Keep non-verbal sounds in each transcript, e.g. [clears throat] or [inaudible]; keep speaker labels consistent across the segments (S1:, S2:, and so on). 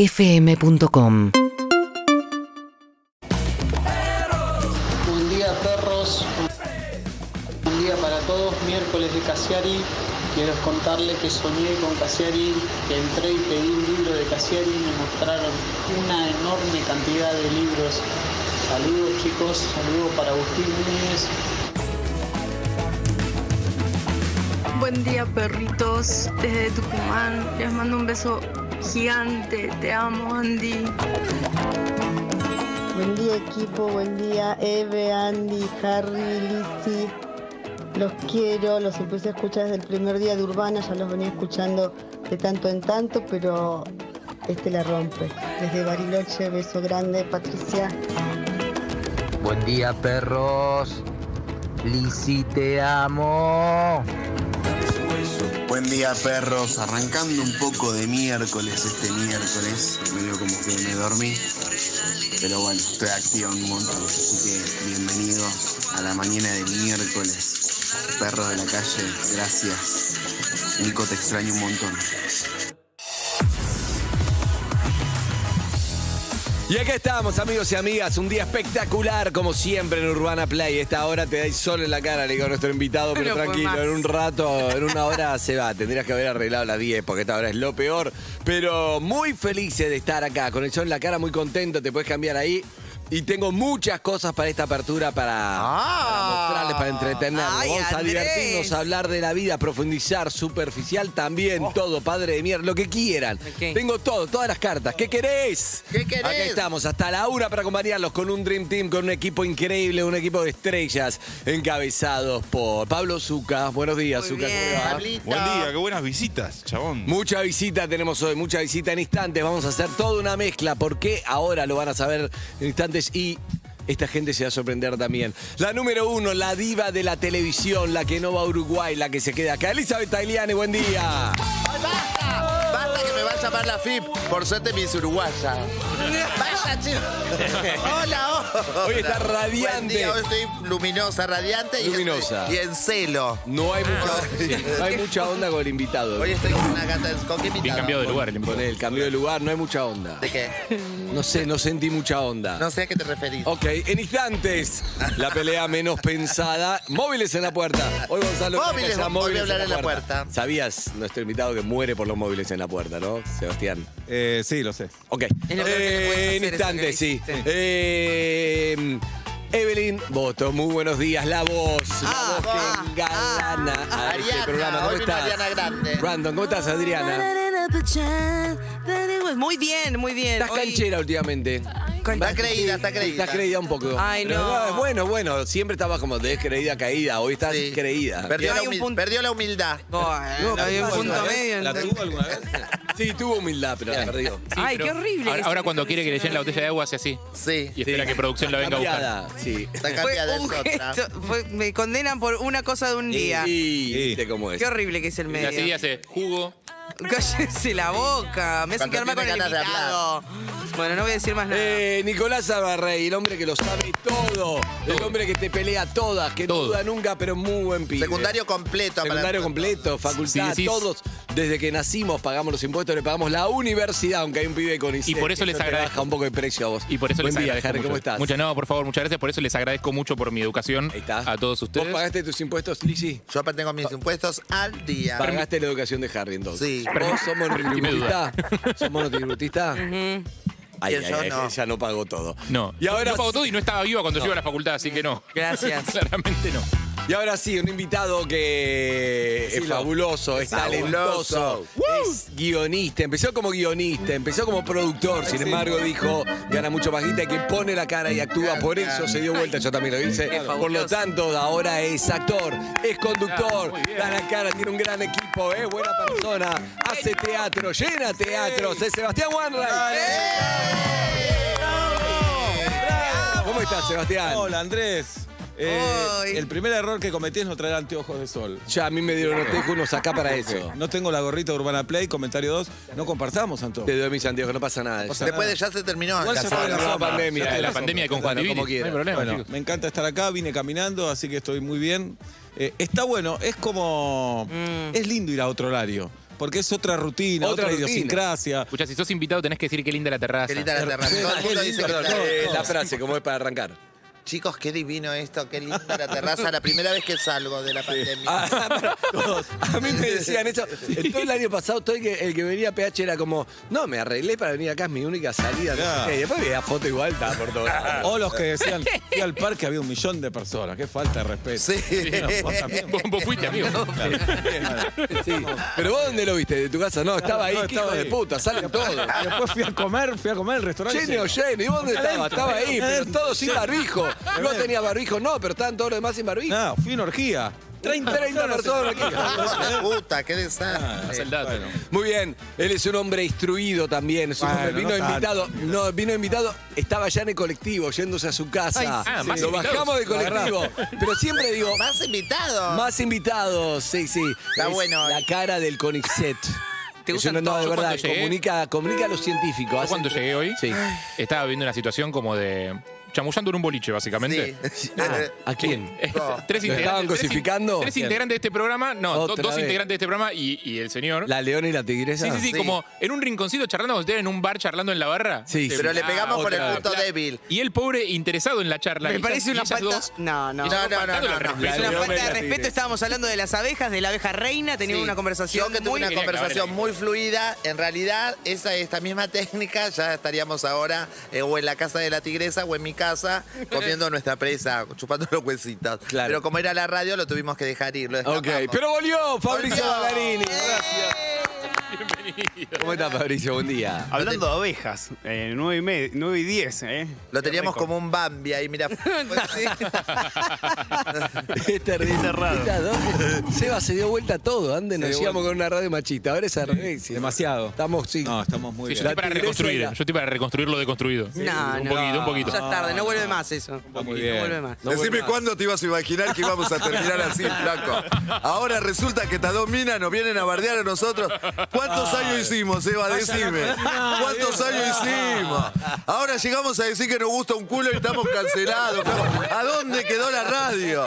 S1: urbanaplayfm.com
S2: Buen día perros, buen día para todos, miércoles de Cassiari. Quiero contarle que soñé con Cassiari, que entré y pedí un libro de Cassiari y me mostraron una enorme cantidad de libros. Saludos chicos, saludos para Agustín Núñez.
S3: Buen día perritos desde Tucumán. Les mando un beso gigante. Te amo Andy.
S4: Buen día equipo, buen día Eve, Andy, Harry, Lizzy. Los quiero, los empecé a escuchar desde el primer día de Urbana, ya los venía escuchando de tanto en tanto, pero este la rompe. Desde Bariloche, beso grande, Patricia.
S5: Buen día, perros. Lisi, te amo.
S6: Buen día perros, arrancando un poco de miércoles este miércoles, medio como que me dormí, pero bueno, estoy activa un montón, así que bienvenido a la mañana de miércoles, perros de la calle, gracias, Nico te extraño un montón.
S7: Y acá estamos, amigos y amigas. Un día espectacular, como siempre, en Urbana Play. Esta hora te da el sol en la cara, le digo a nuestro invitado, pero
S8: No puedo
S7: tranquilo,
S8: más.
S7: en un rato, en una hora se va. Tendrías que haber arreglado las 10, porque esta hora es lo peor. Pero muy felices de estar acá, con el sol en la cara, muy contento. Te puedes cambiar ahí. Y tengo muchas cosas para esta apertura para,
S8: Ah.
S7: para mostrarles, para entretenernos.
S8: Ay,
S7: Vamos a
S8: Andrés.
S7: divertirnos, a hablar de la vida, profundizar, superficial también,
S8: Oh.
S7: todo, padre de mierda, lo que quieran.
S8: Ok.
S7: Tengo todo, todas las cartas. ¿Qué querés?
S8: ¿Qué querés?
S7: Acá estamos, hasta la una para acompañarlos con un Dream Team, con un equipo increíble, un equipo de estrellas, encabezados por Pablo Zucca. Buenos días,
S8: Muy
S7: Zucca. ¿cómo
S8: bien,
S7: va?
S8: Pablito.
S9: Buen día, qué buenas visitas, chabón.
S7: Mucha visita tenemos hoy, mucha visita en instantes. Vamos a hacer toda una mezcla. ¿Por qué? Ahora lo van a saber en instantes y. Esta gente se va a sorprender también. La número uno, la diva de la televisión, la que no va a Uruguay, la que se queda acá. Elizabeth Tagliani, buen día.
S10: ¡Basta! ¡Basta que me va a llamar la FIP! Por suerte me hice uruguaya. ¡Basta, chico! ¡Hola, hola!
S7: Hoy está radiante.
S10: Buen día, hoy estoy luminosa, radiante y,
S7: Luminosa.
S10: y en celo.
S7: No
S10: Ah,
S7: hay mucha, no hay mucha onda con el invitado.
S10: Hoy estoy con una gata. ¿Con qué invitado?
S9: Bien cambiado de lugar el
S7: Con
S9: invitado.
S7: el cambio de lugar, no hay mucha onda.
S10: ¿De qué?
S7: No sé, no sentí mucha onda.
S10: No sé a qué te referís.
S7: Ok, en instantes, la pelea menos pensada. Móviles en la puerta. Hoy Gonzalo Clemente
S10: Móviles,
S7: está,
S10: voy a hablar en la puerta.
S7: Sabías, nuestro invitado que muere por los móviles en la puerta, ¿no? Sebastián.
S9: Eh, sí, lo sé.
S7: Ok.
S8: Es lo peor que le puedes
S7: Eh, en
S8: hacer eso que
S7: instantes, sí.
S8: hiciste.
S7: Eh, Evelyn Boto, muy buenos días. La voz,
S10: Ah,
S7: la voz
S10: ah,
S7: que engalana a este
S10: Ariana,
S7: programa. ¿Cómo
S10: hoy vino
S7: estás?
S10: Ariana Grande.
S7: Brandon, ¿cómo estás, Adriana?
S8: Muy bien, muy bien.
S7: Estás
S8: Hoy-
S7: canchera últimamente.
S8: con-
S10: Está creída, está creída.
S7: Estás creída un poco.
S8: Ay,
S7: Pero
S8: no.
S7: es Bueno, bueno, siempre estabas como descreída, caída. Hoy estás
S10: Sí.
S7: creída.
S10: Perdió,
S8: No
S10: la
S8: hay un
S10: humil-
S8: punto. eh,
S10: perdió la humildad.
S8: Bueno,
S7: No,
S8: hay un punto
S7: ¿la tuvo
S8: medio.
S7: alguna vez? ¿La tuvo alguna vez? [laughs] Sí, tuvo humildad, pero la perdió.
S8: Ay, qué horrible.
S9: Ahora,
S8: eso
S9: ahora
S8: que
S9: cuando
S8: estás
S9: quiere que le llenen la
S8: diciendo.
S9: botella de agua hace así.
S10: Sí,
S9: Y espera que producción la venga a buscar.
S7: Cambiada, sí.
S10: está
S8: Fue
S10: cambiada, es
S8: un
S10: otra.
S8: gesto- fue- me condenan por una cosa de un día.
S7: Y, ¿viste cómo es?
S8: Qué horrible que es el
S9: Y así
S8: medio.
S9: hace jugo.
S8: Cállese la boca. Me hacen
S10: Cuando
S8: quedarme con
S10: tiene
S8: el
S10: ganas de
S8: invitado. Bueno, no voy a decir más nada.
S7: Eh, Nicolás Abarrey, el hombre que lo sabe todo, el hombre que te pelea todas, que no
S9: Todo.
S7: duda nunca, pero muy buen pibe.
S10: Secundario completo. para-
S7: Secundario completo, facultad,
S9: Si decís-
S7: todos, desde que nacimos pagamos los impuestos, le pagamos la universidad, aunque hay un pibe con ICET,
S9: por eso les
S7: te
S9: agradezco.
S7: baja un poco de precio a vos.
S9: Y por eso
S7: Buen
S9: les
S7: día,
S9: agradezco
S7: Harry,
S9: mucho.
S7: ¿cómo estás?
S9: Muchas, no, por favor, muchas gracias. Por eso les agradezco mucho por mi educación
S7: Ahí estás.
S9: a todos ustedes.
S7: ¿Vos pagaste tus impuestos, Lizzy?
S10: Yo tengo mis impuestos al día.
S7: Pagaste la educación de Harry entonces.
S10: Sí.
S7: ¿Vos somos
S9: [laughs]
S7: monotributistas? ¿Somos monotributistas? Ay,
S10: Y
S7: ay,
S10: yo
S7: ay,
S10: no.
S7: ella no pagó todo.
S9: No.
S7: Y ahora,
S9: no pago todo y no estaba viva cuando yo iba a la facultad, así que no. [laughs]
S8: Gracias.
S9: Claramente no.
S7: y ahora sí, un invitado que es
S9: Decilo.
S7: fabuloso, es
S10: Fabuloso.
S7: talentoso, es guionista. Empezó como guionista, empezó como productor, sin embargo dijo, gana mucho más guita y que pone la cara y actúa. Por eso se dio vuelta, yo también lo hice. Por lo
S8: fabuloso.
S7: tanto, ahora es actor, es conductor,
S9: Claro, Ah, muy bien.
S7: da la cara, tiene un gran equipo, es buena persona, hace teatro, llena teatros, es Sebastián Wanray. ¿Cómo estás, Sebastián?
S11: Hola Andrés. Eh,
S8: Ay.
S11: el primer error que cometí es no traer anteojos de sol.
S7: Ya a mí me dieron los unos acá para eso.
S11: No tengo la gorrita de Urbana Play, comentario 2, no compartamos anteojos.
S7: Te doy mis anteojos, no pasa nada.
S11: pasa
S10: Después de ya se terminó.
S11: Igual
S10: la
S11: ya
S7: Pasó
S11: fue
S10: saga.
S7: la
S11: la
S7: pandemia.
S11: pandemia.
S9: La pandemia de conjuntivitis.
S7: Como
S9: No hay
S7: quieras.
S9: problema,
S11: Bueno,
S9: chicos.
S11: me encanta estar acá, vine caminando,
S10: Mm.
S11: así que estoy muy bien. Eh, está bueno, es como... Es lindo ir a otro horario.
S12: Porque es otra rutina,
S7: Otra
S12: otra,
S7: rutina.
S12: idiosincrasia.
S9: Escucha, si sos invitado tenés que decir qué linda la terraza.
S10: Qué linda la terraza. Todo el mundo dice que
S7: Perdón,
S10: está-
S7: eh, la frase, como es para arrancar.
S10: Chicos, qué divino esto, qué linda la terraza. La primera vez que salgo de la pandemia.
S7: Ah, [laughs] para todos. A mí me decían eso. Eh, Todo el año pasado, todo el que, el que venía a PH era como, no, me arreglé para venir acá, es mi única salida. no sé
S12: Claro.
S7: qué. Y después veía foto igual, estaba por todo.
S12: O los
S7: [laughs]
S12: que decían, fui al parque, había un millón de personas. Qué falta de respeto.
S10: Sí.
S12: Bueno, vos también.
S9: Vos- vos fuiste, amigo.
S12: Claro.
S7: Sí. Pero vos dónde lo viste, de tu casa, no, estaba ahí,
S12: No,
S7: qué
S12: estaba
S7: hijo de
S12: ahí.
S7: puta, salen todos.
S12: Y [laughs] Después fui a comer, fui a comer al restaurante.
S7: Lleno, lleno. ¿Y vos dónde estabas? Estaba ahí, pero
S12: Adentro.
S7: todos sin barbijo. No tenía barbijo, no, pero estaban todos los demás sin barbijo.
S12: No, fui a una orgía.
S7: 30, personas aquí.
S10: Hijo de puta, qué
S7: Ah,
S10: desastre.
S9: Pasa el dato.
S12: Eh, Bueno.
S7: Muy bien, él es un hombre instruido también. es un
S12: Bueno,
S7: hombre- vino
S12: no tanto.
S7: invitado, no, vino invitado, estaba ya en el colectivo, yéndose a su casa.
S9: Ay, ah, más
S7: Lo
S9: invitados.
S7: bajamos del colectivo. Pero siempre digo,
S10: Más invitado.
S7: más invitados, sí, sí.
S10: Está
S7: Es
S10: bueno.
S7: La cara del Conicet.
S9: eh. ¿Te
S7: es
S9: gustan
S7: una- no,
S9: todos?
S7: de
S9: Yo
S7: verdad,
S9: cuando llegué-
S7: comunica, comunica a los científicos.
S9: Yo
S7: hacen-
S9: cuando llegué hoy,
S7: Sí.
S9: estaba viviendo una situación como de. chamullando en un boliche, básicamente.
S10: Sí.
S7: Ah, ¿A quién? ¿Lo
S9: [laughs] Tres
S7: estaban
S9: integrantes-
S7: cosificando?
S9: Tres, in- tres integrantes de este programa, no, do-
S7: Otra
S9: dos
S7: vez.
S9: integrantes de este programa y, y el señor.
S7: ¿La leona y la tigresa?
S9: sí, sí, sí,
S10: Sí.
S9: como en un rinconcito charlando con usted, en un bar charlando en la barra.
S7: Sí,
S9: Te-
S7: sí.
S10: Pero le
S9: ah,
S10: pegamos por el
S9: otra-
S10: punto débil.
S9: Y el pobre interesado en la charla.
S1: Me
S9: Y ellas-
S1: parece
S9: y
S1: una
S9: ellas
S1: falta.
S9: dos-
S1: No, no.
S9: y
S10: Ah, No,
S9: ellos
S10: no,
S9: faltándole
S10: no,
S9: el
S10: no,
S9: respeto.
S1: Es una falta
S7: La leona y
S1: de
S7: la
S1: respeto.
S7: tigre.
S1: Estábamos hablando de las abejas, de la abeja reina, teniendo
S10: Sí.
S1: una
S10: Yo
S1: conversación
S10: que tuve
S1: muy...
S10: una
S9: Tenía que
S10: conversación
S9: acabar
S10: muy fluida, en realidad esa esta misma técnica ya estaríamos ahora eh, o en la casa de la tigresa o en mi
S7: [laughs]
S10: casa comiendo nuestra presa, chupando los huesitos.
S7: Claro.
S10: Pero como era la radio lo tuvimos que dejar ir. Lo
S7: Ok,
S10: escapamos.
S7: pero volvió Fabricio
S10: Volvió.
S7: Ballarini.
S1: Eh.
S7: Gracias. ¿Cómo estás, Fabricio? Buen [laughs] día.
S6: Hablando de ovejas, eh, 9 y, me- 9 y 10, ¿eh?
S10: Lo teníamos
S6: Qué rico.
S10: como un Bambi ahí, [laughs] mira.
S7: Es terrible.
S6: Cerrado.
S7: Este Mirá, ¿dónde? Seba se dio vuelta a todo. Antes
S12: Se
S7: nos
S12: dio
S7: íbamos
S12: vuelta.
S7: con una radio machista. Ahora es al revés. sí.
S12: Demasiado.
S7: Estamos, sí.
S12: No, estamos muy
S9: Sí, [laughs] yo
S12: bien.
S9: estoy para
S7: tigresa
S9: reconstruir,
S7: y
S9: yo [laughs]
S7: la-
S9: estoy para reconstruir lo deconstruido.
S1: No,
S9: un
S1: no.
S9: poquito, un poquito.
S1: Ya es tarde, no vuelve más eso.
S12: muy
S1: No
S12: bien.
S1: vuelve más.
S7: No vuelve más.
S10: cuándo te ibas a imaginar que íbamos a terminar así, flaco. Ahora resulta que estas dos minas nos vienen a bardear a nosotros. ¿Cuántos años hicimos, Eva? Decime. ¿Cuántos años hicimos? Ahora llegamos a decir que nos gusta un culo y estamos cancelados. flaco. ¿A dónde quedó la radio?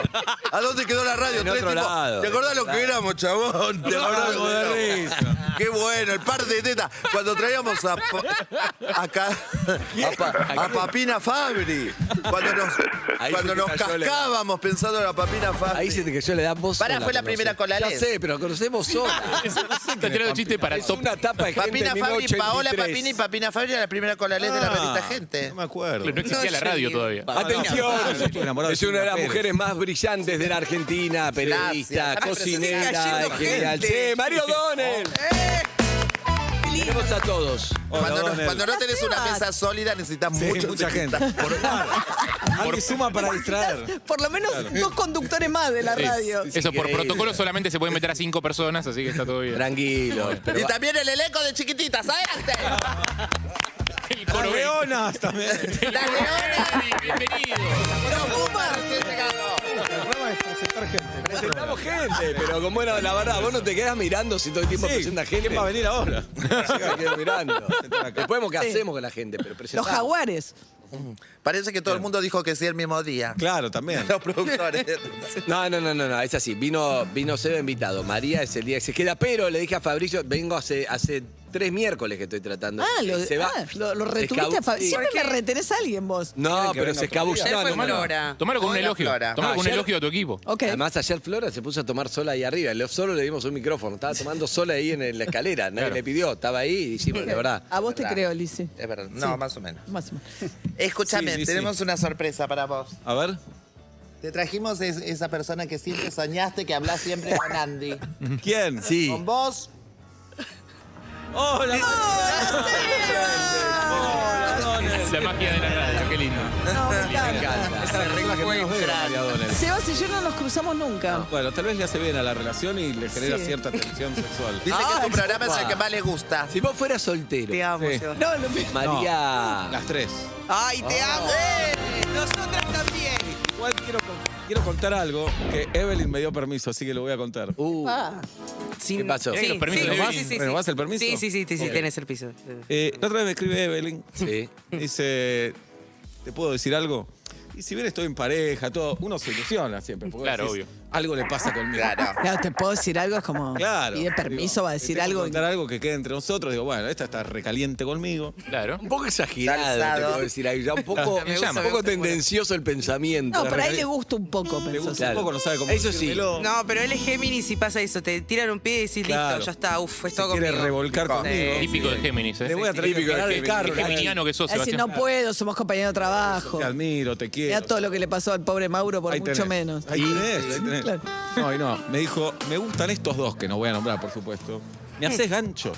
S10: ¿A dónde quedó la radio?
S7: En
S10: Tres
S7: otro
S10: tipos.
S7: lado.
S10: ¿Te acordás lo que éramos, chabón? ¿Te acordás lo que éramos? Qué bueno, el par de tetas. Cuando traíamos a, pa- a ca- a pa- a Papina Fabri. Cuando nos,
S7: Ahí
S10: cuando
S7: se te
S10: nos
S7: cayó la-
S10: cascábamos pensando en la Papina Fabri.
S7: Ahí se te cayó la edad vos
S10: Pará,
S7: sola,
S10: fue la
S7: conocés.
S10: primera con la
S7: Ya
S10: led.
S7: sé, pero conocemos sola.
S9: Está tirando chiste para
S7: Es
S9: top.
S7: una tapa de gente
S10: Papina
S7: de
S10: Fabri, Paola
S7: 1983.
S10: Papina y Papina Fabri era la primera con la ley de la revista Gente.
S12: No me acuerdo.
S9: No existía la radio todavía.
S7: Ah,
S12: estoy
S7: Atención,
S12: enamorado de
S7: es una de
S12: Silvia
S7: las
S12: Pérez.
S7: mujeres más brillantes de la Argentina, periodista,
S10: Gracias.
S1: Está
S7: cocinera,
S1: cayendo
S7: general. Sí,
S1: gente.
S7: Mario [laughs] Donel. Tenemos a todos.
S10: Cuando,
S12: Hola,
S10: no-
S12: Donel.
S10: cuando no tenés una mesa sólida necesitas
S12: Sí,
S10: mucho
S12: mucha gente. Por Alguien suma para distraer.
S3: Por lo menos dos conductores más de la
S9: Sí.
S3: radio.
S9: Eso por
S7: Increíble.
S9: protocolo solamente se pueden meter a cinco personas, así que está todo [laughs] bien.
S7: Tranquilo.
S10: [laughs]
S7: pero
S10: Y también el elenco de chiquititas, adelante.
S9: El
S12: Las
S9: coro B.
S12: leonas también.
S10: Las leonas.
S9: Bienvenido.
S10: No, Puma.
S7: Presentamos gente, pero como era la verdad, vos no te quedas mirando si todo el tiempo
S12: Sí,
S7: presenta gente.
S12: ¿Quién va a venir
S7: [laughs]
S12: ahora?
S7: Yo me quedo mirando. Después vemos qué hacemos con la gente, pero presentamos.
S3: jaguares.
S10: Parece que todo el mundo dijo que sí el mismo día.
S12: Claro, también.
S10: Los productores.
S7: No, no, no, no, no, es así. Vino, vino Seba invitado. María es el día que se queda, pero le dije a Fabricio, vengo hace, hace tres miércoles que estoy tratando.
S3: Ah, lo,
S7: Se va.
S3: ah, lo- lo retuviste a
S7: Escabu-
S3: Fabi-
S7: Sí.
S3: Siempre me retenés a alguien vos.
S7: No,
S12: que venga
S7: pero se
S12: otro día.
S7: escabulló.
S1: Ayer fue
S7: No, no, no.
S1: Flora.
S9: Tomalo con un
S10: Hola,
S9: elogio.
S10: Flora.
S9: Tomalo con un
S7: Ayer-
S9: elogio a tu equipo.
S3: Ok.
S7: Además, ayer Flora se puso a tomar sola ahí arriba. Le- Solo le dimos un micrófono. Estaba tomando sola ahí en el- la escalera. Nadie
S9: Claro.
S7: le pidió. Estaba ahí y dijimos, la verdad.
S3: a Ah, vos te
S10: verdad.
S3: creo, Lizzy.
S10: Es verdad. No,
S3: Sí.
S10: más o menos.
S3: Más o menos.
S10: Escúchame,
S12: Sí, sí, sí.
S10: tenemos una sorpresa para vos.
S12: A ver.
S10: Te trajimos es- esa persona que siempre soñaste que hablás siempre con Andy.
S12: ¿Quién?
S7: Sí.
S10: Con vos.
S12: ¡Hola! ¡Hola, Donel!
S9: La magia de la radio, qué lindo.
S3: No, me
S7: Me
S3: encanta.
S12: Esa
S7: encanta.
S12: es la regla que menos veo, María Donel.
S3: Sebas y yo no nos cruzamos nunca.
S12: Bueno, tal vez le hace bien a la relación y le genera
S3: Sí. Ah,
S12: cierta tensión sexual.
S10: Dice
S7: Ah,
S10: que tu programa es el que más le gusta.
S7: Si vos fueras soltero,
S1: Te amo,
S12: Sí.
S1: Sebastián.
S3: No, lo mismo.
S7: María. Ah.
S12: Las tres.
S1: ¡Ay, te amo! ¡Nosotras también!
S12: Igual quiero, con- quiero contar algo que Evelyn me dio permiso, así que lo voy a contar.
S7: Uh,
S3: Ah,
S1: Sin-
S7: ¿Qué pasó?
S9: Los permisos de Evelyn.
S12: ¿Renovás el permiso?
S1: Sí, sí, sí, sí, sí,
S12: Ok.
S1: tenés el piso.
S12: Eh, la otra vez me escribe Evelyn.
S7: sí.
S12: Me Dice, ¿te puedo decir algo? Y si bien estoy en pareja, todo, uno se ilusiona siempre. porque
S9: Claro,
S12: decís,
S9: obvio.
S1: algo le pasa conmigo. Claro.
S4: Claro, te puedo decir algo, es como
S1: Claro.
S4: pide permiso,
S1: Digo,
S4: va a decir
S1: tengo que
S4: algo.
S1: contar algo que quede entre nosotros. Digo, bueno, esta está recaliente conmigo.
S9: Claro.
S7: Un poco exagerado, te puedo decir ahí. Ya un poco,
S1: Me gusta,
S7: un
S1: me
S7: poco
S1: gusta.
S7: tendencioso el pensamiento.
S4: No, por ahí le gusta un poco,
S1: Le
S4: pensó.
S1: gusta un
S7: Claro.
S1: poco, no sabe cómo
S7: Eso sí.
S1: decírmelo.
S3: No, pero él es Géminis y pasa eso. Te tiran un pie y decís,
S1: Claro.
S3: listo, ya está, uff, es todo
S1: quiere
S3: conmigo.
S1: revolcar conmigo.
S9: Típico de Géminis, ¿eh?
S1: Le voy a traer
S9: Típico
S1: el
S9: de
S1: canal del
S9: Géminis.
S1: carro.
S9: Qué geminiano que sos,
S4: Es decir,
S9: Sebastián.
S4: no puedo, somos compañeros de trabajo.
S1: Te admiro, te quiero.
S4: Mira todo lo que le pasó al pobre Mauro por
S1: Ahí
S4: mucho
S1: tenés.
S4: menos.
S1: Ahí tenés, ahí tenés.
S4: Claro.
S1: No, y no. Me dijo, me gustan estos dos que no voy a nombrar, por supuesto. Me haces gancho.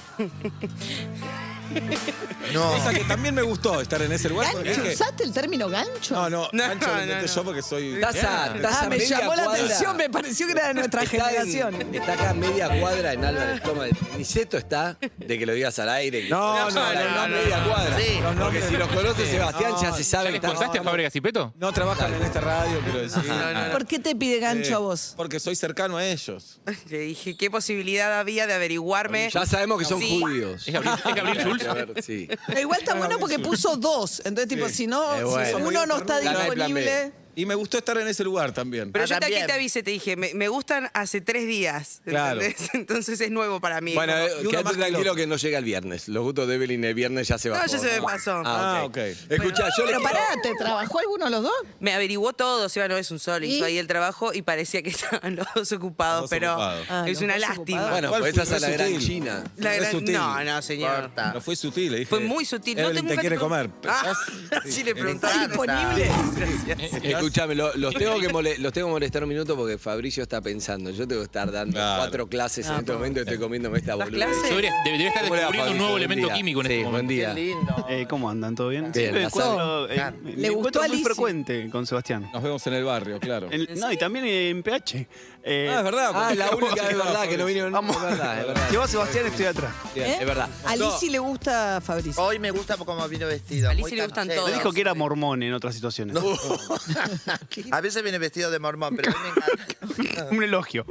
S13: No.
S1: Cosa que también me gustó estar en ese lugar. porque
S4: ¿Gancho?
S1: dije,
S4: ¿Usaste el término gancho?
S1: no, no,
S3: No,
S1: gancho lo inventé
S3: no, no.
S1: yo porque soy.
S7: Taza,
S1: Ah,
S7: taza
S4: Ah, me
S7: media
S4: llamó la
S7: cuadra.
S4: atención, me pareció que era de nuestra
S7: Está en-
S4: generación.
S7: está acá a media cuadra en Álvarez Toma. Niceto está de que lo digas al aire. que-
S1: No, no, no,
S7: está
S1: no, no.
S7: media cuadra.
S3: Sí.
S7: Porque si los conoce Sebastián ya se
S9: ¿Ya
S7: sabe que
S9: les
S7: está.
S9: contaste a Fábregas y Peto? Eh,
S1: No trabajan en esta radio, pero decir.
S10: Ah,
S4: ¿Por qué te pide gancho a vos?
S1: Porque soy cercano a ellos.
S3: Le dije, ¿qué posibilidad había de averiguarme?
S7: Ya sabemos que son
S3: Sí.
S7: judíos.
S9: ¿Es Gabriel-
S7: [laughs]
S9: es Gabriel Schulz?
S7: A ver, sí.
S4: Pero igual está bueno porque puso dos. Entonces, tipo, si no,
S7: Eh, bueno.
S4: si uno no está
S1: Dame
S7: el plan B.
S4: disponible.
S1: Y me gustó estar en ese lugar también.
S3: Pero
S4: Ah,
S3: yo te, aquí
S4: también.
S3: te avisé, te dije, me, me gustan hace tres días.
S1: Claro.
S3: ¿entendés? [laughs] Entonces es nuevo para mí.
S7: Bueno, eh,
S1: Y uno
S7: quédate
S1: más que
S7: tranquilo
S1: loco.
S7: que no llega el viernes. Los gustos de Evelyn el viernes ya se va.
S3: No, ya se me pasó.
S1: Ah,
S7: Ah, ok.
S1: ok.
S7: Escuchá, yo le
S4: Pero
S7: quiero-
S4: pará, ¿te trabajó alguno de los dos?
S3: Me averiguó todo, Seba no es un solo, hizo ahí el trabajo y parecía
S1: [laughs]
S3: que estaban los dos ocupados,
S1: Los dos
S3: pero
S1: ocupados.
S4: Ah,
S3: es
S4: los
S3: una
S4: dos
S3: lástima.
S4: ocupados.
S7: Bueno,
S1: ¿Cuál
S7: pues
S1: fue?
S7: esa es a la
S1: Fue
S7: gran
S1: sutil.
S7: China.
S3: La
S1: Fue
S3: gran-
S1: sutil.
S3: No, no, señor.
S1: No fue sutil, le dije.
S3: Fue muy sutil.
S1: Evelyn
S3: no
S1: te quiere comer.
S3: Ah, sí, le preguntaba.
S4: ¿Está disponible?
S3: Gracias.
S9: eh,
S7: Escúchame, lo- los,
S3: [laughs]
S7: tengo que mole- los tengo que molestar un minuto porque Fabricio está pensando. Yo tengo que estar dando
S1: Claro.
S7: cuatro clases en
S4: Ah,
S7: este momento y estoy comiéndome esta
S3: ¿Las
S7: boluda.
S3: clases?
S9: Debería, debería estar descubriendo un nuevo elemento químico en
S7: sí,
S9: este
S7: buen
S9: momento.
S7: día.
S6: Eh, ¿Cómo andan? ¿Todo bien?
S7: Bien,
S6: Sí, me
S7: la
S6: encuentro, eh, me
S4: Le gustó
S6: encuentro muy
S4: Alicia.
S6: frecuente con Sebastián.
S1: Nos vemos en el barrio, claro.
S6: En- no, y también en PH. Eh,
S1: Ah, es verdad.
S7: Ah, la
S1: ¿cómo
S7: única
S1: que
S7: es
S1: va,
S7: verdad que no vinieron. Es verdad, es verdad.
S6: Yo a Sebastián estoy atrás.
S7: Bien,
S4: ¿Eh?
S7: Es verdad.
S4: A Lizzy le gusta Fabricio.
S10: Hoy me gusta como vino vestido.
S3: A
S10: muy
S3: Lizzy le gustan
S10: canchero.
S6: Me
S3: todos.
S6: dijo que era mormón en otras situaciones.
S10: A veces viene vestido de mormón, pero a mí me encanta.
S6: [laughs] Un elogio.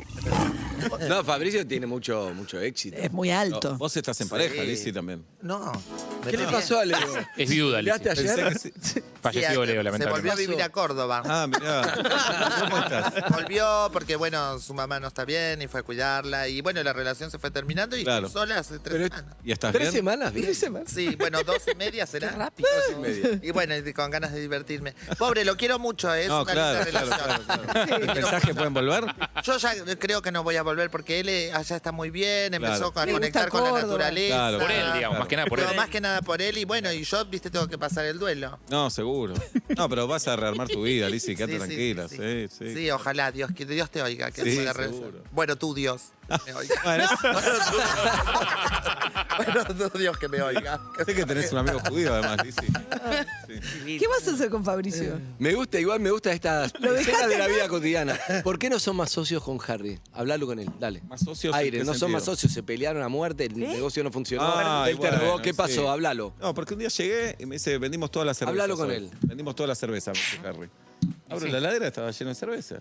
S7: No, Fabricio tiene mucho, mucho éxito.
S4: Es muy alto.
S1: Vos estás en pareja, Lizzy, también.
S10: No. me
S7: ¿Qué le
S10: tiene-
S7: pasó a Leo?
S9: Es viuda,
S7: ¿Miraste
S9: Lizzy.
S7: ayer?
S1: Sí, sí.
S10: Sí,
S9: Falleció Leo,
S10: Se volvió a
S9: lamentablemente.
S10: vivir a Córdoba.
S1: Ah,
S10: [laughs]
S1: mirá. ¿Cómo estás?
S10: Volvió porque, bueno, su mamá no está bien y fue a cuidarla. Y bueno, la relación se fue terminando y
S1: Claro.
S10: sola hace tres
S1: Pero-
S10: semanas.
S1: ¿Y estás
S7: ¿Tres
S1: bien?
S7: semanas? bien.
S10: Sí, bueno, dos
S1: [laughs]
S10: y media será.
S7: rápido. Dos y media.
S10: Y bueno, y con ganas de divertirme. Pobre, lo quiero mucho, ¿eh? es
S1: No,
S10: una
S1: claro,
S10: linda
S1: claro, claro.
S10: relación.
S1: claro. ¿Pensás que pueden volver?
S10: Yo ya creo que no voy a volver porque él eh, allá está muy bien, empezó
S1: Claro.
S10: a
S4: Le gusta
S10: conectar con la
S4: Córdoba.
S10: naturaleza.
S1: Claro.
S9: Por él, digamos, más que nada por
S10: Pero
S9: él.
S10: más que nada por él y bueno, y yo, viste, tengo que pasar el duelo.
S1: No, seguro. No, pero vas a rearmar tu vida, Lizzy, quédate
S10: Sí, sí,
S1: tranquila. Sí, sí.
S10: Sí, ojalá Dios, que Dios te oiga. Que
S1: Sí,
S10: pueda re-
S1: seguro.
S10: Bueno, tú Dios. Me oiga.
S1: [laughs] Bueno,
S10: bueno, tú Dios que
S1: [laughs]
S10: me oiga.
S1: sé que tenés un amigo judío, además, Lizzy.
S4: ¿Qué vas a hacer con Fabricio?
S7: [laughs]
S3: Eh.
S7: Me gusta, igual me gusta estas escenas de la vida cotidiana. ¿Por qué no son más socios con Harry? Hablalo con él, dale.
S1: ¿Más socios en
S7: Aire,
S1: qué
S7: no son más
S1: sentido?
S7: socios, se pelearon a muerte, el negocio no funcionó.
S1: Ay,
S7: él te
S1: bueno,
S7: robó, ¿qué
S1: sí.
S7: pasó? Hablalo.
S1: No, porque un día llegué y me dice, vendimos toda la cerveza.
S7: Hablalo con
S1: hoy.
S7: él.
S1: Vendimos toda la cerveza, me dice Harry. Abro
S9: Sí.
S1: la ladera, estaba lleno de cervezas.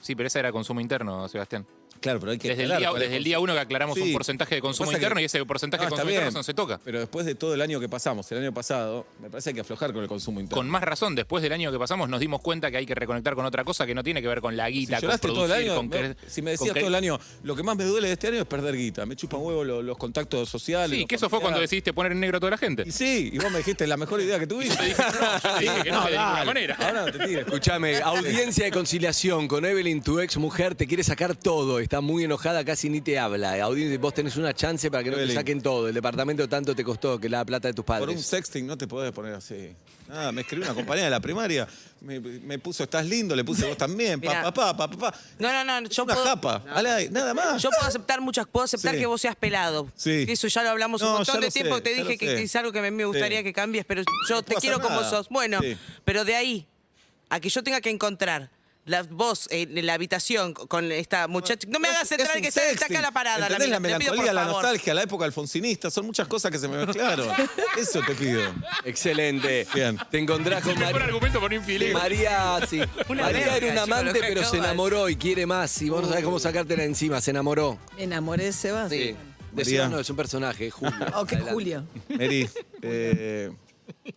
S9: Sí, pero esa era consumo interno, Sebastián.
S1: Claro, pero hay que
S9: Desde el
S1: aclarar
S9: día,
S1: cuál es
S9: desde el día uno que aclaramos
S1: Sí.
S9: un porcentaje de consumo
S1: Pasa que-
S9: interno y ese porcentaje de
S1: está
S9: consumo
S1: bien,
S9: interno no se toca.
S1: Pero después de todo el año que pasamos, el año pasado, me parece que hay que aflojar con el consumo interno.
S9: Con más razón, después del año que pasamos nos dimos cuenta que hay que reconectar con otra cosa que no tiene que ver con la
S1: si
S9: guita, con
S1: lloraste todo
S9: producir,
S1: el año,
S9: con
S1: me-
S9: cre-
S1: si me
S9: con
S1: decías
S9: cre-
S1: todo el año, lo que más me duele de este año es perder guita, me chupan huevo lo- los, contactos sociales.
S9: Sí,
S1: los
S9: que eso fue cuando
S1: familiares.
S9: decidiste poner en negro a toda la gente.
S1: Y sí, y vos me dijiste, la mejor idea que tuviste.
S9: Yo dije, no, yo dije que no, de ninguna
S1: dale.
S9: manera.
S1: Ahora no te tires.
S7: Escúchame, audiencia de conciliación con Evelyn, tu ex mujer, te quiere sacar todo. Está muy enojada, casi ni te habla. Audiencia, vos tenés una chance para que no
S1: Evelyn.
S7: te saquen todo. El departamento tanto te costó que la plata de tus
S1: Por un
S7: padres.
S1: sexting no te podés poner así. Ah, me escribió una compañera de la primaria, me, me puso estás lindo, le puse vos también,
S3: Mirá.
S1: pa, pa, pa, pa, pa, pa.
S3: No, no, no, yo
S1: una
S3: puedo-
S1: japa, al aire, nada más.
S3: Yo puedo aceptar muchas, puedo aceptar
S1: Sí.
S3: que vos seas pelado.
S1: Sí.
S3: Eso ya lo hablamos
S1: No,
S3: un
S1: ya
S3: montón
S1: lo
S3: de tiempo.
S1: sé,
S3: te
S1: ya lo
S3: dije
S1: sé.
S3: que es algo que me- me gustaría
S1: Sí.
S3: que cambies, pero yo
S1: No
S3: te
S1: puedo
S3: quiero
S1: hacer
S3: como
S1: nada.
S3: sos. Bueno,
S1: Sí.
S3: pero de ahí a que yo tenga que encontrar la voz en la habitación con esta muchacha. No me hagas
S1: Es- es
S3: entrar
S1: un
S3: que está, está acá
S1: sexting.
S3: la parada.
S1: ¿Entendés? La,
S3: mina. Te pido,
S1: melancolía,
S3: por
S1: la
S3: favor.
S1: nostalgia, la época alfonsinista, son muchas cosas que se me
S3: [laughs]
S1: mezclaron. Eso te pido.
S7: Excelente.
S1: Bien.
S7: Te encontrás con
S9: Mejor
S7: María.
S9: argumento para [laughs] un infidel.
S7: María, sí.
S3: Una verga,
S7: María era un
S3: chico, lo
S7: amante,
S3: que
S7: pero se
S3: acabas.
S7: enamoró y quiere más. Y vos no sabés cómo sacártela encima, se enamoró.
S4: Me enamoré de Sebas.
S7: Sí. Decía,
S1: María.
S7: no, es un personaje, es Julio.
S4: O que
S7: Adelante.
S4: Julio.
S1: Meri, eh,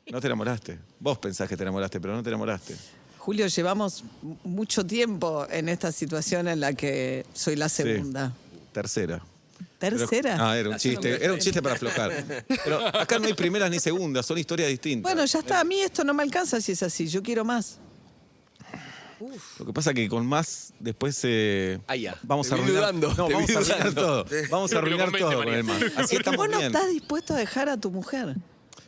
S1: no te enamoraste. Vos pensás que te enamoraste, pero no te enamoraste.
S4: Julio, llevamos m- mucho tiempo en esta situación en la que soy la
S1: Sí.
S4: segunda.
S1: Tercera.
S4: ¿Tercera?
S1: ah, era un chiste. Era un chiste para aflojar. Pero acá no hay primeras ni segundas, son historias distintas.
S4: Bueno, ya está. A mí esto no me alcanza si es así. Yo quiero más.
S1: Lo que pasa que con más después eh, vamos a
S7: Te vi
S1: arruinar,
S7: dudando,
S1: no,
S7: te
S1: vamos
S7: vi
S1: a arruinar
S7: dudando.
S1: todo. Vamos a
S7: Creo que lo
S1: arruinar
S7: convence,
S1: todo con el más.
S7: María. [laughs]
S1: Así
S4: Es que
S1: estamos
S4: vos no
S1: bien.
S4: estás dispuesto a dejar a tu mujer.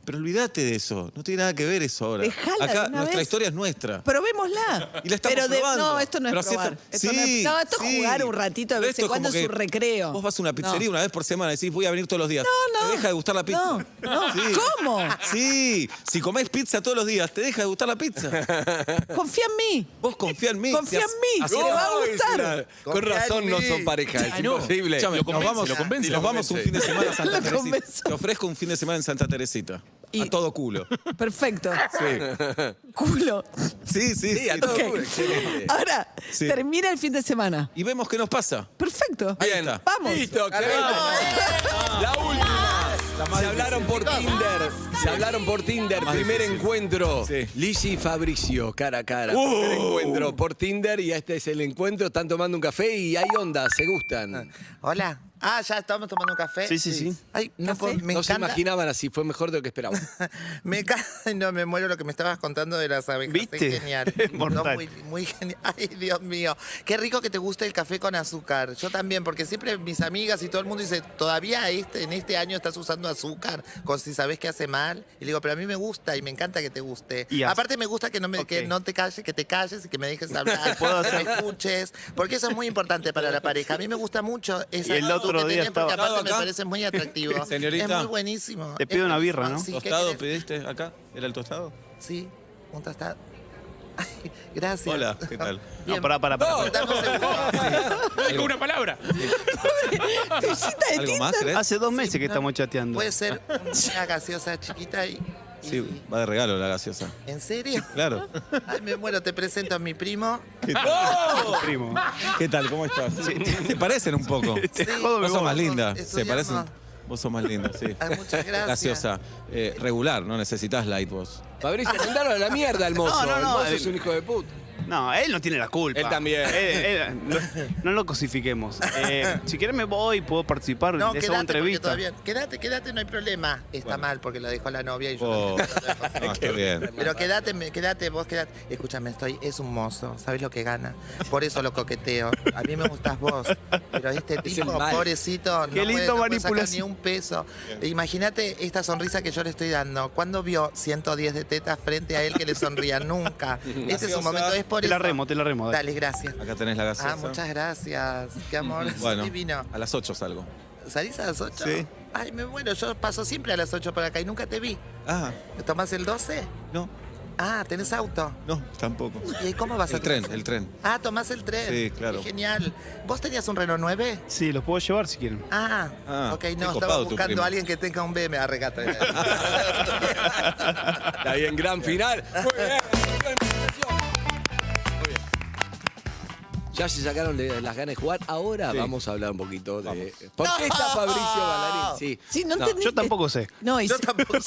S1: Pero olvídate de eso, no tiene nada que ver eso ahora. Acá
S4: Dejala de una
S1: nuestra
S4: vez.
S1: historia es nuestra.
S4: Probémosla.
S1: Y la estamos
S4: Pero de-
S1: probando.
S4: no, esto no es
S1: Pero así
S4: probar.
S1: está-
S4: Esto no,
S1: Sí,
S4: es, no, esto es
S1: sí.
S4: jugar un ratito de
S1: Pero
S4: vez en
S1: esto es
S4: cuando
S1: como
S4: en su
S1: que
S4: recreo.
S1: Vos vas a una pizzería una vez por semana y decís, voy a venir todos los días.
S4: No, no.
S1: Te deja de gustar la pizza.
S4: No,
S1: [laughs]
S4: no.
S1: Sí.
S4: ¿Cómo?
S1: Sí, si comés pizza todos los días, te deja de gustar la pizza.
S4: [laughs] Confía en mí.
S1: Vos confía en mí.
S4: Confía
S1: Si
S4: en
S1: as-
S4: mí,
S1: así
S4: te
S1: es.
S4: va a gustar.
S7: Con razón no son pareja, es
S1: Ah, no.
S7: imposible.
S1: Escuchame,
S7: Lo
S1: nos
S7: convence,
S1: vamos,
S7: lo convence.
S1: nos vamos un fin de semana a Santa
S4: [laughs] Lo
S1: Teresita.
S4: convence.
S1: Te ofrezco un fin de semana en Santa Teresita. A todo
S4: [laughs]
S1: culo.
S4: Perfecto.
S1: Sí.
S4: Culo.
S1: Sí, sí, sí.
S4: Ok. [laughs] Ahora,
S1: Sí.
S4: termina el fin de semana.
S1: Y vemos qué nos pasa.
S4: Perfecto.
S1: Ahí está.
S4: Vamos.
S7: Listo, excelente. La última. Se hablaron por Tinder. Se hablaron por Tinder. Primer encuentro. Lizzy y Fabricio, cara a cara.
S1: Uh.
S7: Primer encuentro por Tinder y este es el encuentro. Están tomando un café y hay onda, se gustan.
S10: Hola. Ah, ya estamos tomando café.
S7: Sí, sí, sí.
S10: Ay, no, puedo- me
S7: no se
S10: encanta.
S7: imaginaban así, fue mejor de lo que esperaban.
S10: [laughs] Me encanta. Ay, No, me muero lo que me estabas contando de las abejas. Es
S7: ¿Viste? [laughs]
S10: Genial. No,
S7: Mortal.
S10: muy, muy genial. [laughs] Ay, Dios mío. Qué rico que te guste el café con azúcar. Yo también, porque siempre mis amigas y todo el mundo dice, todavía este, en este año estás usando azúcar, con si sabes que hace mal. Y le digo, pero a mí me gusta y me encanta que te guste.
S14: Y as-
S10: Aparte me gusta que no, me, que no te calles, que te calles y que me
S6: [laughs]
S10: dejes hablar,
S14: ¿Puedo
S10: que
S14: hacer-
S10: me escuches, porque eso es muy importante para la pareja. A mí me gusta mucho esa
S6: Y el
S10: actitud
S6: otro
S10: que
S6: día
S10: tenés, porque
S6: estaba-
S10: aparte me
S6: acá.
S10: parece muy atractivo.
S1: [laughs] Señorita.
S10: Es muy buenísimo.
S6: Te pido
S10: Es
S6: una
S10: muy-
S6: birra, ¿no?
S10: Sí, ¿qué
S1: ¿Tostado
S10: querés?
S1: pediste ¿Este acá? ¿Era el tostado?
S10: Sí, un tostado. [laughs] Ay, gracias.
S1: Hola, ¿qué tal?
S10: [laughs] Bien.
S6: No, pará, pará, pará. pará.
S10: Dame un
S6: [laughs]
S10: segundo.
S9: No dijo una palabra.
S4: de
S6: ¿Algo más,
S1: Tinder.
S6: crees? Hace dos meses que estamos chateando.
S10: Puede ser una gaseosa chiquita y.
S1: Sí, va de regalo la gaseosa.
S10: ¿En
S6: [laughs]
S10: serio?
S1: Claro.
S10: Ay, me muero, te presento a mi primo.
S1: ¿Qué tal?
S6: Primo.
S1: ¿Qué tal? ¿Cómo estás? Se parecen un poco.
S10: Te
S1: Vos
S10: jodo, me
S1: sos
S10: voy.
S1: más linda. Se
S10: Estudiamos.
S1: parecen. Vos sos más linda, sí.
S10: Ay, muchas gracias.
S1: Gaseosa. Eh, regular, no necesitas light vos.
S7: Fabricio, mandaron a la mierda al mozo.
S6: No, no,
S7: el
S6: no,
S7: mozo
S6: el-
S7: es un hijo de puta.
S6: No, él no tiene la culpa.
S7: Él también.
S6: Él- él- no, no lo cosifiquemos. Eh, si quieres me voy, puedo participar
S10: No,
S6: de
S10: quédate,
S6: esa
S10: porque
S6: entrevista.
S10: todavía. Quédate, quédate, no hay problema. Está mal porque lo dejó la novia y
S1: Oh.
S10: yo. no
S7: [laughs]
S10: quiero otra cosa.
S1: No, está bien. [laughs]
S10: Pero quédate, me- quédate, vos quédate. Escúchame, estoy, es un mozo, ¿sabes lo que gana? Por eso lo coqueteo. A mí me gustas vos, pero este tipo,
S7: el mal.
S10: pobrecito, no
S6: Qué
S10: puede,
S6: lindo
S10: no puede sacar
S6: manipulación.
S10: ni un peso. Imagínate esta sonrisa que yo le estoy dando. ¿Cuándo vio 110 de tetas frente a él que le sonría?
S7: [laughs]
S10: Nunca. Este es
S1: Graciosa.
S10: un momento, es por
S6: Te la
S10: eso.
S6: remo, te la remo. dale.
S10: Dale, gracias.
S1: Acá tenés la gaseosa.
S10: Ah, muchas gracias. Qué amor, es
S1: Bueno,
S10: divino.
S1: a las 8 salgo.
S10: ¿Salís a las 8?
S1: Sí.
S10: Ay, me muero, yo paso siempre a las 8 para acá y nunca te vi.
S1: Ah,
S10: ¿Tomás el 12?
S1: no,
S10: Ah, ¿tenés auto?
S1: no, tampoco.
S10: ¿Y ahí cómo vas a
S1: El tren, el tren.
S10: Ah, tomás el tren.
S1: Sí, claro.
S10: Qué genial. ¿Vos tenías un Renault 9?
S6: Sí, los puedo llevar si quieren.
S10: Ah,
S1: Ah,
S10: ok,
S1: qué
S10: no, estaba
S1: copado tu
S10: buscando
S1: primo.
S10: a alguien que tenga un BM a regata.
S1: [laughs]
S7: Está bien, gran final. Muy bien. Ya se sacaron de- las ganas de jugar. Ahora vamos a hablar un poquito de. ¿Por qué está Fabricio Ballarín? Sí.
S4: Sí, no entendí.
S6: Yo tampoco sé.
S4: No, y Se-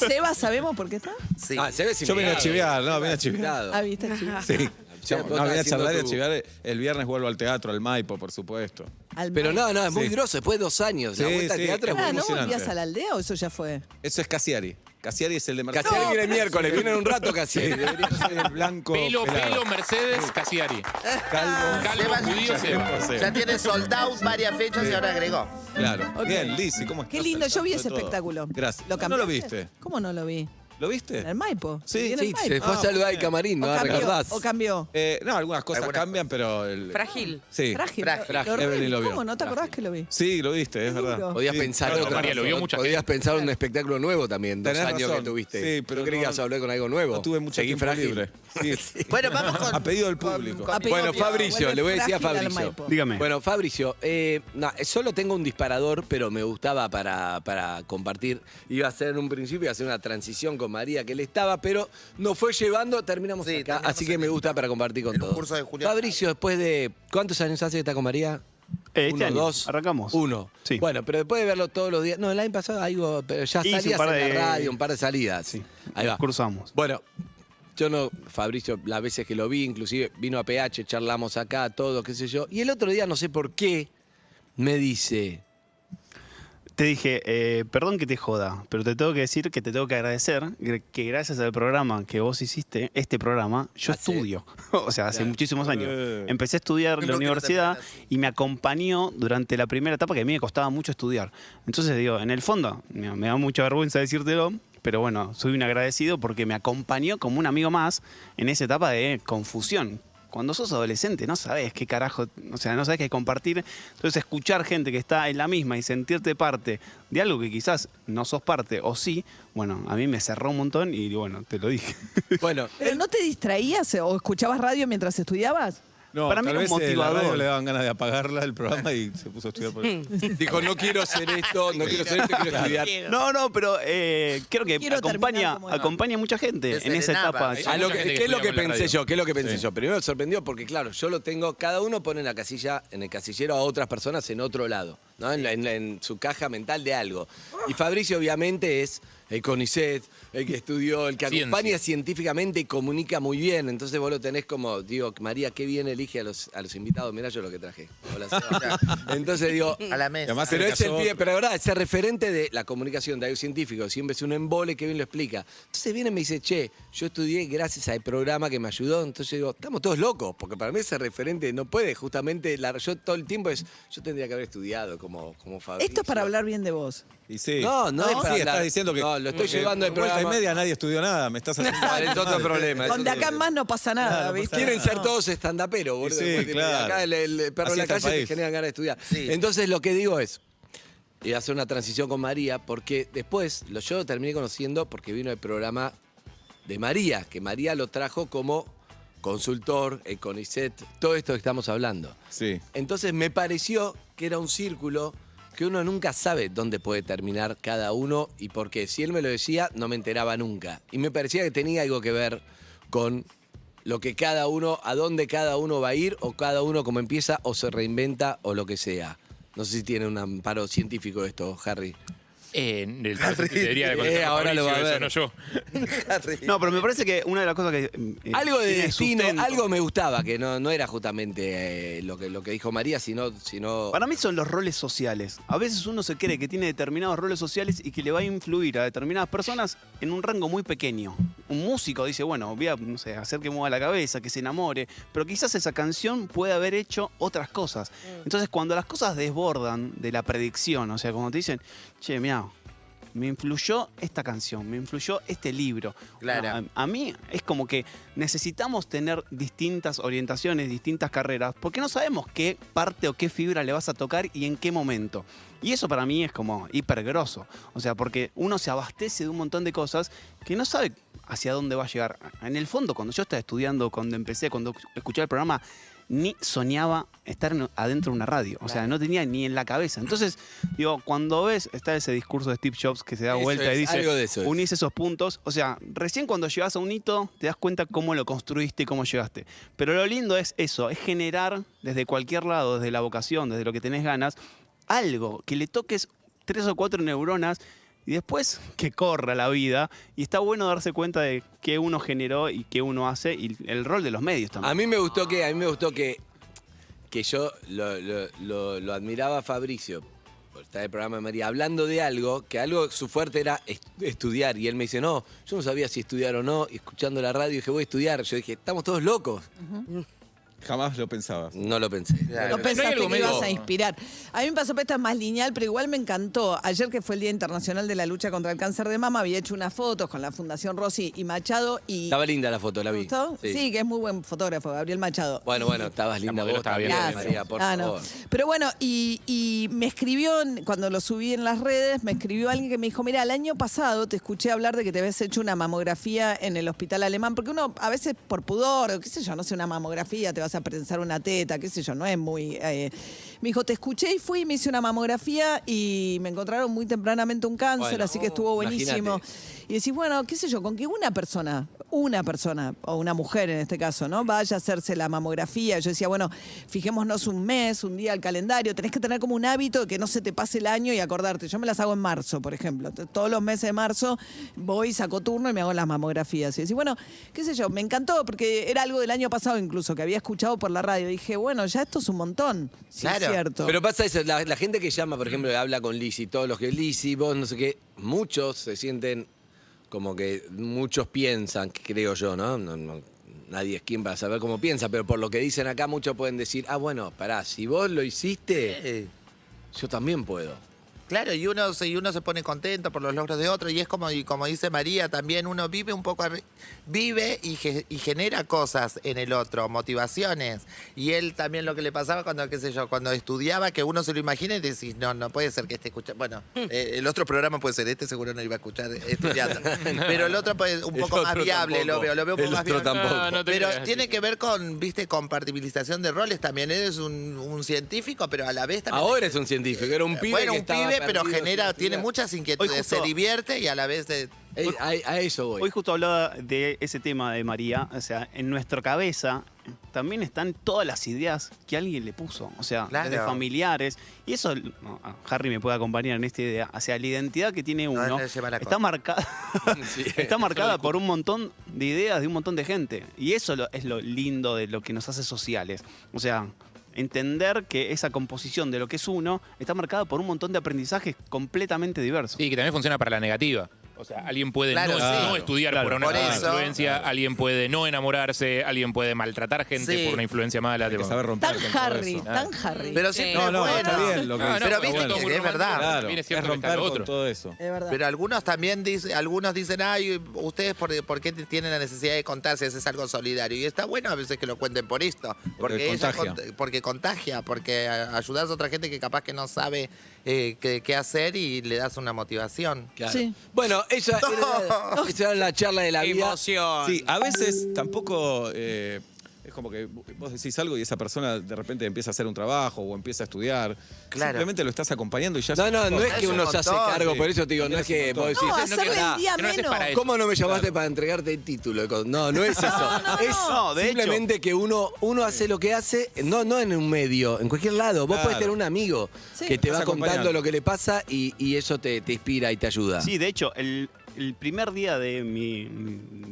S4: Seba, ¿sabemos por qué está?
S10: sí.
S7: Ah, se ve
S1: Yo vine a chivear, no, vine a chivear.
S4: Ah, viste, chico.
S1: Sí.
S7: Ya, vos
S1: no, vine a
S7: estás
S1: charlar y a
S7: haciendo tu-
S1: chivear. El viernes vuelvo al teatro, al Maipo, por supuesto.
S4: Al
S7: Pero
S4: mar.
S7: no, no, es
S1: Sí.
S7: muy groso. Después de dos años. la
S1: Sí,
S7: vuelta al
S1: sí.
S7: teatro es
S4: Ah,
S7: muy
S4: ¿no volvías
S1: emocionante.
S4: a la aldea o eso ya fue?
S1: Eso es Casiari. Casiari es el de Mercedes.
S7: Casiari viene miércoles, viene en un rato Casiari.
S1: Sí, debería ser el blanco.
S9: Pelo,
S1: pelado.
S9: pelo, Mercedes, Casiari.
S1: Calvo.
S9: Calvo,
S10: Seba,
S9: judío,
S1: Ya
S9: Seba.
S1: tiene por ser.
S10: Ya tiene soldados varias fechas y ahora agregó.
S1: Claro.
S4: Ok.
S1: Bien, Lizzy, ¿cómo estás?
S4: Qué lindo, yo
S1: Al
S4: vi ese
S1: tanto de todo.
S4: espectáculo.
S1: Gracias.
S4: ¿Lo
S1: Ah, ¿No lo
S4: cambiaste?
S1: viste?
S4: ¿Cómo no lo vi?
S1: ¿Lo
S4: En el
S1: viste?
S4: Maipo.
S1: Sí,
S4: en el
S7: Sí, se
S4: Maipo.
S7: fue a
S1: Ah,
S7: saludar al
S1: bien.
S7: camarín,
S4: o,
S7: ¿no?
S4: cambió,
S7: ¿Recordás?
S4: o cambió.
S1: Eh, no, algunas cosas cambian, pero. el-
S3: Frágil.
S1: Sí.
S4: Frágil.
S10: Frágil.
S4: Lo- lo re-
S1: Evelyn lo vio.
S4: ¿Cómo no te acordás que lo
S7: Eh,
S4: vi?
S1: Sí, lo viste, es
S4: Seguro.
S1: verdad.
S7: Ah, Podías
S1: Sí.
S7: pensar
S9: Claro,
S7: otra
S9: María, lo
S7: cosa.
S9: vio mucha
S7: Podías pensar un espectáculo nuevo también. Dos
S1: Tenés
S7: años
S1: razón.
S7: que tuviste.
S1: Sí, pero
S7: Yo creí que
S1: no-
S7: ibas a hablar con algo nuevo.
S1: No tuve mucho
S7: Seguí
S1: tiempo
S7: frágil. [laughs]
S1: libre. Sí.
S10: Bueno, vamos con.
S1: A pedido del público.
S10: con- con-
S7: Bueno,
S10: Pedido,
S7: Fabricio,
S4: vuelve
S7: le voy a decir a
S4: frágil al
S7: Fabricio.
S4: Maipo.
S6: Dígame.
S7: Bueno, Fabricio, eh, no, solo tengo un disparador, pero me gustaba para, para compartir. Iba a ser en un principio, iba a hacer una transición con María, que él estaba, pero nos fue llevando, terminamos acá. así que me gusta para compartir con
S10: en un
S7: todos.
S10: curso de Julián.
S7: Fabricio, después de. ¿Cuántos años hace que está con María?
S6: Eh, este
S7: Uno,
S6: año.
S7: dos.
S6: Arrancamos.
S7: Uno.
S6: Sí.
S7: Bueno, pero después de verlo todos los días. No, el año pasado algo, pero ya
S6: Hice un
S7: salías
S6: par
S7: en
S6: de-
S7: la radio, un par de salidas.
S6: Sí.
S7: Ahí va.
S6: Cruzamos.
S7: Bueno, Yo no, Fabricio, las veces que lo vi, inclusive vino a PH, charlamos acá, todo, qué sé yo. Y el otro día, no sé por qué, me dice.
S6: Te dije, eh, perdón que te joda, pero te tengo que decir que te tengo que agradecer gr- que gracias al programa que vos hiciste, este programa, yo
S1: Ah,
S6: estudio. [laughs] o sea, hace
S7: Claro.
S6: muchísimos años.
S7: Eh.
S6: Empecé a estudiar en la
S7: Lo que no te
S6: universidad y me acompañó durante la primera etapa que a mí me costaba mucho estudiar. Entonces digo, en el fondo, me me da mucha vergüenza decírtelo, pero bueno, soy un agradecido porque me acompañó como un amigo más en esa etapa de confusión. Cuando sos adolescente no sabes qué carajo, o sea, no sabes qué compartir. Entonces escuchar gente que está en la misma y sentirte parte de algo que quizás no sos parte o sí, bueno, a mí me cerró un montón y bueno, te
S1: [laughs]
S6: lo dije.
S7: Bueno,
S4: ¿Pero no te distraías eh, o escuchabas radio mientras estudiabas?
S1: No,
S6: Para mí
S1: tal
S6: era un
S1: vez eh, la radio
S6: motivador.
S1: le daban ganas de apagarla el programa y se puso a estudiar por eso.
S7: Dijo, no quiero hacer esto, no quiero hacer esto, quiero estudiar.
S6: No, no, pero eh, creo que
S4: Quiero terminar
S6: acompaña,
S4: como él.
S6: acompaña a mucha gente
S10: Te
S6: en esa
S10: serenaba.
S6: etapa.
S10: Ah, Hay
S7: A lo que-
S9: gente que
S7: ¿Qué es lo que
S9: estudia con la
S7: pensé
S9: radio.
S7: yo? ¿Qué es lo que pensé yo? Primero me sorprendió porque, claro, yo lo tengo, cada uno pone en la casilla, en el casillero a otras personas en otro lado, ¿no? En, la- en la- en su caja mental de algo. Y Fabricio, obviamente, es el CONICET, el que estudió, el que
S9: Ciencia.
S7: acompaña científicamente y comunica muy bien. Entonces vos lo tenés como, digo, María, qué bien elige a los, a los invitados. Mirá yo lo que traje. Hola, Seba. Entonces digo,
S10: A la mesa.
S1: Además,
S7: pero
S1: se
S7: es el
S1: casó-
S7: pie, pero ahora ese referente de la comunicación de algo científico, siempre es un embole que bien lo explica. Entonces viene y me dice, che, yo estudié gracias al programa que me ayudó. Entonces yo digo, estamos todos locos, porque para mí ese referente no puede, justamente, la- yo todo el tiempo es, yo tendría que haber estudiado como, como Fabricio.
S4: Esto es para hablar bien de vos.
S1: Y sí.
S7: No, no,
S1: Sí,
S7: es para hablar.
S1: estás diciendo que.
S7: No, lo estoy
S1: que
S7: llevando al
S1: vuelta
S7: programa.
S1: y media nadie estudió nada, me estás haciendo.
S7: Vale, es otro problema, es
S4: Donde
S7: otro
S4: acá en más no pasa nada,
S1: Claro, no
S4: ¿viste?
S1: pasa
S7: Quieren ser
S4: No.
S7: todos estandaperos, boludo.
S1: sí,
S7: Después te-
S1: claro.
S7: Acá el, el perro
S1: Así
S7: en la
S1: está el
S7: calle te
S1: país.
S7: generan ganas de estudiar.
S10: Sí.
S7: Entonces lo que digo es, y hacer una transición con María, porque después lo, yo lo terminé conociendo porque vino el programa de María, que María lo trajo como consultor, el CONICET, todo esto que estamos hablando.
S1: Sí.
S7: Entonces me pareció que era un círculo que uno nunca sabe dónde puede terminar cada uno y por qué. Si él me lo decía, no me enteraba nunca. Y me parecía que tenía algo que ver con lo que cada uno, a dónde cada uno va a ir o cada uno como empieza o se reinventa o lo que sea. No sé si tiene un amparo científico esto, Harry.
S9: Eh, el te diría de
S7: Eh, ahora lo va a ver.
S9: no yo.
S6: No, pero me parece que una de las cosas que. eh,
S7: Algo de
S6: tiene
S7: destino,
S6: sustento-
S7: algo me gustaba, que no, no era justamente eh, lo, que, lo que dijo María, sino... sino
S6: Para mí son los roles sociales. A veces uno se cree que tiene determinados roles sociales y que le va a influir a determinadas personas en un rango muy pequeño. Un músico dice, bueno, voy a no sé, hacer que mueva la cabeza, que se enamore, pero quizás esa canción puede haber hecho otras cosas. Entonces, cuando las cosas desbordan de la predicción, o sea, cuando te dicen, che, mira, me influyó esta canción, me influyó este libro.
S10: Claro.
S6: No, a, a mí es como que necesitamos tener distintas orientaciones, distintas carreras, porque no sabemos qué parte o qué fibra le vas a tocar y en qué momento. Y eso para mí es como hiper grosso. O sea, porque uno se abastece de un montón de cosas que no sabe hacia dónde va a llegar. En el fondo, cuando yo estaba estudiando, cuando empecé, cuando escuché el programa, ni soñaba estar en- adentro de una radio. O sea, no tenía ni en la cabeza. Entonces, digo, cuando ves, está ese discurso de Steve Jobs que se da
S7: Eso
S6: vuelta
S7: es,
S6: y dice,
S7: algo de eso es.
S6: unís esos puntos. O sea, recién cuando llegas a un hito, te das cuenta cómo lo construiste y cómo llegaste. Pero lo lindo es eso, es generar desde cualquier lado, desde la vocación, desde lo que tenés ganas, algo que le toques tres o cuatro neuronas y después que corra la vida. Y está bueno darse cuenta de qué uno generó y qué uno hace y el rol de los medios también.
S7: A mí me gustó que, a mí me gustó que, que yo lo, lo- lo- lo admiraba a Fabricio, por estar en el programa de María, hablando de algo, que algo su fuerte era est- estudiar. Y él me dice, no, yo no sabía si estudiar o no, y escuchando la radio dije, voy a estudiar. Yo dije, estamos todos locos.
S1: Jamás lo pensaba.
S7: No lo pensé.
S4: No pensaste
S9: algo
S4: que
S9: medio-
S4: ibas a inspirar. A mí me pasó esta es más lineal, pero igual me encantó. Ayer que fue el Día Internacional de la Lucha contra el Cáncer de Mama, había hecho unas fotos con la Fundación Rossi y Machado y...
S7: Estaba linda la foto, la
S4: ¿Te
S7: vi.
S4: gustó? Sí. que es muy buen fotógrafo, Gabriel Machado.
S7: Bueno, bueno, estabas linda
S9: modelo
S7: vos
S9: estaba bien,
S7: también,
S9: Gracias.
S7: María, por
S4: Ah, no.
S7: favor.
S4: Pero bueno, y, y me escribió, en- cuando lo subí en las redes, me escribió alguien que me dijo, mira, el año pasado te escuché hablar de que te habías hecho una mamografía en el hospital alemán, porque uno a veces por pudor, o qué sé yo, no sé, una mamografía, te vas a pensar una teta, qué sé yo, no es muy... eh, me Me dijo, te escuché y fui, me hice una mamografía y me encontraron muy tempranamente un cáncer,
S14: Bueno,
S4: así que estuvo buenísimo.
S14: imagínate.
S4: Y decís, bueno, qué sé yo, con que una persona, una persona, o una mujer en este caso, ¿no? Vaya a hacerse la mamografía. Yo decía, bueno, fijémonos un mes, un día al calendario. Tenés que tener como un hábito de que no se te pase el año y acordarte. Yo me las hago en marzo, por ejemplo. T- Todos los meses de marzo voy, saco turno y me hago las mamografías. Y decís, bueno, qué sé yo, me encantó porque era algo del año pasado incluso, que había escuchado por la radio. Dije, bueno, ya esto es un montón. Sí, es cierto.
S7: Pero pasa eso, la, la gente que llama, por ejemplo, habla con Lizzy, todos los que Lizzy, vos, no sé qué, muchos se sienten como que muchos piensan, creo yo, ¿no? No- no- nadie es quien para saber cómo piensa, pero por lo que dicen acá, muchos pueden decir, ah, bueno, pará, si vos lo hiciste, yo también puedo.
S10: Claro, y uno, se- y uno se pone contento por los logros de otro, y es como, y como dice María, también uno vive un poco, arri- vive y, ge- y genera cosas en el otro, motivaciones. Y él también lo que le pasaba cuando, qué sé yo, cuando estudiaba, que uno se lo imagina y decís, no, no puede ser que esté escuchando. Bueno, [laughs] eh, el otro programa puede ser, este seguro no lo iba a escuchar [laughs] estudiando. Pero el otro puede, un
S7: El
S10: poco más
S7: otro
S10: viable, lo
S7: tampoco.
S10: veo, lo veo un poco
S7: El
S10: más
S7: otro
S10: viable.
S7: tampoco. No, no te
S10: Pero
S7: creas,
S10: tiene que ver con, viste, compatibilización de roles también. Eres un, un científico, pero a la vez también
S7: Ahora es un científico, era un pibe
S10: bueno,
S7: que
S10: un
S7: estaba
S10: pibe, pero
S7: perdido,
S10: genera,
S7: sin
S10: tiene
S7: estudiar.
S10: muchas
S6: Hoy
S10: inquietudes,
S6: justo-
S10: se divierte y a la vez de-
S7: a, eso voy.
S6: Hoy justo hablaba de ese tema de María. O sea, en nuestra cabeza también están todas las ideas que alguien le puso. O sea,
S10: Claro.
S6: desde familiares. Y eso, no, ah, Harry me puede acompañar en esta idea. O sea, la identidad que tiene uno
S10: no lleva la
S6: está,
S10: contra.
S6: marcada, [laughs] está marcada por un montón de ideas de un montón de gente. Y eso lo- es lo lindo de lo que nos hace sociales. O sea... Entender que esa composición de lo que es uno está marcada por un montón de aprendizajes completamente diversos.
S9: Sí, que también funciona para la negativa. O sea, alguien puede
S6: Claro,
S9: no,
S6: sí.
S9: no estudiar
S6: Claro.
S9: por una
S6: Por
S9: mala
S6: eso.
S9: influencia, alguien puede no enamorarse, alguien puede maltratar gente
S10: Sí.
S9: por una influencia mala. Hay
S1: saber romper
S4: Tan Harry, tan Harry.
S10: Pero siempre
S1: No,
S10: es
S1: no,
S10: bueno.
S1: está bien lo que
S10: No,
S1: dice.
S10: no, pero viste
S1: bueno.
S10: que es verdad.
S1: Claro,
S9: También es
S1: es,
S9: cierto que está
S1: romper
S9: lo
S1: con
S9: otro.
S1: todo eso.
S4: Es verdad.
S10: Pero algunos también dicen, algunos dicen, ay, ustedes por, por qué tienen la necesidad de contarse, es algo solidario. Y está bueno a veces que lo cuenten por esto, porque eso
S1: contagia.
S10: cont- porque contagia, porque a- ayudas a otra gente que capaz que no sabe eh, qué, qué hacer y le das una motivación.
S7: Claro. Bueno, esa era, esa era la charla de la vida.
S1: Sí, a veces tampoco eh, es como que vos decís algo y esa persona de repente empieza a hacer un trabajo o empieza a estudiar.
S10: Claro.
S1: Simplemente lo estás acompañando y ya
S7: No, no, no es
S1: montón.
S7: que uno se hace cargo, por eso te digo, no es que vos decís,
S4: No,
S7: "Ah,
S4: hacerle
S7: quiero
S4: el
S7: nada".
S4: día
S7: Que no lo haces
S4: menos.
S7: para eso. ¿cómo no me llamaste para entregarte el título? No, no es eso. es
S6: No, de hecho.
S7: simplemente que uno, uno hace lo que hace, no, no en un medio, en cualquier lado. Vos
S1: Claro.
S7: podés tener un amigo
S4: Sí.
S7: que te
S1: Estás
S7: va contando
S1: acompañando.
S7: lo que le pasa y, y eso te, te inspira y te ayuda.
S6: Sí, de hecho, el, el primer día de mi,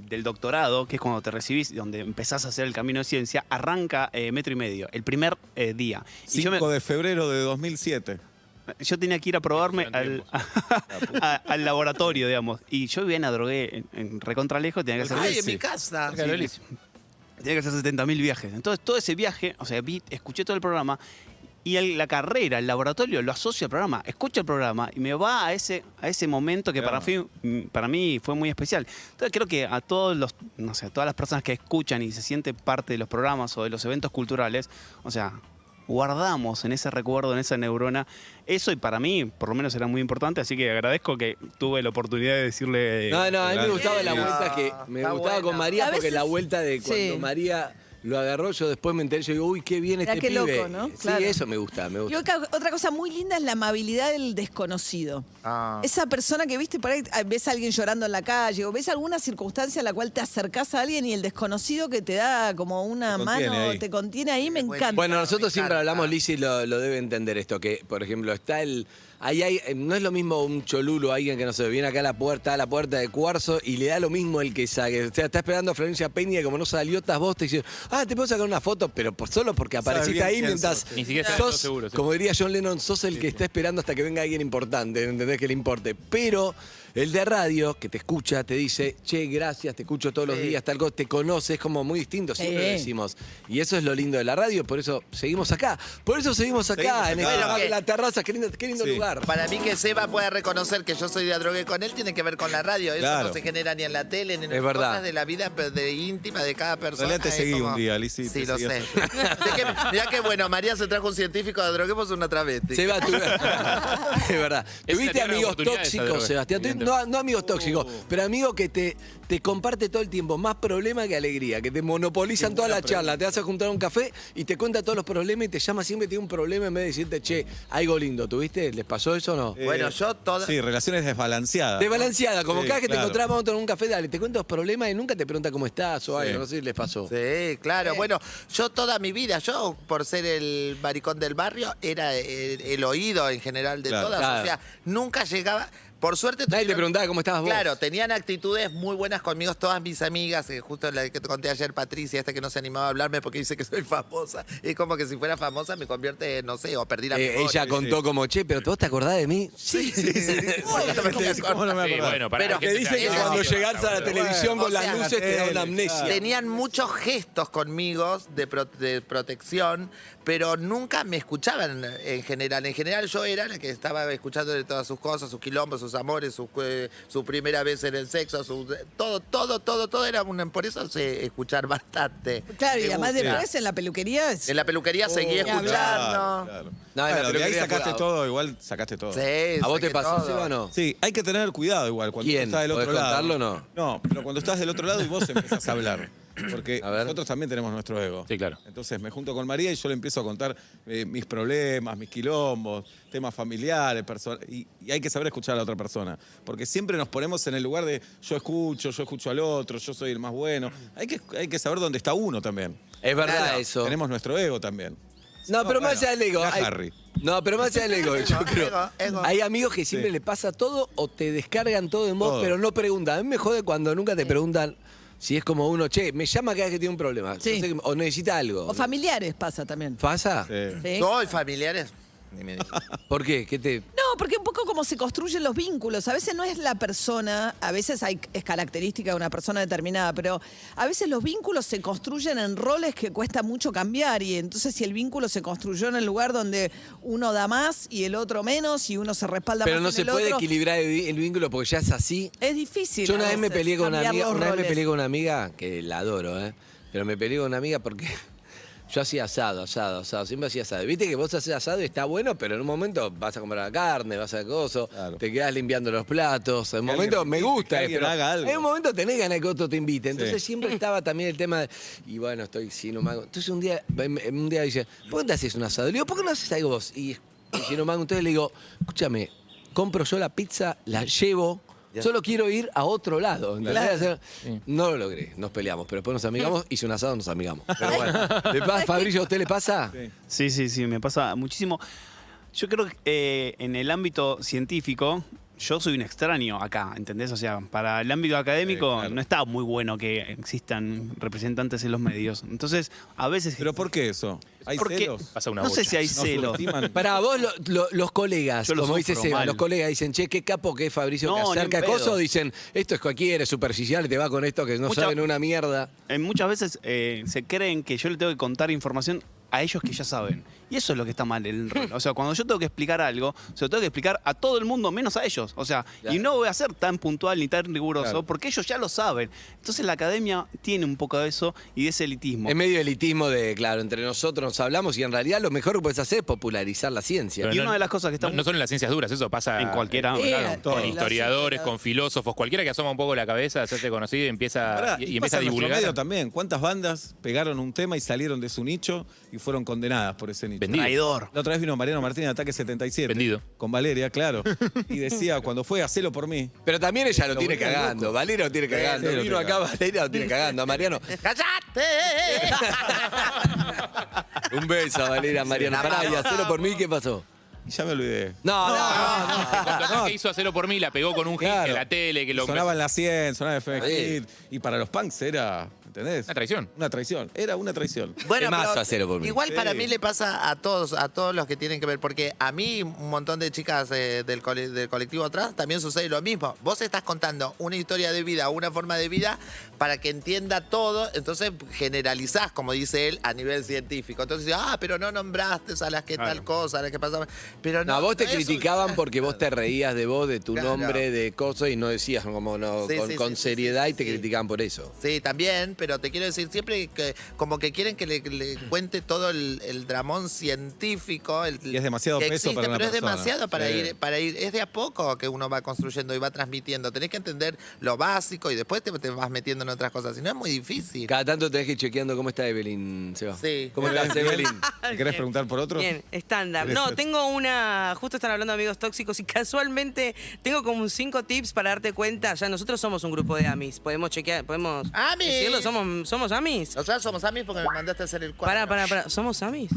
S6: del doctorado, que es cuando te recibís, donde empezás a hacer el camino de ciencia, arranca eh, metro y medio, el primer eh, día. Y yo,
S1: 5
S6: me-
S1: de febrero de 2007.
S6: yo tenía que ir a probarme al, [laughs] a- al laboratorio, digamos. Y yo vivía en Adrogué, en, en recontra lejos, tenía que hacer...
S10: Ay, en mi casa.
S6: Sí, Tenía que hacer 70.000 viajes. Entonces, todo ese viaje, o sea, vi, escuché todo el programa y el- la carrera, el laboratorio, lo asocio al programa. Escucho el programa y me va a ese, a ese momento que para, mí- para mí fue muy especial. Entonces, creo que a todos los, no sé, a todas las personas que escuchan y se sienten parte de los programas o de los eventos culturales, o sea, guardamos en ese recuerdo, en esa neurona, eso y para mí, por lo menos, era muy importante. Así que agradezco que tuve la oportunidad de decirle.
S7: No, no, a mí me gustaba la vuelta que. Me
S10: está
S7: gustaba con
S10: buena.
S7: María
S4: A
S7: porque la
S4: veces-
S7: vuelta de cuando
S4: sí.
S7: María lo agarró, yo después me enteré, yo digo, uy, qué bien
S4: Mirá qué
S7: este pibe.
S4: loco, ¿no?
S7: Sí,
S4: Claro.
S7: eso me gusta, me
S4: Y
S7: gusta.
S4: otra, otra cosa muy linda es la amabilidad del desconocido.
S10: Ah.
S4: Esa persona que viste por ahí, ah, ves a alguien llorando en la calle o ves alguna circunstancia en la cual te acercás a alguien y el desconocido que te da como una
S7: Te contiene
S4: mano,
S7: ahí.
S4: te contiene ahí, me
S10: Bueno,
S4: encanta.
S7: Bueno, nosotros siempre
S10: encanta.
S7: hablamos, Lizzy lo, lo debe entender esto, que por ejemplo está el... Ahí hay, eh, no es lo mismo un cholulo, alguien que no se viene acá a la puerta, a la puerta de cuarzo y le da lo mismo el que saque. O sea, está esperando a Florencia Peña y como no salió, estás vos, te dice, ah, te puedo sacar una foto, pero por, solo porque apareciste
S1: bien
S7: ahí
S1: quién
S7: mientras...
S1: sos, sí.
S9: Ni siquiera estás
S7: sos,
S9: seguro, sí.
S7: como diría John Lennon, sos el que está esperando hasta que venga alguien importante, ¿entendés que le importe? Pero el de radio, que te escucha, te dice, che, gracias, te escucho todos los días, tal cosa, te conoce, es como muy distinto, siempre
S4: Sí.
S7: lo decimos. Y eso es lo lindo de la radio, por eso seguimos acá. Por eso seguimos acá,
S1: Seguimos acá.
S7: en este
S1: Bueno,
S7: bar,
S10: que-
S7: la terraza, qué lindo, qué lindo
S1: Sí.
S7: lugar.
S10: Para mí que Seba pueda reconocer que yo soy de drogue con él tiene que ver con la radio. Eso
S1: Claro.
S10: no se genera ni en la tele, ni en
S7: Es
S10: las
S7: verdad.
S10: cosas de la vida pe- de íntima de cada persona.
S1: Realidad te
S10: Es
S1: seguí un día, Lizzy,
S10: Sí,
S1: te
S10: lo sé.
S1: seguí
S10: Mirá [laughs] que, mirá que bueno, María se trajo un científico de drogue, vos una travesti.
S7: Seba, tú... [laughs] es verdad.
S9: Es una
S7: ¿Tuviste
S9: tierra de
S7: amigos
S9: oportunidades, esa
S7: tóxicos,
S9: droga,
S7: Sebastián? ¿Tuviste
S9: Claro.
S7: No, no amigos tóxicos, pero amigos que te, te comparte todo el tiempo, más problema que alegría, que te monopolizan toda la charla. Te vas a juntar a un café y te cuenta todos los problemas y te llama siempre, tiene un problema en vez de decirte, che, algo lindo, ¿tuviste? ¿Les pasó eso o no?
S1: Eh,
S10: Bueno, yo toda.
S1: Sí, relaciones desbalanceadas.
S7: Desbalanceada, como
S1: Sí,
S7: cada vez que
S1: claro.
S7: te encontrás, vamos a tomar un café, dale, te cuento los problemas y nunca te pregunta cómo estás o algo, no sé si les pasó.
S10: Sí, claro. Bueno, yo toda mi vida, yo por ser el maricón del barrio, era el, el oído en general de
S7: Claro.
S10: todas.
S7: Claro.
S10: O sea, nunca llegaba. Por suerte. Nadie te
S7: preguntaba cómo estabas vos.
S10: Claro, tenían actitudes muy buenas conmigo todas mis amigas. eh, Justo la que te conté ayer, Patricia, esta que no se animaba a hablarme porque dice que soy famosa. Es como que si fuera famosa me convierte, no sé, o perdí la
S7: Eh,
S10: memoria. [laughs]
S7: ella contó como, che, pero ¿vos te acordás de mí? Sí, sí, sí. [laughs]
S1: ¿Cómo no me
S9: Sí,
S1: acordaba?
S9: bueno, pará,
S10: Pero-
S9: que
S7: Que
S9: te
S7: dicen que
S9: hagan-
S7: cuando
S9: Sí,
S7: llegás a la
S9: boludo.
S7: televisión con
S10: O sea,
S7: las luces te da una amnesia.
S10: Tenían muchos gestos conmigo de, pro- de protección, pero nunca me escuchaban en general. En general yo era la que estaba escuchándole todas sus cosas, sus quilombos, sus amores, sus, eh, su primera vez en el sexo, su- todo, todo, todo, todo era un... Por eso sé escuchar bastante.
S4: Claro, y
S10: Me
S4: además
S10: gusta.
S4: después en la peluquería. es- Oh,
S10: En la peluquería seguí
S4: Ni hablar.
S10: escuchando.
S1: Claro, claro.
S7: No, en
S1: Bueno, de
S7: la
S1: ahí
S7: peluquería
S1: sacaste
S7: fue-
S1: todo, igual sacaste todo.
S10: Sí,
S7: ¿A vos
S10: saqué
S7: te pasó,
S10: todo.
S7: Seba, o no?
S1: Sí, hay que tener cuidado igual cuando
S7: ¿Quién?
S1: estás del otro
S7: ¿Podés
S1: lado.
S7: contarlo o no?
S1: No, pero cuando estás del otro lado y vos empezás a hablar. Porque nosotros también tenemos nuestro ego.
S9: Sí, claro.
S1: Entonces me junto con María y yo le empiezo a contar eh, mis problemas, mis quilombos, temas familiares, perso- y, y hay que saber escuchar a la otra persona. Porque siempre nos ponemos en el lugar de yo escucho, yo escucho al otro, yo soy el más bueno. Hay que, hay que saber dónde está uno también.
S7: Es verdad eso.
S1: Tenemos nuestro ego también.
S7: No, pero más allá del ego.
S1: mirá
S7: hay-
S1: Harry.
S7: No, pero más allá del
S4: [laughs]
S7: ego, yo
S10: Ego,
S7: creo.
S10: ego, ego.
S7: Hay amigos que siempre le pasa todo o te descargan todo en vos,
S1: Todo.
S7: pero no preguntan. A mí me jode cuando nunca te preguntan si es como uno, che, me llama cada vez que tiene un problema.
S4: Sí.
S7: Yo sé que- O necesita algo.
S4: O familiares pasa también.
S7: ¿Pasa?
S1: Sí.
S4: ¿sí?
S10: Soy familiares. Ni me digas.
S7: ¿Por qué? ¿Qué te.?
S4: No, porque un poco como se construyen los vínculos. A veces no es la persona, a veces hay, es característica de una persona determinada, pero a veces los vínculos se construyen en roles que cuesta mucho cambiar. Y entonces, si el vínculo se construyó en el lugar donde uno da más y el otro menos y uno se respalda más
S7: Pero no
S4: en
S7: se
S4: el
S7: puede
S4: otro,
S7: equilibrar el, vi- el vínculo porque ya es así.
S4: Es difícil.
S7: Yo
S4: a
S7: una vez me
S4: veces,
S7: peleé con una
S4: cambiar
S7: amiga,
S4: los
S7: una vez me
S4: roles.
S7: peleé con una amiga que la adoro, ¿eh? Pero me peleé con una amiga porque [laughs] yo hacía asado, asado, asado, siempre hacía asado. Viste que vos haces asado y está bueno, pero en un momento vas a comprar la carne, vas a coso,
S1: Claro.
S7: te quedás limpiando los platos. En un
S1: Que
S7: momento
S1: alguien-
S7: me gusta,
S1: que
S7: eh,
S1: alguien
S7: pero
S1: haga algo.
S7: en un momento tenés ganas de que otro te invite. Entonces
S1: Sí. [laughs]
S7: siempre estaba también el tema de, y bueno, estoy sin mago. Entonces un día, un día dice, ¿por qué te haces un asado? Le digo, ¿por qué no haces algo vos? Y sin mago, entonces le digo, escúchame, compro yo la pizza, la llevo. Solo quiero ir a otro lado. ¿entendés?
S4: Claro.
S7: O sea, No lo logré, nos peleamos, pero después
S6: [laughs]
S7: nos amigamos, hice un asado, nos amigamos. Pero bueno, ¿le pasa, Fabricio, a usted le pasa?
S6: Sí, sí, sí, me pasa muchísimo. Yo creo que eh, en el ámbito científico, yo soy un extraño acá, ¿entendés? O sea, para el ámbito académico
S1: Sí, claro.
S6: no está muy bueno que existan representantes en los medios. Entonces, a veces...
S1: ¿Pero por qué eso? ¿Hay
S6: Porque-
S1: celos?
S9: Pasa una
S6: no sé
S9: bocha.
S6: si hay
S1: ¿No
S6: celos.
S1: subestiman?
S7: Para vos, lo- lo- los colegas,
S6: Yo lo
S7: como dice
S6: sufro
S7: Seba,
S6: mal.
S7: los colegas dicen, che, qué capo que es Fabricio
S6: No, ni
S7: que
S6: en
S7: acerca
S6: pedo.
S7: cosas, dicen, esto es cualquiera, es superficial, te va con esto que no
S6: Mucha-
S7: saben una mierda.
S6: Eh, muchas veces eh, se creen que yo le tengo que contar información a ellos que ya saben. Y eso es lo que está mal
S3: [laughs]
S6: en el rol. O sea, cuando yo tengo que explicar algo, se lo tengo que explicar a todo el mundo menos a ellos. O sea,
S7: Claro.
S6: y no voy a ser tan puntual ni tan riguroso
S1: Claro.
S6: porque ellos ya lo saben. Entonces la academia tiene un poco de eso y de ese elitismo.
S7: Es medio elitismo de, claro, entre nosotros nos hablamos y en realidad lo mejor que puedes hacer es popularizar la ciencia.
S9: Pero
S6: Y una de las cosas que está
S9: No, no solo en las ciencias duras, eso pasa
S6: En cualquiera,
S9: con-
S4: claro,
S7: eh,
S9: con,
S4: todo.
S9: historiadores, con filósofos, cualquiera que asoma un poco la cabeza, se hace conocido y empieza,
S1: Pará, pasa
S9: y, y empieza a
S1: en nuestro
S9: divulgar.
S1: medio también. ¿Cuántas bandas pegaron un tema y salieron de su nicho y fueron condenadas por ese nicho?
S9: Vendido.
S6: traidor.
S1: La otra vez vino Mariano Martínez, Ataque 77.
S9: Vendido.
S1: Con Valeria, claro. Y decía, cuando fue, hacelo por mí.
S7: Pero también ella lo
S1: Lo
S7: tiene
S1: vuelve
S7: cagando, Valeria lo tiene cagando.
S1: Sí, lo
S7: Vino
S1: tiene
S7: acá, Valeria lo tiene cagando, a [laughs] Mariano. ¡Cállate! Un beso a Valeria, a Mariano. Pará, y hacelo por mí, ¿qué pasó?
S1: Y ya me olvidé.
S7: No, no, no.
S9: Cuando que hizo hacerlo por mí, la pegó con un hit
S1: Claro.
S9: de la tele, que lo
S1: Sonaba en la 100, sonaba
S7: Está
S1: FM
S7: bien.
S1: Hit. Y para los punks era, ¿entendés?
S9: Una traición.
S1: Una traición. Era una traición.
S10: Bueno,
S7: Es más
S10: pero
S7: acero por mí.
S10: Igual para
S1: Sí.
S10: mí le pasa a todos, a todos los que tienen que ver, porque a mí un montón de chicas eh, del, cole- del colectivo atrás también sucede lo mismo. Vos estás contando una historia de vida, una forma de vida para que entienda todo, entonces generalizás, como dice él, a nivel científico. Entonces, ah, pero no nombraste a las que tal cosa, a las que pasaban. Pero no,
S7: No, vos te
S10: no es un-
S7: criticaban [laughs]
S10: [laughs]
S7: porque vos te reías de vos, de tu
S10: Claro.
S7: nombre, de cosas y no decías como no,
S10: Sí,
S7: con,
S10: sí,
S7: con
S10: sí, sí,
S7: seriedad
S10: sí,
S7: y te
S10: sí.
S7: criticaban por eso.
S10: Sí, también, pero te quiero decir, siempre que, como que quieren que le, le
S1: Mm.
S10: cuente todo el, el dramón científico. El,
S1: Y es demasiado
S10: que
S1: peso
S10: existe,
S1: para una
S10: Pero es
S1: persona.
S10: demasiado para,
S1: Sí.
S10: ir, para ir, es de a poco que uno va construyendo y va transmitiendo. Tenés que entender lo básico y después te, te vas metiendo en otras cosas, si no es muy difícil.
S7: Cada tanto tenés que ir chequeando cómo está Evelyn, Seba.
S10: Sí.
S7: ¿Cómo
S10: Bien,
S7: estás,
S10: bien.
S9: [laughs]
S7: Evelyn?
S1: ¿Querés preguntar por otro?
S3: Bien, estándar.
S1: Tres,
S3: No,
S1: tres.
S3: tengo una. Justo están hablando de amigos tóxicos y [laughs] casualmente tengo como un cinco tips para darte cuenta. Ya nosotros somos un grupo de amis. Podemos chequear, podemos.
S10: Amis.
S3: decirlo, somos, somos amis.
S10: O sea, somos amis porque me mandaste a hacer el cuadro.
S3: Para, para, para. ¿Somos amis?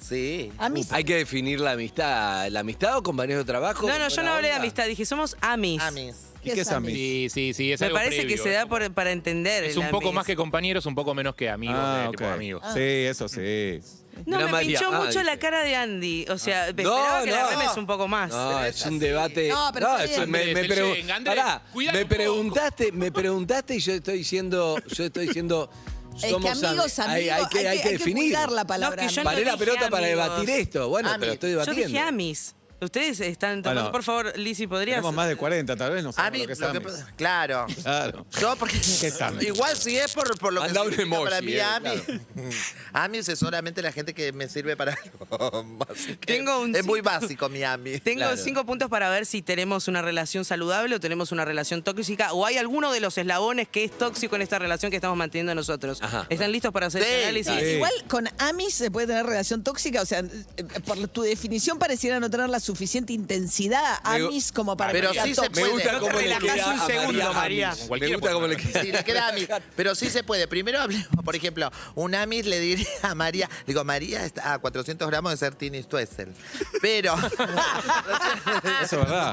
S10: Sí.
S4: Amis.
S7: Hay que definir la amistad. ¿La amistad o compañeros de trabajo?
S3: No, no, yo no hablé de
S7: Buena onda.
S3: amistad. Dije, somos amis.
S10: Amis.
S1: ¿Y qué es Amis?
S9: Sí, sí, sí, es
S3: Me
S9: algo
S3: parece
S9: previo,
S3: que se da por- para entender.
S9: Es
S3: el
S9: un poco
S3: amis.
S9: más que compañeros, un poco menos que amigos,
S1: Ah,
S9: de
S1: ok.
S9: tipo amigos.
S1: Sí, eso sí.
S3: No,
S7: Mirá,
S3: me
S7: María.
S3: pinchó
S7: Ah,
S3: mucho
S7: dice.
S3: la cara de Andy. O sea, me
S7: No,
S3: esperaba que la
S7: no.
S3: remes un poco más.
S7: No, es un debate.
S4: No, pero está
S7: es-
S4: bien.
S7: me, me
S9: Andrés, el
S7: pregu-
S9: Yeng, Andrés,
S7: Pará,
S9: cuidate
S7: me
S9: un poco.
S7: preguntaste, me preguntaste y yo estoy diciendo, yo estoy diciendo,
S4: Es que
S7: somos
S4: amigos, amigos,
S7: am- hay, hay que, hay que definir.
S4: cuidar la palabra.
S3: No, que yo no-
S4: amigo.
S7: Paré la
S3: dije
S7: pelota para
S3: amigos.
S7: debatir esto. Bueno,
S10: Ami.
S7: pero estoy
S3: Yo
S7: debatiendo.
S3: dije amis. Ustedes están tomando,
S1: Bueno,
S3: por favor, Lizzy, ¿podrías?
S1: Tenemos más de 40, tal vez no sabemos
S10: Amis,
S1: lo que es
S10: lo que
S1: Amis.
S10: pasa-
S7: [laughs]
S10: claro.
S1: Claro.
S10: Yo, porque
S1: sabe?
S10: igual si es por, por lo que
S7: Mandá un
S10: significa
S7: emoji,
S10: para mí,
S7: eh,
S10: Amis. [laughs] Amis es solamente la gente que me sirve para algo. [laughs] Así que
S3: Tengo un
S10: es muy
S3: cinco-
S10: básico mi
S3: [laughs]
S10: Amis.
S3: Tengo
S7: Claro.
S3: cinco puntos para ver si tenemos una relación saludable o tenemos una relación tóxica o hay alguno de los eslabones que es tóxico en esta relación que estamos manteniendo nosotros.
S7: Ajá.
S3: ¿Están listos para hacer
S10: Sí.
S3: el análisis?
S1: Sí.
S4: Igual con Amis se puede tener relación tóxica, o sea, eh, por tu definición pareciera no tener la suficiente intensidad
S7: Me-
S4: Amis como para
S10: Pero
S4: que sea
S10: sí se
S4: tóxica.
S7: Me
S10: puede.
S7: gusta
S10: No te
S7: cómo le
S3: relajás
S7: queda
S3: un
S7: a
S3: segundo, María.
S7: Amis. Me
S9: Cualquiera
S7: gusta
S9: puede
S7: cómo le
S9: hablar.
S7: queda.
S10: Sí, le queda Amis. Pero sí se puede. Primero hablemos, por ejemplo, un Amis le diría a María, le digo, María está a 400 gramos de ser Tini Stoessel.
S3: [laughs]
S10: Pero... [laughs]
S1: Eso es verdad.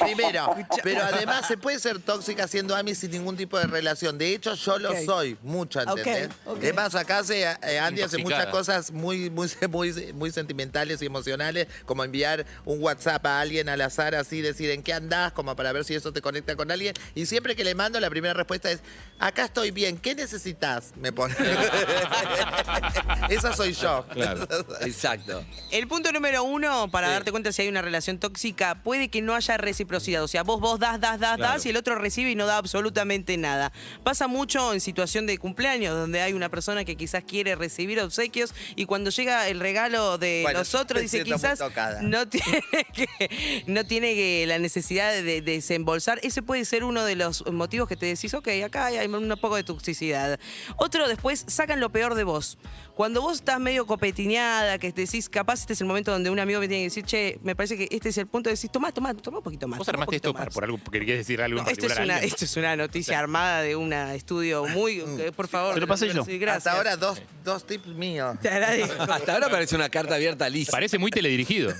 S10: Primero, pero además se puede ser tóxica siendo Ami sin ningún tipo de relación. De hecho, yo lo
S4: Ok.
S10: soy, mucho, ¿entendés?
S4: Ok, ok.
S10: Es más, acá se, eh, Andy hace
S9: Intoxicada.
S10: muchas cosas muy, muy, [laughs] muy, muy sentimentales y emocionales, como enviar un WhatsApp a alguien al azar, así, decir en qué andás, como para ver si eso te conecta con alguien. Y siempre que le mando, la primera respuesta es, acá estoy bien, ¿qué necesitas? Me pone. [laughs] Esa soy yo.
S1: Claro.
S7: Exacto.
S3: El punto número uno, para
S7: Sí.
S3: darte cuenta si hay una relación tóxica, puede que no haya reciprocidad. O sea, vos, vos das, das, das,
S1: Claro.
S3: das y el otro recibe y no da absolutamente nada. Pasa mucho en situación de cumpleaños, donde hay una persona que quizás quiere recibir obsequios y cuando llega el regalo de
S10: [laughs] Bueno,
S3: los otros,
S10: me
S3: dice
S10: siento muy
S3: quizás
S10: tocada.
S3: no tiene, que, no tiene que la necesidad de, de desembolsar. Ese puede ser uno de los motivos que te decís, ok, acá hay un poco de toxicidad. Otro después, sacan lo peor de vos. Cuando vos estás medio copetineada, que decís, capaz este es el momento donde un amigo me tiene que decir, che, me parece que este es el punto de decir, tomá, tomá, tomá un poquito más.
S9: Vos
S3: tomá un
S9: armaste
S3: poquito
S9: esto para-
S3: más".
S9: por algo, porque querías decir algo en
S3: No, esto, es
S9: particular a
S3: una,
S9: alguien.
S3: esto es una noticia armada de un estudio muy... eh, Por favor.
S6: Se lo pasé yo.
S3: sí, Gracias.
S10: Hasta ahora, dos, dos tips míos.
S3: Te agradezco.
S7: Hasta ahora parece una carta abierta a Liz.
S9: Parece
S3: [laughs]
S9: muy teledirigido.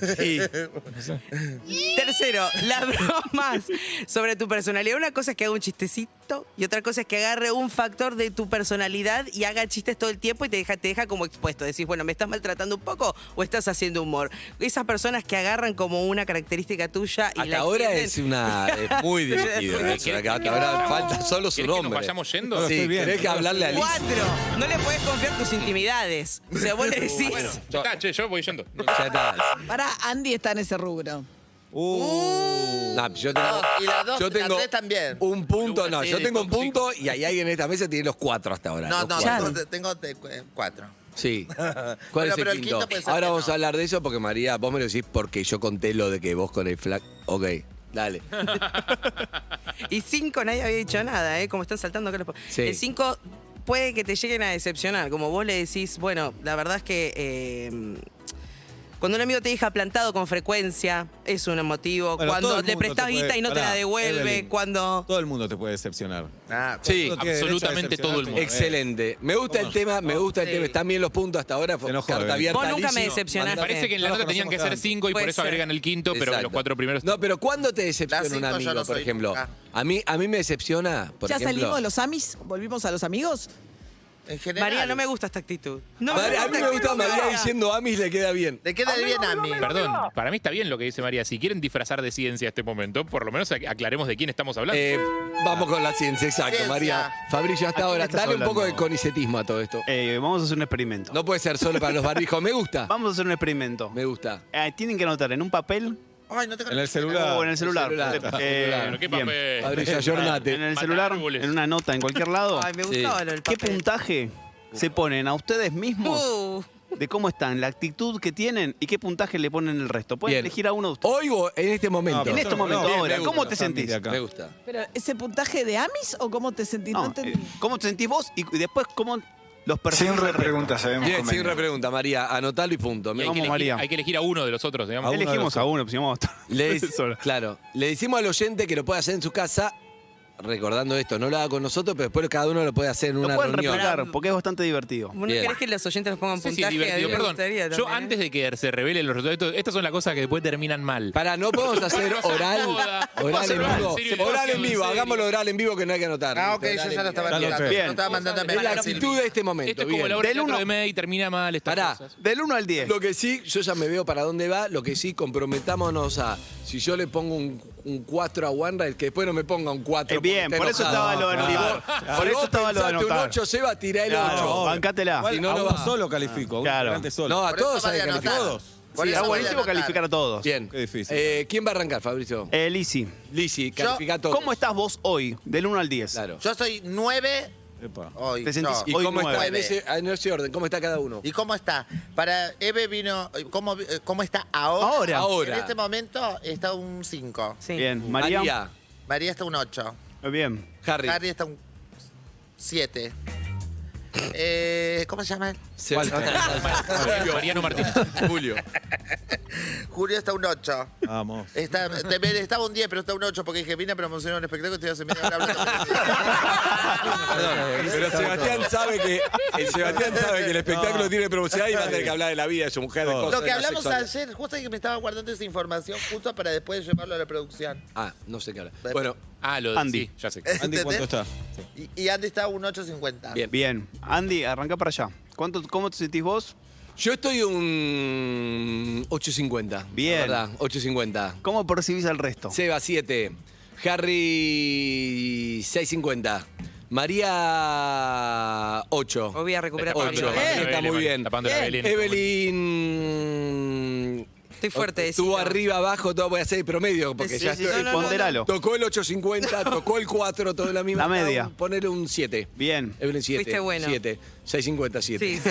S3: Tercero, las bromas sobre tu personalidad. Una cosa es que haga un chistecito y otra cosa es que agarre un factor de tu personalidad y haga chistes todo el tiempo y te deja, te deja como expuesto. Decís, bueno, ¿me estás maltratando un poco o estás haciendo humor? Esas personas que agarran como una característica tuya y
S7: Hasta
S3: la
S7: ahora
S3: extienden.
S7: es una es muy divertido. ¿eh?
S9: ¿Querés
S7: eso,
S9: que-
S7: Hasta ahora falta solo su
S9: ¿Querés que nos
S7: nombre.
S9: vayamos yendo? No,
S7: Sí,
S1: estoy bien.
S7: tenés que hablarle a Liz.
S3: Cuatro, no le puedes confiar tus intimidades. O sea, vos le decís...
S9: Bueno, ya está, che, yo voy yendo.
S7: Ya está.
S4: Pará, Andy está en ese rubro.
S7: No, yo tengo,
S10: Dos, Uh. Ah, y la dos,
S7: yo
S10: la
S7: tengo
S10: tres también.
S7: un punto, no,
S10: Sí,
S7: yo tengo un
S10: tóxico.
S7: punto y hay alguien en esta mesa que tiene los cuatro hasta ahora.
S10: No,
S7: los
S10: no,
S7: cuatro.
S10: tengo, tengo te- cu- eh, cuatro.
S7: [laughs] Sí. ¿Cuál
S10: Bueno,
S7: es el
S10: pero el
S7: quinto?
S10: quinto puede ser
S7: Ahora
S10: que
S7: vamos
S10: no.
S7: a hablar de eso porque María, vos me lo decís porque yo conté lo de que vos con el flag. Ok,
S10: [laughs]
S7: dale.
S3: Y cinco, nadie había dicho nada, ¿eh? Como están saltando acá los... po-
S7: Sí.
S3: El cinco puede que te lleguen a decepcionar. Como vos le decís, bueno, la verdad es que... eh, cuando un amigo te deja plantado con frecuencia, es un motivo.
S1: Bueno, todo
S3: cuando
S1: el
S3: le
S1: mundo
S3: prestás
S1: te puede-
S3: guita y no te
S1: Pará,
S3: la devuelve,
S1: Evelyn,
S3: cuando...
S1: Todo el mundo te puede decepcionar.
S10: Ah,
S7: Sí,
S1: Todo tiene derecho a
S9: absolutamente todo el
S1: decepcionarte.
S9: mundo.
S7: excelente. Me gusta el tema, me gusta el
S3: Sí.
S7: tema. Están bien los puntos hasta ahora.
S1: Te
S7: fue
S1: enojó,
S7: carta
S1: eh.
S7: abierta.
S3: Vos nunca me
S7: Lizzy.
S3: decepcionaste.
S7: Mandame-
S9: Parece que en la
S1: No
S9: nota
S1: los
S9: tenían que
S1: conocemos
S9: hacer cinco y
S3: tanto.
S9: por eso
S3: Puede
S9: agregan el quinto, pero
S7: Exacto.
S9: los cuatro primeros.
S7: No, pero ¿cuándo te
S10: Las
S7: decepciona un
S10: cinco yo
S7: amigo,
S10: no
S7: por
S10: soy
S7: ejemplo?
S10: nunca.
S7: A mí, a mí me decepciona, por
S4: ya
S7: ejemplo.
S4: salimos de los Amis, volvimos a los amigos.
S10: En general.
S3: María, no me gusta esta actitud. No me
S7: María- a mí
S3: esta
S7: me gusta
S3: actitud,
S7: María diciendo Amis le queda bien.
S10: Te
S3: Ah,
S10: queda bien a mí.
S9: Perdón, para mí está bien lo que dice María. Si quieren disfrazar de ciencia este momento, por lo menos ac- aclaremos de quién estamos hablando.
S7: Eh, vamos con la ciencia, exacto,
S10: Ciencia.
S7: María. Fabricio, hasta
S6: quién
S7: ahora,
S6: estás
S7: dale un poco de
S6: hablando?
S7: conicetismo a todo esto.
S6: Eh, vamos a hacer un experimento.
S7: No puede ser solo para los barbijos. Me gusta.
S6: Vamos a hacer un experimento.
S7: Me gusta.
S6: Eh, tienen que anotar en un papel
S10: Ay, no tengo
S1: En el celular.
S6: O en el celular. Eh, bien.
S1: Padrilla,
S6: En el celular, en una nota, en cualquier lado.
S3: Ay, me gustaba lo del
S6: ¿Qué
S3: papel.
S6: puntaje se ponen a ustedes mismos?
S3: Uh.
S6: De cómo están, la actitud que tienen y qué puntaje le ponen el resto. Pueden
S7: Bien.
S6: elegir a uno de ustedes.
S7: Hoy o en este momento.
S6: En este momento,
S7: Bien, me
S6: ahora,
S7: gusta.
S6: ¿cómo te sentís?
S7: Me gusta.
S4: Pero ese puntaje de Amis o cómo te sentís? No
S6: No,
S4: entendí.
S6: eh, ¿Cómo te sentís vos? Y, y después, ¿cómo los percibís? al resto?
S7: Bien, sin repregunta, María. Anotalo y punto. Me-
S9: Hay que,
S6: Vamos,
S9: elegir,
S6: María.
S9: hay que elegir a uno de los otros, digamos.
S7: uno de
S6: Elegimos
S7: los
S6: a uno, pues llamamos
S3: [laughs]
S6: a otro.
S9: [laughs]
S6: [laughs]
S7: Le dec- claro, le decimos al oyente que lo puede hacer en su casa, recordando esto, no lo haga con nosotros, pero después cada uno lo puede hacer
S6: Lo
S7: en una
S6: pueden
S7: reunión.
S6: replicar porque es bastante divertido.
S3: ¿Vos no
S7: Bien.
S3: querés que los oyentes nos pongan
S9: No sé si
S3: puntaje?
S9: es divertido,
S3: A mí me
S9: perdón.
S3: gustaría
S9: Yo
S3: también,
S9: antes
S3: ¿eh?
S9: de que se revelen los resultados, estas son las cosas que después terminan mal.
S7: Para, no podemos
S10: [laughs]
S7: hacer
S9: Pasa
S7: oral.
S9: toda.
S7: Oral
S9: Pasa
S7: en
S9: oral,
S7: vivo.
S9: en serio,
S7: Oral
S9: en
S7: en vivo,
S9: serio.
S7: hagámoslo oral en vivo que no hay que anotar.
S10: Ah, ok,
S7: Listo,
S10: yo
S7: oral
S10: ya
S7: en
S10: lo estaba
S7: vivo.
S6: Dale,
S10: anotando.
S6: Fer.
S10: No estaba mandando
S7: Es la actitud de este momento.
S9: Esto es como
S7: bien.
S9: la obra de
S6: Del
S9: teatro
S6: uno-
S9: de May, termina mal estas
S7: Pará.
S9: cosas.
S6: Del 1 al 10.
S7: Lo que sí, yo ya me veo para dónde va, lo que sí, comprometámonos a, si yo le pongo un, un 4 a Wanrail, que después no me ponga un 4.
S6: Eh, bien, por eso estaba lo de anotar. Por eso estaba lo de
S7: un
S6: anotar.
S7: 8, Seba, tirá el 8.
S6: Claro, bancátela.
S7: Si no,
S1: a
S7: no
S1: uno
S7: va.
S1: solo califico, a un
S6: Claro.
S1: integrante solo.
S7: No, a
S10: Por eso
S7: todos
S10: vale
S7: hay que
S10: anotar.
S7: calificar.
S10: Todos.
S7: Sí,
S6: Está
S10: eso
S6: buenísimo
S10: voy a anotar.
S6: calificar a todos.
S7: Bien.
S1: Qué difícil.
S7: Eh, ¿Quién va a arrancar, Fabricio?
S6: Eh, Lizzy,
S7: Lisi, califica todo.
S6: ¿cómo estás vos hoy? Del 1 al 10.
S7: Claro.
S10: Yo soy nueve
S1: Epa.
S10: hoy.
S6: Te sentís-
S10: yo.
S7: ¿Y
S6: hoy
S7: cómo está en
S10: nueve.
S7: ese, ah, en ese orden? ¿Cómo está cada uno?
S10: ¿Y cómo está? Para Eve vino, ¿cómo, eh, cómo está ahora?
S6: Ahora.
S7: Ahora.
S10: En este momento está un 5.
S3: Sí.
S6: Bien, María.
S7: María,
S10: María está un 8.
S6: Muy Bien.
S7: Harry.
S10: Harry está un 7. Eh, ¿Cómo se llama él?
S7: Se-
S9: Mariano Martínez.
S7: Julio.
S10: Julio está un 8.
S1: Vamos.
S10: Está, te- me- estaba un 10, pero está un 8 porque dije, vine a promocionar un espectáculo y estoy hace media hora hablando.
S7: Pero Sebastián sabe que el Sebastián sabe que el espectáculo tiene promoción y va a tener que hablar de la vida de su mujer, de cosas.
S10: Lo
S7: de
S10: que
S7: la
S10: hablamos
S7: sexualidad.
S10: ayer, justo que me estaba guardando esa información justo para después llevarlo a la producción.
S7: Ah, no sé qué hablar. Bueno,
S9: Ah, lo de
S6: Andy.
S9: sí,
S7: [laughs]
S9: ya sé.
S1: Andy, ¿cuánto
S10: ¿Entendés?
S1: está?
S10: Y, y Andy está un 8.50.
S7: Bien.
S6: Bien. Andy, arranca para allá. ¿Cuánto, ¿Cómo te sentís vos?
S7: yo estoy un 8.50.
S6: Bien.
S7: la ¿Verdad? 8.50.
S6: ¿Cómo percibís al resto?
S7: Seba, 7. Harry, 6.50. María, 8.
S3: Hoy voy a recuperar
S9: Tapando
S7: Ocho.
S9: la
S7: Bien,
S9: Belén,
S7: está muy
S9: María,
S7: bien.
S9: Tapando la este Belén.
S7: Evelyn.
S3: Estoy fuerte,
S7: Estuvo
S3: decilo.
S7: arriba, abajo, todo voy a hacer el promedio. Porque
S6: Sí,
S7: ya
S6: sí,
S7: estoy-
S6: sí,
S3: no, no,
S6: ponderalo.
S7: Tocó el 8.50, tocó el 4, todo en la misma.
S6: La
S7: Está
S6: media.
S7: un- Ponele un 7.
S6: Bien.
S7: Evelyn 7.
S3: Fuiste bueno.
S7: 7. 6.50, [laughs] 7.
S3: Sí.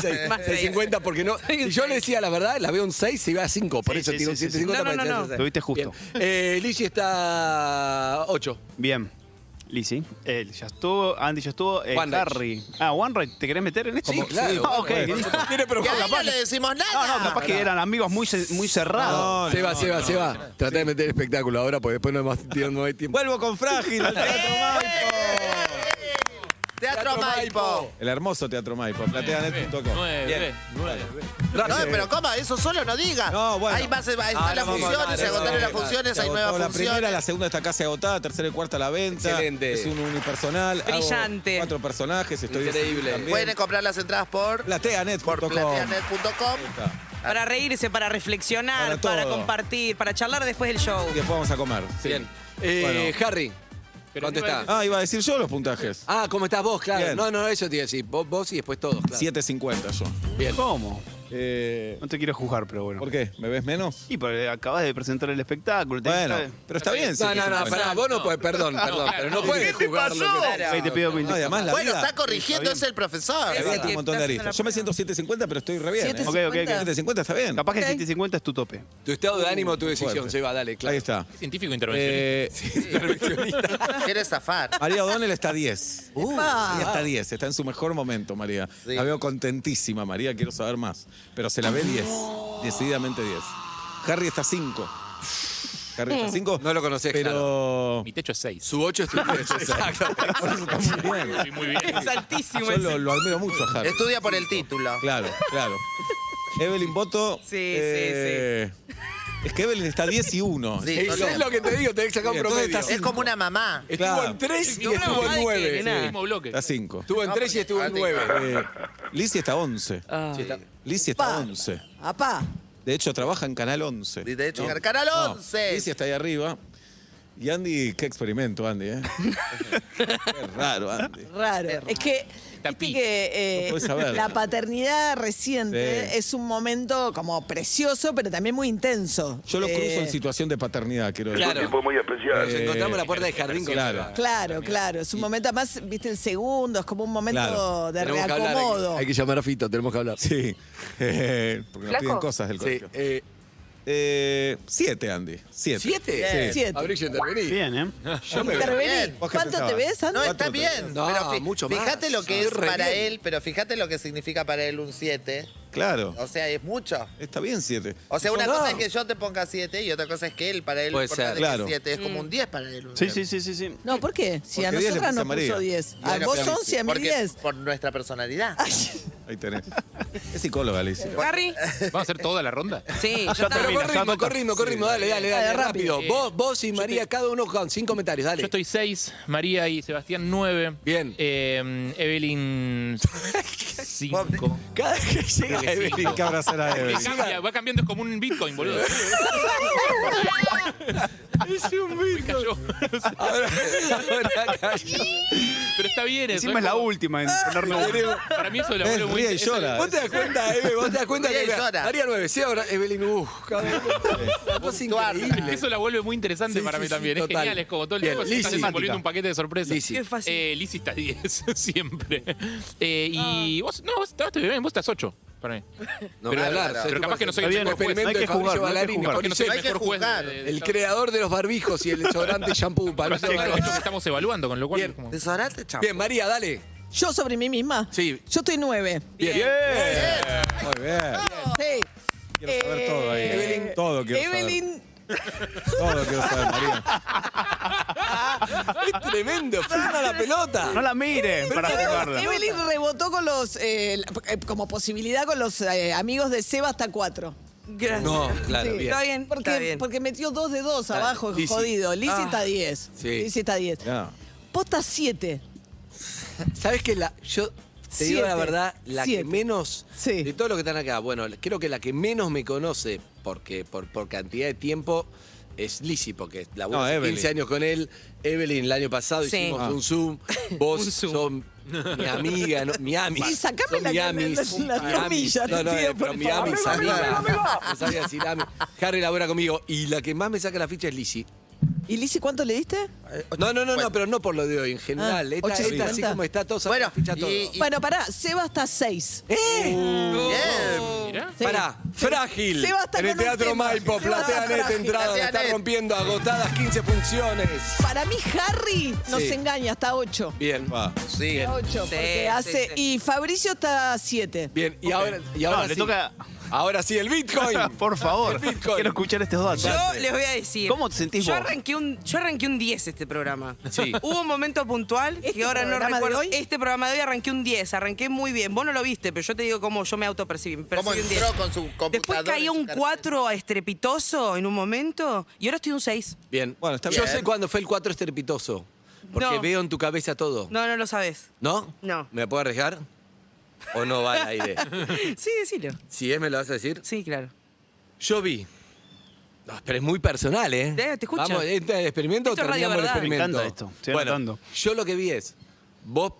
S7: Seis-
S3: Más
S7: 6.50 porque no.
S3: Soy un
S7: Si yo le
S3: seis.
S7: decía la verdad, la veo un 6, se iba a 5. Por
S6: Sí,
S7: eso
S6: sí,
S7: tiene
S6: sí, sí,
S7: un
S3: sí.
S7: 7.50
S3: No, no,
S7: para
S3: no,
S7: que
S3: no.
S7: te-
S6: Lo viste justo.
S7: Bien. Eh, Lizzy está 8.
S6: Bien. Lizzy. Él ya estuvo. Andy ya estuvo. Eh,
S7: Juan Reich.
S6: Harry. Ah, OneRide, ¿te querés meter en esto?
S7: Sí, claro.
S6: Ah, ok. [laughs]
S7: Tiene
S10: Y
S7: propuesta.
S10: ahí no le decimos
S6: No, no,
S10: nada.
S6: capaz que eran amigos muy, ce- muy cerrados.
S7: se va, se va, se va. Trata de meter espectáculo ahora porque después no hay, más- no hay tiempo.
S1: Vuelvo con Frágil al Teatro Maipo.
S10: Teatro, Maipo.
S1: El hermoso Teatro Maipo. Plateanet.com.
S9: Nueve, nueve.
S10: No, pero ¿cómo? Eso solo no diga.
S1: No, bueno.
S10: Hay más, están
S1: Ah,
S7: Ahora
S10: las
S7: vamos a
S10: funciones,
S7: hablar,
S10: se agotaron
S7: eso,
S10: las funciones,
S1: Se
S10: hay
S1: agotó
S10: nuevas
S1: La primera,
S10: funciones.
S1: la segunda está casi agotada, tercera y cuarta a la venta.
S7: Excelente.
S1: Es un unipersonal. Hago
S3: Brillante.
S1: Cuatro personajes, estoy
S7: Increíble.
S10: Pueden comprar las entradas por,
S1: Plateanet.com.
S10: por plateanet.com.
S3: Para reírse, para reflexionar,
S1: Para todo.
S3: para, compartir, para charlar después del show.
S1: Y después vamos a comer. sí.
S7: Bien. Eh, Harry,
S9: Pero
S7: ¿cuánto
S9: no iba a
S7: está?
S1: Ah, iba a decir yo los puntajes.
S7: Ah, ¿cómo estás vos? Claro.
S1: Bien.
S7: No, no, eso te iba a decir. Vos, vos y después todos, claro.
S1: 7.50 yo.
S7: Bien.
S6: ¿Cómo?
S1: Eh,
S6: No te quiero juzgar, pero bueno.
S1: ¿Por qué? ¿Me ves menos?
S6: Y pero acabas de presentar el espectáculo. tenés
S1: Bueno,
S6: que saber.
S1: pero está bien.
S7: No, no, no,
S1: 7.50.
S7: pará, vos no podés,
S9: [laughs]
S7: perdón, perdón, pero no podés jugar lo que tenés.
S6: Ahí te pido
S1: No, y además la
S10: Bueno,
S1: vida-
S10: está corrigiendo, es el profesor.
S1: la vida tiene un montón de aristas. Yo me siento 7.50, pero estoy re bien. ¿eh?
S6: 7.50. Ok, ok, ok.
S1: 7.50 está bien.
S6: Capaz que 750 es tu tope.
S7: Tu estado de ánimo, tu decisión,
S1: Uh, fuerte.
S7: Seba, dale, claro.
S1: Ahí
S7: [laughs]
S1: está.
S9: Científico intervencionista.
S1: Eh,
S10: Quieres zafar.
S1: María O'Donnell está 10.
S4: Epa.
S1: María está 10, está en su mejor momento, María.
S10: Sí.
S1: La veo contentísima, María, quiero saber más. Pero se la ve 10, decididamente 10. Harry está 5. Harry está 5.
S7: No lo conocés,
S1: pero...
S9: Mi techo es seis.
S7: Su 8
S1: [laughs]
S7: es tu Exacto.
S1: Por eso está muy bien.
S9: Sí, muy bien.
S3: Es altísimo.
S1: Yo
S3: ese.
S1: lo, lo admiro mucho a Harry.
S10: Estudia por el título.
S1: Claro, claro. Evelyn Boto. eh,
S3: Sí, sí,
S1: sí, sí. Es que Evelyn está 10 y 1.
S10: Sí,
S7: Eso es lo que te digo, tenés que sacar un
S1: Bien, entonces
S7: promedio.
S1: estás-
S10: Es como una mamá.
S7: Estuvo en 3 y
S3: No,
S7: estuvo
S3: ay,
S7: en
S3: que
S7: 9.
S3: nena.
S9: Mismo bloque.
S1: Está 5.
S7: Estuvo en 3 y estuvo en
S10: Ah,
S7: 9.
S1: Eh, Lizzie está 11.
S3: Ah.
S1: Lizzie está 11.
S4: Apá.
S1: De hecho, trabaja en Canal 11.
S10: Y de hecho,
S1: ¿no?
S10: Canal
S1: No,
S10: 11.
S1: Lizzie está ahí arriba. Y Andy, qué experimento, Andy, ¿eh? es raro, Andy.
S4: Raro. Es que, viste que eh,
S1: No podés saber.
S4: la paternidad reciente
S1: Sí.
S4: es un momento como precioso, pero también muy intenso.
S1: Yo lo
S4: Eh,
S1: cruzo en situación de paternidad, quiero decir.
S7: Claro. Un tipo
S1: muy especial.
S7: Nos encontramos en la puerta del jardín con
S1: Eh, Claro.
S4: Claro, claro. Es un momento, además, viste, el segundo, es como un momento
S1: Claro.
S4: de
S7: Tenemos que hablar, hay que-
S4: reacomodo.
S7: hay que llamar a Fito, tenemos que hablar.
S1: Sí. Eh, porque nos
S4: ¿Flaco?
S1: piden cosas del
S7: Sí,
S1: colegio. Eh, siete, Andy. Siete.
S7: ¿Siete?
S1: Sí.
S4: Siete.
S7: Habría que intervenir.
S6: Bien, ¿eh?
S7: Yo me-
S4: Intervení.
S1: ¿Vos qué
S4: ¿Cuánto
S1: pensabas?
S4: te ves, Andy?
S10: No, está
S1: Cuatro,
S10: bien.
S7: No,
S10: pero fi-
S7: mucho más.
S10: fíjate lo que
S7: Sí,
S10: es
S7: re
S10: para
S7: bien.
S10: él, pero fíjate lo que significa para él un 7.
S1: Claro.
S10: O sea, es mucho.
S1: Está bien siete.
S10: O sea,
S1: Son
S10: una
S1: dos.
S10: cosa es que yo te ponga 7 y otra cosa es que él, para él,
S7: Puede
S10: importante
S7: ser.
S10: que es
S1: Claro.
S10: 7. Es
S4: Mm.
S10: como un 10 para él.
S6: Sí, sí, sí, sí, sí.
S4: No, ¿por qué? Si a
S1: Porque diez le
S4: nosotras
S1: puse a
S4: nos
S1: María.
S4: puso 10.
S10: Y
S4: A
S10: bueno,
S4: Ah, vos
S10: pero-
S4: 11, a mí
S10: porque-
S4: 10.
S10: Por nuestra personalidad.
S1: Ah, Ahí tenés. Es psicóloga, Alicia.
S3: Harry.
S9: ¿Vamos a hacer toda
S1: [laughs]
S9: la ronda?
S7: [laughs]
S3: Sí, ya
S6: Ya
S3: está.
S6: termina.
S7: Pero corrimos,
S6: Corta.
S7: corrimos, corrimos, dale, dale, dale,
S4: Dale,
S7: rápido.
S9: rápido.
S7: Vos, vos y María, cada uno con cinco comentarios, dale.
S9: Yo estoy 6, María y Sebastián 9.
S7: Bien.
S9: Evelyn 5.
S7: Cada vez que llega
S9: Creo que sí.
S7: Evelyn,
S1: Hay que abrazar a Evelyn.
S9: Va cambiando, es como un Bitcoin, boludo. [laughs] Es un Bitcoin.
S7: ahora, ahora cayó.
S9: Pero está bien eso.
S6: Encima es la
S9: como-
S6: última en ponerlo.
S9: Para mí eso lo
S1: Ves,
S9: vuelve muy
S1: ríe y
S9: es-
S1: llora.
S7: ¿Vos te das cuenta, Eve? ¿Vos te das cuenta
S10: Ríe
S7: que
S10: y llora.
S7: María 9, sí, ahora Evelyn, uff, cada uno. Vos increíble.
S9: Eso la vuelve muy interesante
S7: Sí,
S9: para
S7: sí,
S9: mí
S7: sí,
S9: también. es
S7: total.
S9: genial, es como todo el
S7: Bien,
S9: tiempo se
S7: Lizzy.
S9: están desenvolviendo un paquete de sorpresas.
S7: Lizzy. Qué
S3: fácil.
S9: Eh, Lizzy está 10, [laughs] siempre. Eh, y vos, no, vos estás bien, vos estás 8 para mí.
S7: No,
S9: pero,
S7: voy a hablar,
S9: pero
S7: sé
S9: capaz
S7: tu
S9: que no soy
S7: perfil.
S9: el
S7: Está bien,
S9: mejor juez.
S7: experimento
S9: No
S7: de
S9: hay que
S7: Fabricio
S9: jugar, no hay que
S7: Ballarini,
S9: jugar.
S7: por
S9: Que no soy
S7: eso
S9: el
S10: hay que
S9: mejor juez.
S10: jugar.
S9: de- de-
S7: El creador de los barbijos y el [laughs] desodorante shampoo, para
S9: Parece
S7: eso.
S9: que es lo que estamos evaluando, con lo cual.
S7: Bien.
S9: es como-
S10: Desodorante, chavo.
S7: Bien, María, dale.
S4: Yo sobre mí misma.
S7: Sí.
S4: Yo estoy 9.
S7: Bien.
S1: Muy bien.
S4: Sí.
S1: Quiero saber todo ahí.
S4: Eh,
S1: Evelyn. Todo quiero
S4: Evelyn,
S1: saber. Todo quiero saber, María.
S7: [laughs] Es tremendo, frena la pelota.
S6: No la mires para jugarla.
S4: Evelyn rebotó con los, eh, la- eh, como posibilidad con los eh, amigos de Seba hasta 4.
S3: Gracias.
S7: No, claro,
S4: Sí.
S7: bien.
S3: Está bien,
S4: Porque,
S3: está bien.
S4: porque metió 2 de 2
S7: Dale,
S4: abajo,
S7: Lizzy.
S4: jodido. Lizzy
S3: Ah.
S4: está 10.
S7: Sí.
S4: Lizzy está 10.
S1: No.
S4: Posta 7.
S7: ¿Sabes que la, yo te digo
S4: Siete.
S7: la verdad, la
S4: Siete.
S7: que menos
S4: Sí.
S7: de todos los que están acá, bueno, creo que la que menos me conoce porque por, por cantidad de tiempo es Lizzy, porque la
S1: No,
S7: hace
S1: Evelyn.
S7: 15 años con él, Evelyn el año pasado
S3: Sí.
S7: hicimos
S1: Ah.
S7: un Zoom,
S4: [laughs]
S7: vos son mi amiga, no, mi amis.
S4: Y sacame
S7: son
S4: la-
S7: mi
S4: la-
S7: amis,
S4: la- la-
S7: mi
S4: la
S7: amis.
S4: milla,
S7: no, no,
S4: te pido,
S7: eh, pero
S4: por
S7: mi
S4: favor.
S7: amis,
S4: Amigo,
S7: amiga.
S4: amigo, amigo.
S7: No sabía decir ami. Harry labora conmigo y la que más me saca la ficha es Lizzy. Eh,
S4: ¿Y Lizzy cuánto le diste?
S7: No, no, no, no, pero no por lo de hoy, en general.
S4: Ah,
S7: esta, esta así
S4: 8.50.
S7: como está, todo saca
S10: Bueno,
S7: la ficha todo.
S10: y- y-
S4: Bueno, pará, Seba está 6.
S7: ¡Eh!
S10: Bien.
S9: Mirá.
S4: Mm, Sí.
S7: Pará, frágil.
S4: Seba está
S7: en el
S4: con un
S7: Teatro
S4: tema.
S7: Maipo,
S4: Seba está
S7: platea net
S4: frágil.
S7: entrada,
S10: Platea
S7: está
S10: Net.
S7: rompiendo, agotadas 15 funciones.
S4: Para mí, Harry nos
S7: Sí.
S4: engaña, está 8.
S7: Bien,
S1: Va.
S10: Sí.
S4: 8,
S3: sí,
S4: porque hace.
S3: sí.
S4: Y Fabricio está 7.
S7: bien. Y ahora, y ahora
S6: No, le
S7: sí.
S6: toca.
S7: Ahora sí, el Bitcoin.
S6: Por favor,
S7: El Bitcoin.
S6: quiero escuchar estos datos.
S3: Yo les voy a decir.
S6: ¿Cómo te sentís
S3: yo
S6: vos?
S3: arranqué un Yo arranqué un 10 este programa.
S7: Sí.
S3: Hubo un momento puntual
S4: ¿Este
S3: que ahora no
S4: programa de
S3: recuerdo.
S4: hoy?
S3: Este programa de hoy arranqué un 10. Arranqué muy bien. Vos no lo viste, pero yo te digo cómo yo me autopercibí. Me
S10: ¿Cómo
S3: percibí un 10.
S10: entró con su computadora?
S3: Después
S10: y
S3: caía
S10: su
S3: un
S10: carpeta?
S3: 4 estrepitoso en un momento y ahora estoy un 6.
S7: Bien.
S1: Bueno, está
S7: Yo
S1: bien.
S7: sé cuándo fue el 4 estrepitoso. Porque
S3: No.
S7: veo en tu cabeza todo.
S3: No, no lo sabes.
S7: ¿No?
S3: No.
S7: ¿Me puedo arriesgar? ¿O no va al aire?
S3: [laughs] Sí, decilo.
S7: si es, me lo vas a decir.
S3: Sí, claro.
S7: Yo vi. No, pero es muy personal, ¿eh?
S3: Eh, te escucho.
S7: Vamos, ¿este es experimento
S3: Esto
S7: o
S3: es radio
S7: terminamos el
S3: verdad.
S6: Me
S7: experimento?
S6: encanta esto, estoy
S7: bueno,
S6: anotando.
S7: yo lo que vi es, vos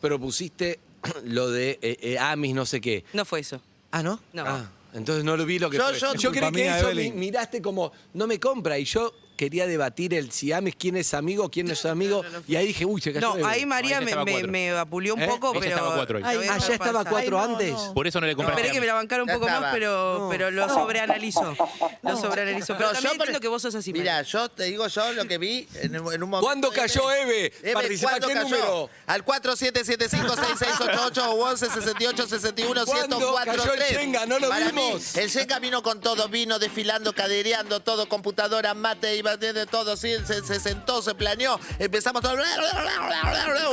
S7: propusiste [clears throat] lo de eh, eh, Amis no sé qué.
S3: No fue eso.
S7: Ah, ¿no?
S3: No.
S7: Ah, entonces no lo vi lo que
S10: Yo-
S7: fue.
S10: yo-
S7: creí
S1: Culpa
S7: que
S1: mía,
S7: eso
S1: Evelyn.
S7: mi- miraste como, no me compra. Y yo quería debatir el si Amis quién es amigo, quién no es amigo. y ahí dije, uy, se cayó.
S3: No,
S7: Evelyn.
S3: ahí María
S9: Ahí ya
S3: me,
S9: estaba
S3: me-
S9: cuatro.
S3: me vapuleó un
S7: ¿Eh?
S3: poco,
S7: Ahí ya
S3: pero.
S9: estaba cuatro ahí.
S3: lo voy a
S7: Ah,
S3: dejar
S7: ya estaba
S3: pasar.
S7: cuatro
S4: Ay, no,
S7: antes.
S4: no.
S9: Por eso no le
S10: No.
S9: compré.
S3: Esperé que me la bancara un
S10: Ya
S3: poco más,
S10: estaba.
S3: pero, pero lo sobreanalizo. Lo sobreanalizo. Pero
S10: No,
S3: también
S10: por-
S3: entiendo que vos sos así.
S10: Mira,
S3: María.
S10: yo te digo yo lo que vi en, un- en un momento.
S7: ¿Cuándo cayó Eve? Participa,
S10: ¿cuándo
S7: ¿qué
S10: cayó?
S7: número?
S10: Al 47756688 o 11 68 61
S7: ¿Cuándo
S10: 104
S7: cayó el
S10: 3.
S7: Shenga? No lo
S10: Para
S7: vimos.
S10: mí, el Shenga vino con todo, vino desfilando, cadereando todo, computadora, mate, iba de de todo, sí, se, se sentó, se planeó, empezamos todo,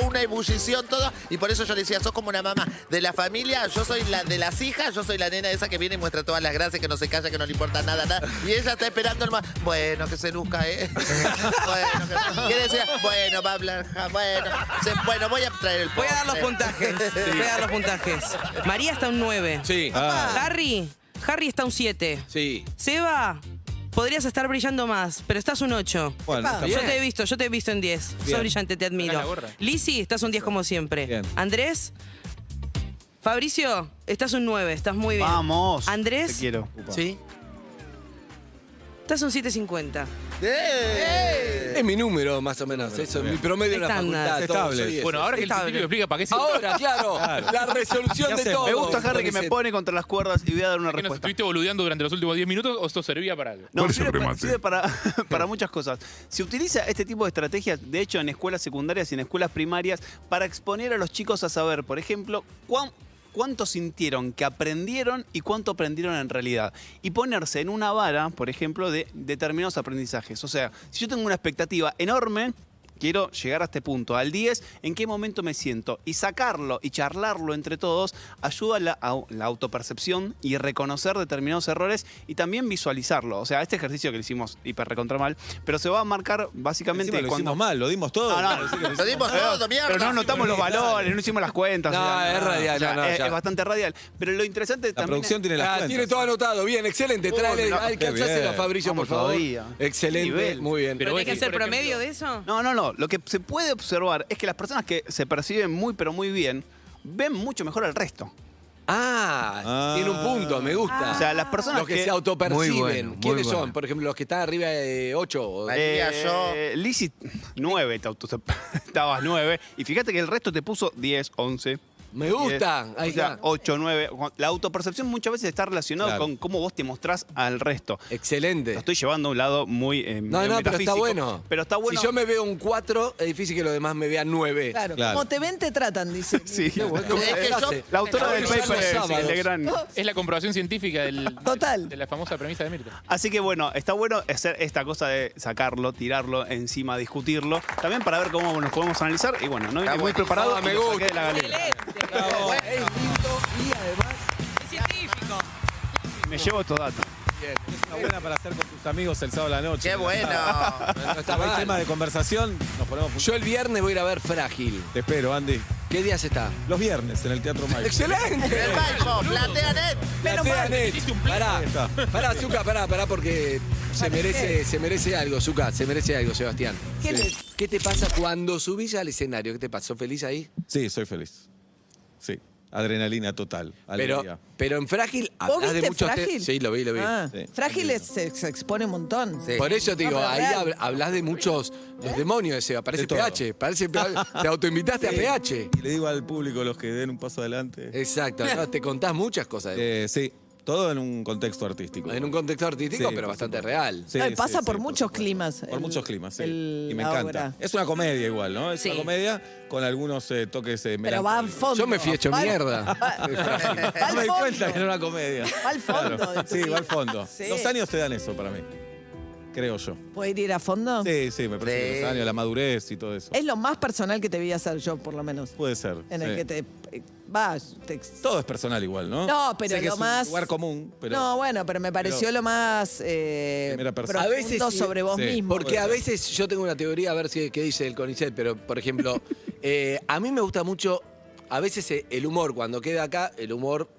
S10: una ebullición, todo, y por eso yo le decía, sos como una mamá de la familia, yo soy la de las hijas, yo soy la nena esa que viene y muestra todas las gracias, que no se calla, que no le importa nada, nada, y ella está esperando el ma- bueno, que se luzca, ¿eh? bueno, que- ¿Qué decía? Bueno, va a hablar, ja, bueno, Se- bueno, voy a traer el
S3: Voy a dar los
S10: postre.
S3: puntajes. Voy a dar los puntajes. María está un 9.
S6: Ah.
S7: Sí.
S3: Harry, Harry está un 7.
S7: Sí.
S3: Seba, Podrías estar brillando más, pero estás un 8.
S1: Bueno, está
S3: yo
S1: bien.
S3: te he visto, yo te he visto en 10. Sos
S1: Bien.
S3: brillante, te admiro.
S1: Sacá la gorra.
S3: Lisi, estás un 10 como siempre. Andrés. Fabricio, estás un 9, estás muy bien.
S6: Vamos.
S3: Andrés.
S6: Te quiero.
S3: Sí. Estás un 750.
S7: Es mi número, más o menos. Eso, mi promedio en la
S3: Estándar.
S7: facultad. todo,
S6: Estable.
S7: soy eso.
S6: Bueno, ahora que el
S7: Estable.
S6: científico explica para qué sirve.
S7: Ahora, claro. La resolución
S6: Ya
S7: de
S6: sé,
S7: todo.
S6: Me gusta Harry que
S7: Con
S6: me
S7: ese-
S6: pone contra las cuerdas y voy a dar una
S9: ¿Que nos
S6: respuesta.
S9: estuviste boludeando durante los últimos 10 minutos o esto servía para algo?
S6: No, sirve, para, sirve para, [laughs] para muchas cosas. Se utiliza este tipo de estrategias, de hecho, en escuelas secundarias y en escuelas primarias, para exponer a los chicos a saber, por ejemplo, cuán- cuánto sintieron que aprendieron y cuánto aprendieron en realidad. Y ponerse en una vara, por ejemplo, de determinados aprendizajes. O sea, si yo tengo una expectativa enorme, quiero llegar a este punto, al 10, en qué momento me siento. Y sacarlo y charlarlo entre todos ayuda a la, a la autopercepción y reconocer determinados errores y también visualizarlo. O sea, este ejercicio que le hicimos hiper recontra mal, pero se va a marcar básicamente
S1: Encima lo
S6: cuando.
S1: hicimos mal, lo dimos todo. [laughs]
S6: No, no.
S1: Decir que
S6: Lo dimos
S1: mal.
S6: todo, mierda. Pero no anotamos los valores, no hicimos las cuentas.
S7: No, es radial,
S6: o sea,
S7: no, no,
S6: es,
S7: ya.
S6: eh, es bastante radial. Pero lo interesante
S1: La
S6: también.
S1: producción tiene las
S7: Ah,
S1: cuentas.
S7: tiene todo anotado. Bien, excelente.
S6: Uy,
S7: Tráele,
S6: no, qué
S7: alcanzáselo a
S6: bien.
S7: Fabricio,
S6: Vamos
S7: por favor.
S6: todavía.
S7: Excelente.
S6: Nivel.
S7: Muy bien.
S3: ¿Pero hay que hacer promedio de eso?
S6: No, no, no. Lo que se puede observar es que las personas que se perciben muy, pero muy bien, ven mucho mejor al resto.
S7: Ah, tiene un punto, me gusta.
S6: Ah. O sea, las personas
S7: los que,
S6: que-
S7: se autoperciben.
S6: Muy bueno, muy
S7: ¿Quiénes
S6: bueno.
S7: son? Por ejemplo, los que están arriba de 8. o
S6: Eh, Lizzy, 9, te auto- [laughs] estabas 9. Y fíjate que el resto te puso 10, 11.
S7: Me gusta, ahí
S6: o sea,
S7: está.
S6: 8, 9. La autopercepción muchas veces está relacionada
S7: Claro.
S6: con cómo vos te mostrás al resto.
S7: Excelente.
S6: Lo estoy llevando a un lado muy. eh, medio
S7: No, no, pero está
S6: metafísico,
S7: bueno.
S6: Pero está bueno.
S7: Si yo me veo un 4, es difícil que los demás me vean 9.
S4: Claro, como te ven, te tratan, dice.
S6: Sí. [laughs]
S7: Es que yo-
S6: La autora del paper es
S7: sábados.
S6: Legrand.
S9: Es la comprobación científica del,
S4: Total.
S9: de la famosa premisa de Mirta.
S6: Así que bueno, está bueno hacer esta cosa de sacarlo, tirarlo encima, discutirlo. También para ver cómo nos podemos analizar. Y bueno, no vine muy preparado.
S7: Ah,
S6: y
S7: me
S6: lo saqué
S7: gusta.
S6: de la galera.
S7: Es lindo y además.
S3: Es científico.
S6: Me llevo estos datos.
S1: Está buena para hacer con tus amigos el sábado a la noche.
S10: ¡Qué [laughs] bueno!
S7: no está
S1: Hay
S7: mal.
S1: tema de conversación, nos ponemos
S7: Yo el viernes voy a ir a ver Frágil.
S1: Te espero, Andy.
S7: ¿Qué días está?
S1: Los viernes en el Teatro Mike.
S7: [laughs] ¡Excelente!
S10: El Balbo, platea net.
S7: Menos E. Pará, pará, Zuka, pará, pará, porque se merece, se merece algo, Zuka, se merece algo, Sebastián.
S4: ¿Qué le-
S7: ¿Qué te pasa cuando subís al escenario? ¿Qué te pasó? ¿Feliz ahí?
S1: Sí, soy feliz. Sí. Adrenalina total.
S7: Pero,
S1: Alegría.
S7: pero en Frágil
S4: ¿Vos
S7: hablas de
S4: viste
S7: muchos te-
S4: Frágil?
S7: Sí, lo vi, lo vi.
S4: Ah,
S1: Sí.
S4: Frágil es- se, se expone un montón.
S7: Por eso te
S4: No,
S7: digo,
S4: pero
S7: ahí
S4: real.
S7: hab- hablas de muchos los demonios de Seba. Parece
S1: De todo.
S7: PH, parece PH. Te autoinvitaste a
S1: Sí.
S7: PH.
S1: Y le digo al público, los que den un paso adelante.
S7: Exacto, no, te contás muchas cosas.
S1: Eh, sí, todo en un contexto artístico.
S7: En un contexto artístico,
S1: Sí,
S7: pero
S1: por
S7: bastante
S1: supuesto.
S7: real.
S1: Sí,
S4: No, y
S1: sí,
S4: pasa
S1: sí,
S4: por muchos
S1: supuesto.
S4: climas,
S1: Por
S4: el-
S1: muchos climas, sí.
S4: el-
S1: y me
S4: la
S1: encanta.
S4: obra.
S1: Es una comedia igual, ¿no? Es
S3: Sí.
S1: una comedia con algunos eh, toques eh,
S4: Pero va al
S1: melancólicos.
S4: fondo.
S7: Yo me fui hecho
S4: Va al-
S7: mierda.
S4: va- [laughs] va
S1: No
S4: al
S1: [laughs] me di
S4: fondo.
S1: cuenta que era una comedia.
S4: Va al fondo.
S1: Claro. Sí, va al fondo.
S4: Sí.
S1: Los años te dan eso para mí. Creo yo.
S4: ¿Puede ir a fondo?
S1: Sí, sí, me parece que los años, la madurez y todo eso.
S4: Es lo más personal que te vi hacer yo, por lo menos.
S1: Puede ser.
S4: En
S1: sí.
S4: el que te eh, vas, te-
S1: Todo es personal igual, ¿no?
S4: No, pero
S1: Sé que
S4: lo
S1: es
S4: más-
S1: Un lugar común, pero.
S4: no, bueno, pero me pareció
S1: pero-
S4: lo más eh,
S1: Primera persona.
S4: profundo
S7: A veces sí.
S4: sobre vos
S1: Sí.
S4: mismo.
S7: Porque a veces yo tengo una teoría, a ver si, qué dice el CONICET, pero por
S4: [laughs]
S7: ejemplo, eh, a mí me gusta mucho, a veces eh, el humor, cuando queda acá, el humor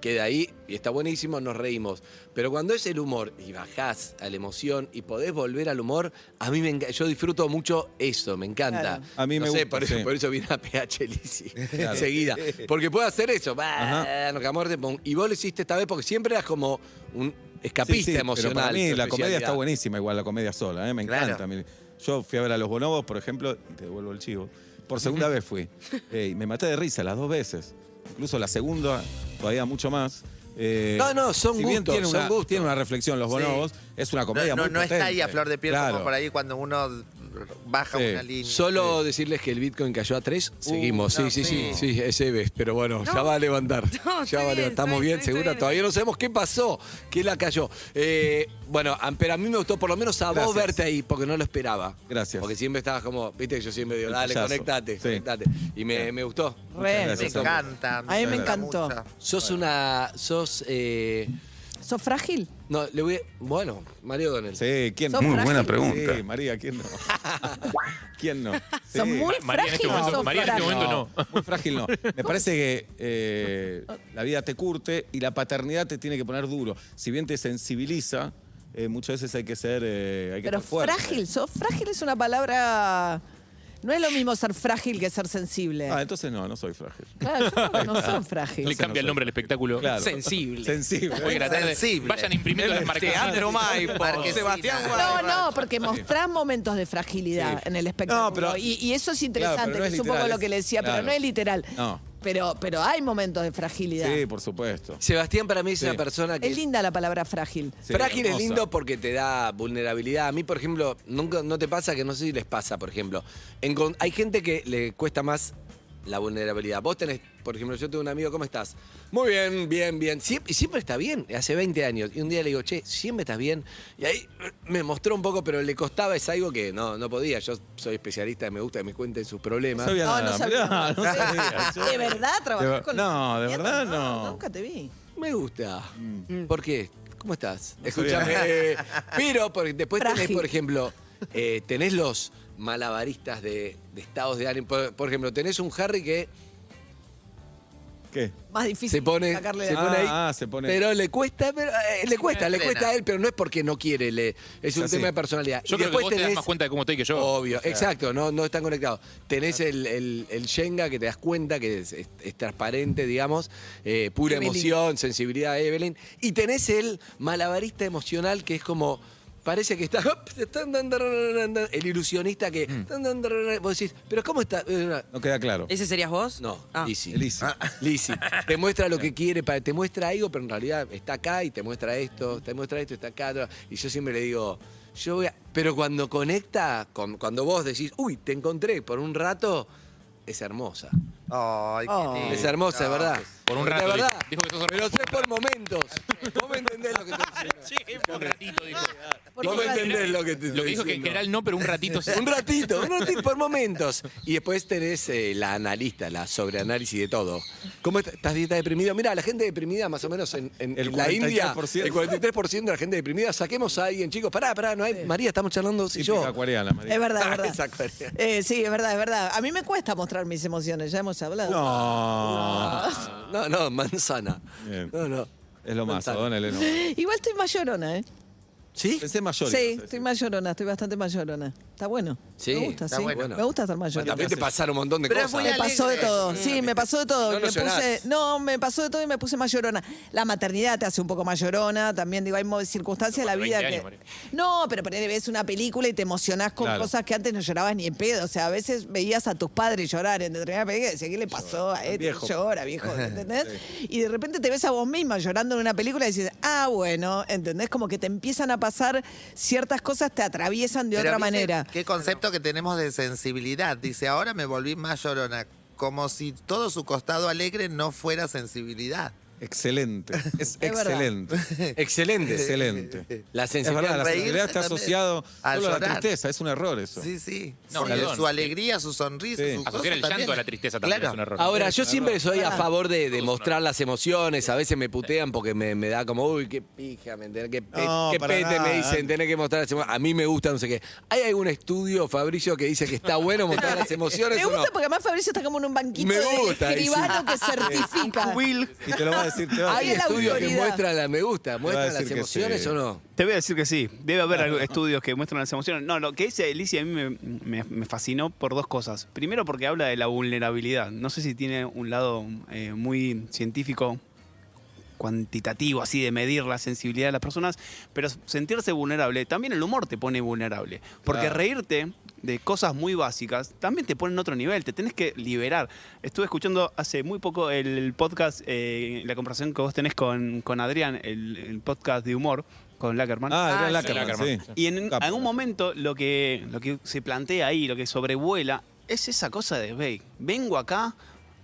S7: queda ahí y está buenísimo, nos reímos. Pero cuando es el humor y bajás a la emoción y podés volver al humor, a mí me enca- yo disfruto mucho eso, me encanta.
S4: Claro.
S1: A mí
S7: no
S1: me
S7: sé,
S1: gusta,
S7: por eso,
S1: sí.
S7: por eso viene a PH Lisi
S1: [laughs] Claro.
S7: seguida. Porque puedo hacer eso, bah,
S1: Ajá.
S7: no, que a muerte, pum. y vos lo hiciste esta vez porque siempre eras como un escapista
S1: Sí, sí,
S7: emocional.
S1: Pero para mí
S7: tu
S1: la comedia
S7: especialidad.
S1: está buenísima, igual la comedia sola, ¿eh? me
S10: Claro.
S1: encanta. a mí. Yo fui a ver a los bonobos, por ejemplo, y te devuelvo el chivo. Por segunda
S4: [laughs]
S1: vez fui. Eh, y me maté de risa las dos veces. Incluso la segunda, todavía mucho más. Eh,
S7: No, no, son
S1: si bien
S7: gustos,
S1: tiene una,
S7: son gustos.
S1: tiene una reflexión los bonobos, es una comedia
S10: No, no,
S1: muy
S10: no está ahí a
S1: potente.
S10: flor de piel
S1: Claro.
S10: como por ahí cuando uno baja
S1: Sí.
S10: una línea.
S7: Solo decirles que el Bitcoin cayó a 3. Seguimos. Sí,
S10: Este, no,
S7: sí, sí,
S10: sí.
S7: sí, es Eves, pero bueno, ya
S3: No.
S7: va a levantar.
S3: No,
S7: ya
S3: estoy
S7: va a
S3: bien,
S7: levantar. ¿Estamos
S3: estoy-
S7: bien,
S3: estoy-
S7: segura?
S3: estoy bien.
S7: Todavía no sabemos qué pasó, qué la cayó. Eh, bueno, am- pero a mí me gustó por lo menos a vos
S1: Gracias.
S7: verte ahí, porque no lo esperaba.
S1: Gracias.
S7: Porque siempre estabas como, viste que yo siempre digo,
S1: El
S7: dale,
S1: payaso.
S7: conectate,
S1: Sí.
S7: conectate. Y me, me gustó.
S4: Re.
S10: Me
S1: Gracias, hombre.
S10: encanta.
S4: A mí me
S10: gusta
S4: encantó.
S10: mucho.
S7: Sos una. Sos. eh,
S4: ¿Sos frágil?
S7: no, le voy. Bueno, Mario Donel.
S1: Sí, ¿quién
S4: Son Muy buena frágiles.
S15: pregunta.
S1: Sí, María, ¿quién no? ¿Quién no? Sí.
S4: ¿Son muy
S9: María en
S4: frágil
S9: este
S4: o
S9: momento-
S4: sos
S9: María en este
S4: frágil?
S9: momento no.
S1: Muy frágil no. Me parece que eh, la vida te curte y la paternidad te tiene que poner duro. Si bien te sensibiliza, eh, muchas veces hay que ser, eh, hay que
S4: Pero
S1: ser fuerte.
S4: frágil, sos frágil es una palabra. No es lo mismo ser frágil
S1: [laughs]
S4: que ser sensible.
S1: Ah, entonces no, no soy frágil.
S4: Claro, yo no, no son frágil.
S9: Le cambia el nombre al espectáculo.
S1: Claro.
S7: Sensible. este,
S1: Sensible.
S9: Oigan, a la tarde,
S10: Sensible.
S9: Vayan imprimiendo las marcas.
S7: Teatro Maipo,
S10: Marquesina.
S7: Sebastián
S4: No,
S7: Guay.
S4: no, porque mostrás momentos de fragilidad
S1: Sí.
S4: en el espectáculo.
S1: No, pero-
S4: y, y eso es
S1: Claro,
S4: interesante,
S1: pero no
S4: que
S1: es
S4: es un poco
S1: literal,
S4: lo que le decía,
S1: claro.
S4: pero no es literal.
S1: No.
S4: Pero, pero hay momentos de fragilidad.
S1: Sí, por supuesto.
S7: Sebastián para mí es
S1: Sí.
S7: una persona que
S4: Es linda la palabra frágil.
S1: Sí,
S7: Frágil es
S1: hermosa.
S7: lindo porque te da vulnerabilidad. A mí, por ejemplo, nunca, no te pasa que no sé si les pasa, por ejemplo. Encon- hay gente que le cuesta más la vulnerabilidad. Vos tenés, por ejemplo, yo tengo un amigo, ¿cómo estás? Muy bien, bien, bien. Siem- y siempre está bien, hace 20 años. Y un día le digo, che, siempre estás bien. Y ahí eh, me mostró un poco, pero le costaba, es algo que no, no podía. Yo soy especialista, me gusta que me cuenten sus
S1: No
S7: problemas.
S1: sabía
S4: No,
S1: nada.
S4: no sabía nada. [laughs]
S1: No, no sabía. Yo-
S4: ¿De verdad
S1: De
S4: trabajás
S1: ver-
S4: con
S1: No, de
S4: Mierda,
S1: verdad no.
S4: Nunca te vi.
S7: Me gusta.
S9: Mm.
S7: ¿Por qué? ¿Cómo estás?
S1: sabía.
S7: Escúchame.
S9: [laughs]
S7: eh, pero porque después tenés,
S4: Frágil.
S7: por ejemplo, eh, tenés los malabaristas de, de estados de ánimo. Por, por ejemplo, tenés un Harry que
S1: ¿Qué?
S4: Más difícil
S7: se pone, se
S4: sacarle
S7: pone
S1: Ah,
S7: ahí.
S1: ah, se pone-
S7: Pero le cuesta, pero, eh, le cuesta, le
S10: frena.
S7: cuesta a él, pero no es porque no quiere. le- es un
S1: así.
S7: tema de personalidad. Y
S9: Yo creo que
S7: después
S9: vos te das
S7: tenés-
S9: más cuenta de cómo estoy que yo.
S7: Obvio, exacto, no, no están conectados. Tenés el, el, el Shenga que te das cuenta que es, es- es transparente, digamos, eh, pura
S4: Evelyn.
S7: emoción, sensibilidad, Evelyn. Y tenés el malabarista emocional que es como. Parece que está. [laughs] hop, tan, tan, tan, tan, tan, El ilusionista que.
S9: Mm.
S7: tan, tan, tan, tan, Vos decís, ¿pero cómo está? Eh,
S1: No queda claro.
S3: ¿Ese serías vos?
S7: No,
S3: Ah.
S7: Lizzy.
S1: Lizzy.
S7: [laughs] Lizzy. Te muestra lo que quiere, pa- te muestra algo, pero en realidad está acá y te muestra esto, te muestra esto, está acá. Y yo siempre le digo, yo voy a... Pero cuando conecta, con- cuando vos decís, uy, te encontré por un rato, es hermosa.
S10: Ay, qué lindo.
S7: Es hermosa, de verdad.
S9: Por un
S7: De
S9: rato,
S7: verdad.
S9: dijo- dijo que sos
S7: Pero
S9: hermosa.
S7: es por momentos. Vos me entendés lo que te
S9: Sí, por un ratito dijo.
S7: Vos me entendés lo que te
S9: Lo que dijo que en
S7: diciendo.
S9: general no, pero un ratito sí.
S7: Un ratito, un ratito por momentos. Y después tenés eh, la analista, la sobreanálisis de todo. ¿Cómo est- estás dieta deprimido? Mira, la gente deprimida más o menos en, en-
S1: El
S7: en la India,
S1: 43%.
S7: el 43% de la gente deprimida. Saquemos a alguien, chicos. Pará, pará, no hay. María, estamos charlando si
S1: Típica
S7: yo. Ah,
S1: acuariana, María.
S4: Es verdad, es
S7: Esa
S4: verdad.
S7: acuariana.
S4: Eh, sí, es verdad, es verdad. A mí me cuesta mostrar mis emociones, ya hemos hablado.
S1: No.
S7: No, no, manzana.
S1: Bien.
S7: No, no.
S1: Es lo más,
S7: Manzana.
S1: Adonel, es lo más.
S4: Igual estoy mayorona, ¿eh?
S7: ¿Sí?
S1: Pensé mayor. ibas a
S4: Sí,
S1: decir.
S4: estoy mayorona, estoy bastante mayorona. Está bueno.
S7: Sí,
S4: me gusta,
S7: está
S4: sí.
S7: bueno.
S4: Me gusta estar mayorona.
S7: También te pasaron un montón de
S10: Pero es
S7: cosas.
S10: muy
S4: Me pasó de
S10: alegre.
S4: todo, sí, me pasó de todo.
S7: No
S4: y me
S7: lo llorás.
S4: puse, no, me pasó de todo y me puse mayorona. La maternidad te hace un poco mayorona, también digo, hay mo- circunstancias de la
S9: Pero
S4: vida
S9: 20
S4: que...
S9: años, María.
S4: no, pero ponele, ves una película y te emocionás con
S1: Claro.
S4: cosas que antes no llorabas ni en pedo. O sea, a veces veías a tus padres llorar en determinada película y decías, ¿qué le pasó a este?
S1: Viejo.
S4: Llora,
S9: [laughs]
S4: viejo, ¿entendés? Y de repente te ves a vos misma llorando en una película y dices, ah, bueno, ¿entendés? Como que te empiezan a pasar ciertas cosas, te atraviesan de
S10: Pero
S4: otra
S10: dice,
S4: manera.
S10: Qué concepto que tenemos de sensibilidad. Dice, ahora me volví más llorona. Como si todo su costado alegre no fuera sensibilidad.
S1: Excelente. [laughs] Es,
S4: verdad.
S1: excelente.
S7: [laughs] Excelente.
S1: Excelente.
S7: La
S1: Es
S7: sensibilidad.
S1: verdad, la
S10: Reírse
S1: sensibilidad está
S10: también.
S1: asociado
S10: Al
S1: solo a la
S10: llorar.
S1: tristeza. Es un error eso.
S10: Sí, sí.
S9: No,
S10: Porque
S9: perdón.
S10: su alegría, su sonrisa,
S1: Sí.
S10: su
S1: Asociar
S10: cosa
S9: Asociar el
S10: también.
S9: llanto a la tristeza también
S10: Claro.
S9: es un error.
S7: Ahora, yo siempre soy a favor de, de mostrar las emociones. A veces me putean porque me, me da como, uy, qué pija, ¿me entendés? Qué, pe-
S1: No,
S7: qué
S1: para
S7: pete
S1: nada.
S7: me dicen, tener que mostrar las emociones. A mí me gusta, no sé qué. ¿Hay algún estudio, Fabricio, que dice que está bueno mostrar
S1: [laughs]
S7: las emociones
S4: Me
S7: o no?
S4: gusta porque además Fabricio está como en un banquito
S7: Me
S4: de
S7: gusta, ahí sí.
S4: escribano
S7: [laughs]
S4: que certifica.
S1: Y te lo va a decir. Te va a
S4: Ahí
S7: ¿Hay
S1: decir.
S4: la
S7: estudios que
S4: autoridad.
S7: muestran las, me gusta, muestran las
S1: decir que
S7: emociones
S1: sí.
S7: o no?
S6: Te voy a decir que sí. Debe haber algo- estudios que muestran las emociones. No, lo que dice Alicia a mí me, me- me fascinó por dos cosas. Primero, porque habla de la vulnerabilidad. No sé si tiene un lado eh, muy científico, cuantitativo, así de medir la sensibilidad de las personas, pero sentirse vulnerable, también el humor te pone vulnerable. Porque
S1: Claro.
S6: reírte de cosas muy básicas también te pone en otro nivel. Te tenés que liberar. Estuve escuchando hace muy poco el, podcast, eh, la conversación que vos tenés con, con Adrián, el, el podcast de humor con Lackerman.
S1: Ah, era
S3: Ah,
S1: Lackerman,
S9: sí.
S1: sí.
S6: Y en
S1: Capo.
S6: algún momento lo que, lo que se plantea ahí, lo que sobrevuela, es esa cosa de, "Ve, vengo acá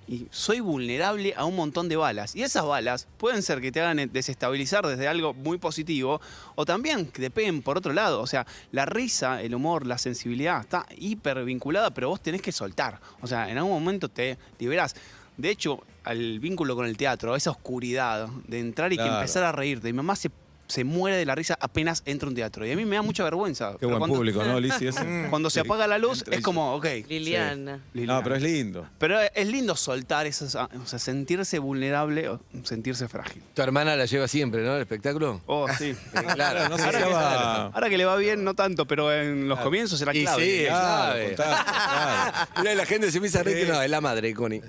S6: y soy vulnerable a un montón de balas. Y esas balas pueden ser que te hagan desestabilizar desde algo muy positivo o también que te peguen por otro lado. O sea, la risa, el humor, la sensibilidad está hiper vinculada, pero vos tenés que soltar. O sea, en algún momento te liberás. De hecho, al vínculo con el teatro, a esa oscuridad de entrar y
S1: Claro.
S6: que empezar a reírte. Mi mamá se se muere de la risa apenas entra a un teatro. Y a mí me da mucha vergüenza. Qué
S1: buen público, ¿no,
S6: [laughs]
S1: Lizzy, ese?
S6: Cuando se
S1: Sí.
S6: apaga la luz, es como, ok.
S3: Liliana.
S1: No, pero es lindo.
S6: Pero es lindo soltar esas, ah, o sea, sentirse vulnerable o sentirse frágil.
S7: Tu hermana la lleva siempre, ¿no? El espectáculo.
S6: Oh, [laughs] sí.
S1: [laughs]
S7: claro, no se
S6: ahora,
S7: lleva-
S6: ahora que le va bien, no tanto, pero en los comienzos era
S7: Y
S6: clave.
S7: sí, es clave. [laughs] Mirá, la gente se empieza a reír que
S6: Sí.
S7: no, es la madre, Connie.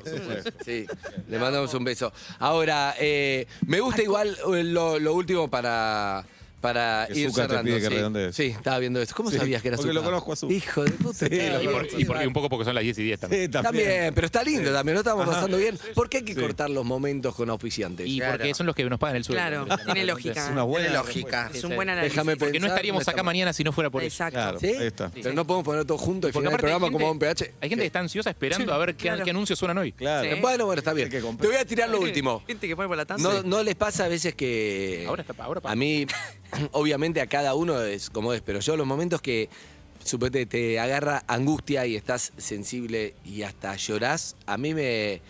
S7: Sí, le mandamos un beso. Ahora, eh, me gusta igual eh, lo, lo último para, para
S1: Que
S7: ir
S1: Zucca te
S7: cerrando.
S1: pide que
S7: sí.
S1: redondees.
S7: sí, estaba viendo esto. ¿Cómo
S1: Sí,
S7: sabías que era
S1: porque lo
S7: Zucca?
S1: conozco a Zucca.
S7: Hijo de puta.
S1: Sí, lo
S9: Y, por-
S1: conozco.
S9: y por- y un poco porque son las 10 y 10 también.
S1: Sí,
S7: También, pero está lindo también, ¿no estamos
S1: Ajá.
S7: pasando bien? ¿Por qué hay que
S1: Sí.
S7: cortar los momentos con auspiciantes?
S9: Y porque son los que nos pagan el sueldo.
S3: Claro, tiene lógica.
S1: Es una buena
S10: Tiene lógica.
S3: Es un buen análisis.
S7: Déjame
S9: Porque no
S7: pensar, no
S9: estaríamos
S7: está
S9: acá
S7: mal.
S9: mañana si no fuera por eso.
S3: Exacto.
S1: Claro,
S7: ¿Sí?
S1: ahí está.
S7: Pero no podemos poner todo junto y
S9: Porque
S7: final el
S9: aparte hay
S7: programa como
S9: gente-
S7: un PH.
S9: Hay gente que está ansiosa esperando a ver qué,
S3: Claro.
S9: qué anuncios suenan hoy.
S1: Claro.
S3: Sí.
S7: Bueno, bueno, está bien.
S1: Hay que comprar.
S7: Te voy a tirar lo último.
S3: Gente que pone por la taza.
S7: ¿No, ¿No les pasa a veces que
S9: Ahora está- ahora pa-
S7: a mí, [clears throat] obviamente a cada uno es como es, pero yo los momentos que supete te agarra angustia y estás sensible y hasta llorás, a mí me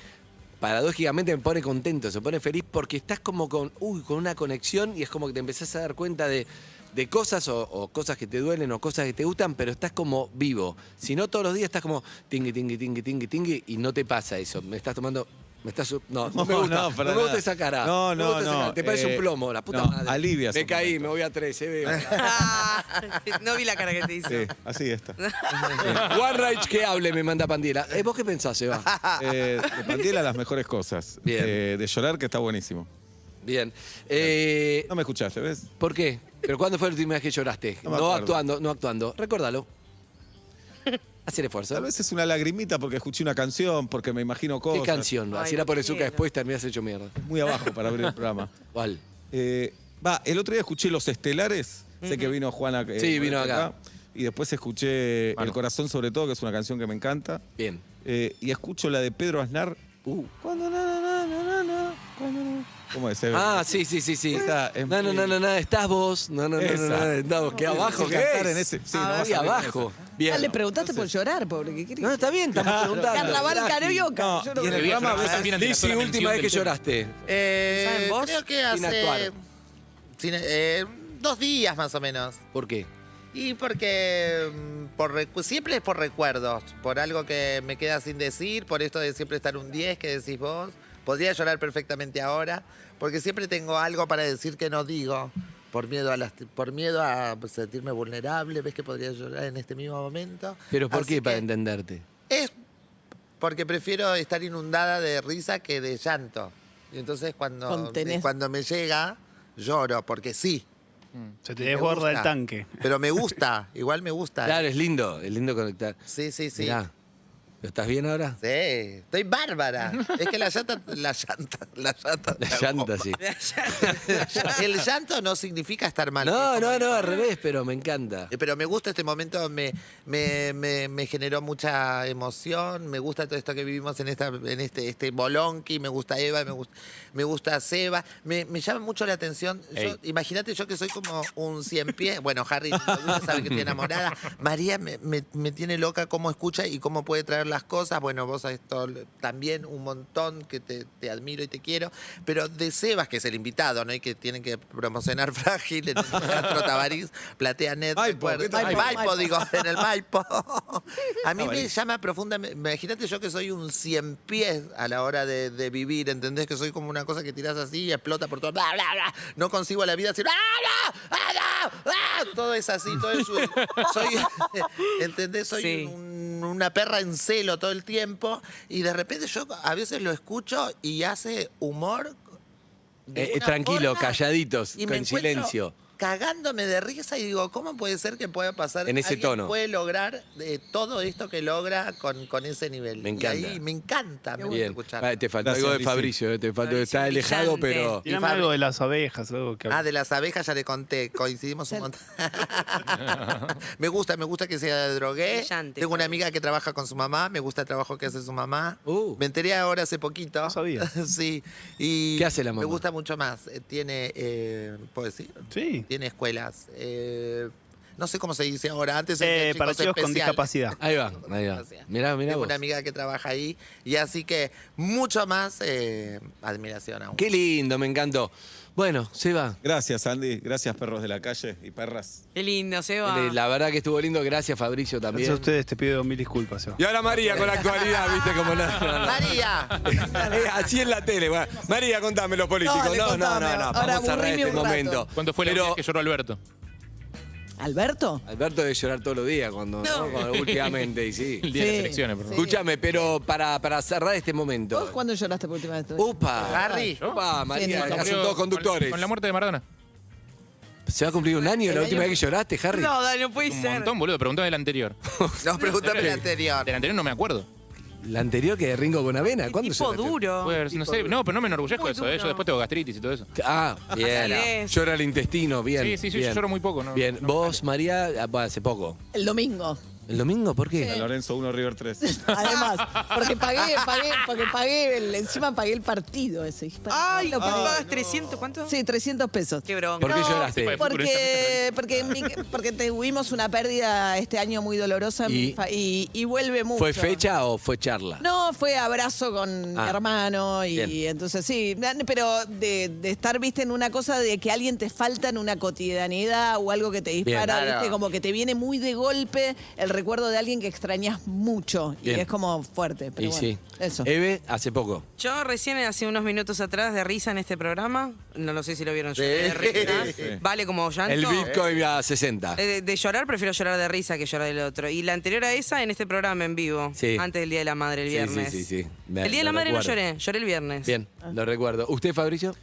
S7: paradójicamente me pone contento, se pone feliz porque estás como con, uy, con una conexión y es como que te empezás a dar cuenta de, de cosas o, o cosas que te duelen o cosas que te gustan, pero estás como vivo. Si no todos los días estás como tingui, tingui, tingui, tingui, tingui y no te pasa eso. Me estás tomando... Me estás, su- no, no,
S1: [laughs]
S7: me
S1: No,
S7: gusta, no,
S1: no, para
S7: me gusta
S1: nada.
S7: esa cara.
S1: No,
S7: me
S1: no,
S7: gusta esa
S1: no,
S7: cara. Te parece
S1: eh,
S7: un plomo, la puta
S1: no,
S7: madre.
S1: alivia
S7: Me
S1: esos
S7: caí,
S1: momentos.
S7: me voy a tres,
S1: [laughs]
S7: eh, veo.
S3: Ah, no vi la [laughs] cara que te hizo.
S1: Sí, así está.
S7: One Rage que hable, me manda Pandiela. Eh, ¿Vos qué pensás, Eva?
S1: [laughs] Eh, de Pandiela las mejores cosas.
S7: Bien.
S1: Eh, de llorar, que está buenísimo.
S7: Bien. Eh,
S1: No me escuchaste, ¿ves?
S7: ¿Por qué? ¿Pero cuándo fue la última vez que lloraste?
S1: No
S7: No,
S1: me acuerdo.
S7: actuando, no actuando.
S1: [laughs]
S7: Recórdalo. Haz el esfuerzo.
S1: Tal vez es una lagrimita porque escuché una canción, porque me imagino
S7: ¿Qué
S1: cosas.
S7: canción?
S3: Ay,
S7: Así era
S3: no
S7: por eso que
S3: quiero.
S7: después terminás hecho mierda.
S1: Muy abajo para abrir el
S7: [laughs]
S1: programa.
S7: ¿Cuál?
S1: Eh, Va, el otro día escuché Los Estelares. Sé que vino Juana. eh,
S7: Sí, vino acá.
S1: Y después escuché
S9: Manu.
S1: El Corazón sobre todo, que es una canción que me encanta.
S7: Bien.
S1: Eh, y escucho la de Pedro Aznar. Uh. Cuando na, na, na, na, na, cuando na. ¿Cómo es?
S7: Ah, sí, sí, sí, sí.
S1: Esa es
S7: No, no,
S1: muy-
S7: no, no, no, estás vos. No, no, no, no, no,
S1: Esa.
S7: estamos. Que abajo,
S1: Sí,
S7: ¿qué
S1: cantar
S7: es?
S1: en ese- sí, no
S7: Ah,
S1: vas
S7: y
S1: a ver
S7: abajo.
S4: Ah,
S7: Bien.
S4: le preguntaste por llorar, pobre. ¿Qué quiere?
S7: No, está bien, estamos preguntando.
S4: Carnaval carioca.
S1: No,
S4: Yo no
S1: y en el
S9: Debía
S1: programa a
S9: llorar.
S1: veces
S9: Bien,
S7: Dice,
S9: sola mención
S7: última vez
S9: del
S7: que
S9: tema.
S7: lloraste.
S10: Eh,
S3: ¿Saben vos?
S10: Creo que
S7: Sin actuar.
S10: hace. sin- eh, dos días más o menos.
S7: ¿Por qué?
S10: Y porque mm, por recu- siempre es por recuerdos, por algo que me queda sin decir, por esto de siempre estar un 10 que decís vos. Podría llorar perfectamente ahora, porque siempre tengo algo para decir que no digo, por miedo a, lasti- por miedo a pues, sentirme vulnerable, ves que podría llorar en este mismo momento.
S7: ¿Pero por
S10: Así
S7: qué? Para
S10: que
S7: entenderte.
S10: Es porque prefiero estar inundada de risa que de llanto. Y entonces cuando,
S4: Contenés.
S10: cuando me llega, lloro, porque sí.
S6: Se te
S10: me
S6: desborda el
S10: gusta.
S6: tanque.
S10: Pero
S6: [laughs]
S10: me gusta, igual me gusta.
S7: Claro, es lindo, es lindo conectar.
S10: Sí, sí, sí.
S7: Mirá, ¿estás bien ahora?
S10: Sí, estoy bárbara. Es que la llanta, la llanta, la
S7: [laughs]
S10: llanta.
S7: La llanta, sí.
S10: El llanto no significa estar mal.
S7: No,
S10: Es como-
S7: no, no, al revés, pero me encanta.
S10: Eh, Pero me gusta este momento, me, me, me- me generó mucha emoción, me gusta todo esto que vivimos en, esta, en este, este bolonqui, me gusta Eva, me, gusta me gusta Seba, me, me llama mucho la atención, yo-
S9: Ey.
S10: imagínate yo que soy como un cien pies, bueno, Harry no sabe que estoy enamorada, María me, me- me tiene loca cómo escucha y cómo puede traer las cosas, bueno, vos sabés todo lo- también un montón que te, te admiro y te quiero, pero de Sebas, que es el invitado, ¿no? Y que tienen que promocionar [laughs] Frágil en el Teatro Tabarís, Platea Net,
S1: Maipo,
S10: recuerdo.
S1: ¿qué tal?
S10: Maipo,
S1: Maipo.
S10: Maipo, digo, [laughs] en el Maipo. A mí me
S1: Tabarís.
S10: llama profundamente. Imagínate yo que soy un cien pies a la hora de, de vivir, ¿entendés? Que soy como una cosa que tirás así y explota por todo. Bla, bla, bla. No consigo a la vida ¡Ah, así. bla, bla, bla, bla, bla. ¡Ah! Todo es así, todo es. un- Soy, [laughs] ¿Entendés? Soy
S3: Sí.
S10: un- una perra en celo todo el tiempo y de repente yo a veces lo escucho y hace humor de
S7: Eh, eh,
S10: una
S7: tranquilo,
S10: forma,
S7: calladitos,
S10: y me
S7: con
S10: encuentro
S7: silencio.
S10: Cagándome de risa y digo, ¿cómo puede ser que pueda pasar?
S7: En ese
S10: Alguien
S7: tono.
S10: puede lograr eh, todo esto que logra con, con ese nivel.
S7: Me
S10: Y
S7: encanta.
S10: ahí me encanta, me gusta
S7: Bien.
S10: escuchar.
S7: Ah, te faltó
S1: Gracias,
S7: algo de
S1: Lizzy.
S7: Fabricio, eh, te faltó,
S3: Fabricio
S7: está alejado,
S3: brillante.
S7: pero.
S10: Y
S6: Tirame
S10: Fabi-
S6: algo de las abejas, algo que
S10: Ah, de las abejas ya le conté, coincidimos un montón. [laughs] me gusta, me gusta que sea de drogué.
S3: Brillante,
S10: Tengo una
S3: Fabi.
S10: amiga que trabaja con su mamá, me gusta el trabajo que hace su mamá.
S7: Uh.
S10: Me enteré ahora hace poquito.
S6: No sabía.
S10: [laughs] sí. Y
S7: ¿Qué hace la mamá?
S10: Me gusta mucho más. Eh, Tiene, eh, ¿puedo decir?
S6: Sí.
S10: Tiene escuelas. eh, No sé cómo se dice ahora. Antes se
S6: Eh,
S10: decía
S6: para chicos con
S10: especial.
S6: discapacidad.
S7: Ahí va, ahí va. Mirá, mirá
S10: Tengo
S7: vos.
S10: una amiga que trabaja ahí. Y así que mucho más eh, admiración aún.
S7: Qué lindo, me encantó. Bueno, Seba.
S1: Gracias, Andy. Gracias, perros de la calle y perras.
S3: Qué lindo, Seba.
S7: eh, La verdad que estuvo lindo. Gracias, Fabricio,
S6: Gracias
S7: también.
S6: a ustedes, te pido mil disculpas. Seba.
S7: Y ahora María con la actualidad, viste como no, no, [laughs] no.
S10: María,
S7: Eh, Así en la tele. bueno. María, contame los políticos.
S4: Dale,
S7: No, no, no,
S4: contame.
S7: no.
S4: Ahora
S7: Vamos a cerrar
S4: aburrime
S7: este
S4: un rato.
S7: momento.
S9: ¿Cuándo fue la
S7: Pero-
S9: última vez que lloró Alberto?
S4: ¿Alberto?
S7: Alberto debe llorar todos los días cuando, ¿no? Cuando últimamente,
S4: [laughs]
S7: y sí.
S9: El día de
S4: Sí.
S9: las elecciones, por favor.
S7: Escúchame, pero para, para cerrar este
S4: ¿Vos
S7: momento.
S4: cuándo lloraste por última vez?
S7: Upa.
S10: Harry.
S7: Upa, Ah, María,
S4: Sí,
S7: acá
S9: Murió
S7: son todos
S9: Con,
S7: conductores.
S9: con la muerte de Maradona.
S7: ¿Se va a cumplir un año la última vez que lloraste, Harry?
S3: No, dale, no puede
S9: Un
S3: ser.
S9: montón, boludo. Preguntame del anterior. Ah,
S10: no, pregúntame el anterior.
S9: Del anterior no me acuerdo.
S7: La anterior que de Ringo Bonavena. ¿Cuándo
S3: tipo
S7: lloraste?
S3: duro.
S9: Puede haber- no sé, no, pero no me enorgullezco
S3: Muy
S9: de eso. eh. Yo
S3: duro.
S9: después tengo gastritis y todo eso.
S7: Ah, bien.
S3: Así es.
S7: Llora el intestino, bien.
S9: Sí, sí, sí,
S7: bien.
S9: yo lloro muy poco, ¿no?
S7: Bien,
S9: No,
S7: vos, María, ah, bueno, hace poco.
S4: El domingo.
S7: ¿El domingo? ¿Por qué?
S1: A Lorenzo 1, River 3.
S4: Además, porque pagué, pagué, porque pagué, el- encima pagué el partido ese.
S3: Ay, ¿cuánto
S4: pagué.
S3: pagas? ¿300? ¿Cuánto?
S4: Sí, 300 pesos.
S3: Qué bronca.
S7: ¿Por qué lloraste?
S9: tipo de
S4: Porque, porque, en mi- porque tuvimos una pérdida este año muy dolorosa en
S7: ¿Y?
S4: mi fa- y, y vuelve mucho.
S7: ¿Fue fecha o fue charla?
S4: No, fue abrazo con
S7: Ah,
S4: mi hermano y
S7: bien.
S4: entonces sí, na- pero de, de estar, viste, en una cosa de que alguien te falta en una cotidianidad o algo que te dispara,
S10: Claro.
S4: viste, como que te viene muy de golpe el recuerdo de alguien que extrañas mucho
S7: Bien.
S4: y es como fuerte. Pero
S7: y
S4: bueno,
S7: sí.
S4: Eso.
S7: Eve, hace poco.
S3: Yo recién hace unos minutos atrás de risa en este programa, no lo sé si lo vieron yo,
S10: Sí.
S3: de risa, vale como llanto.
S7: El Bitcoin a 60.
S3: Eh, De, de llorar prefiero llorar de risa que llorar del otro. Y la anterior a esa en este programa en vivo,
S7: Sí.
S3: antes del Día de la Madre el
S7: Sí, sí,
S3: viernes.
S7: sí, sí. Me-
S3: El Día de
S7: lo
S3: la Madre
S7: recuerdo.
S3: no lloré, lloré el viernes.
S7: Bien, lo recuerdo. ¿Usted, Fabricio?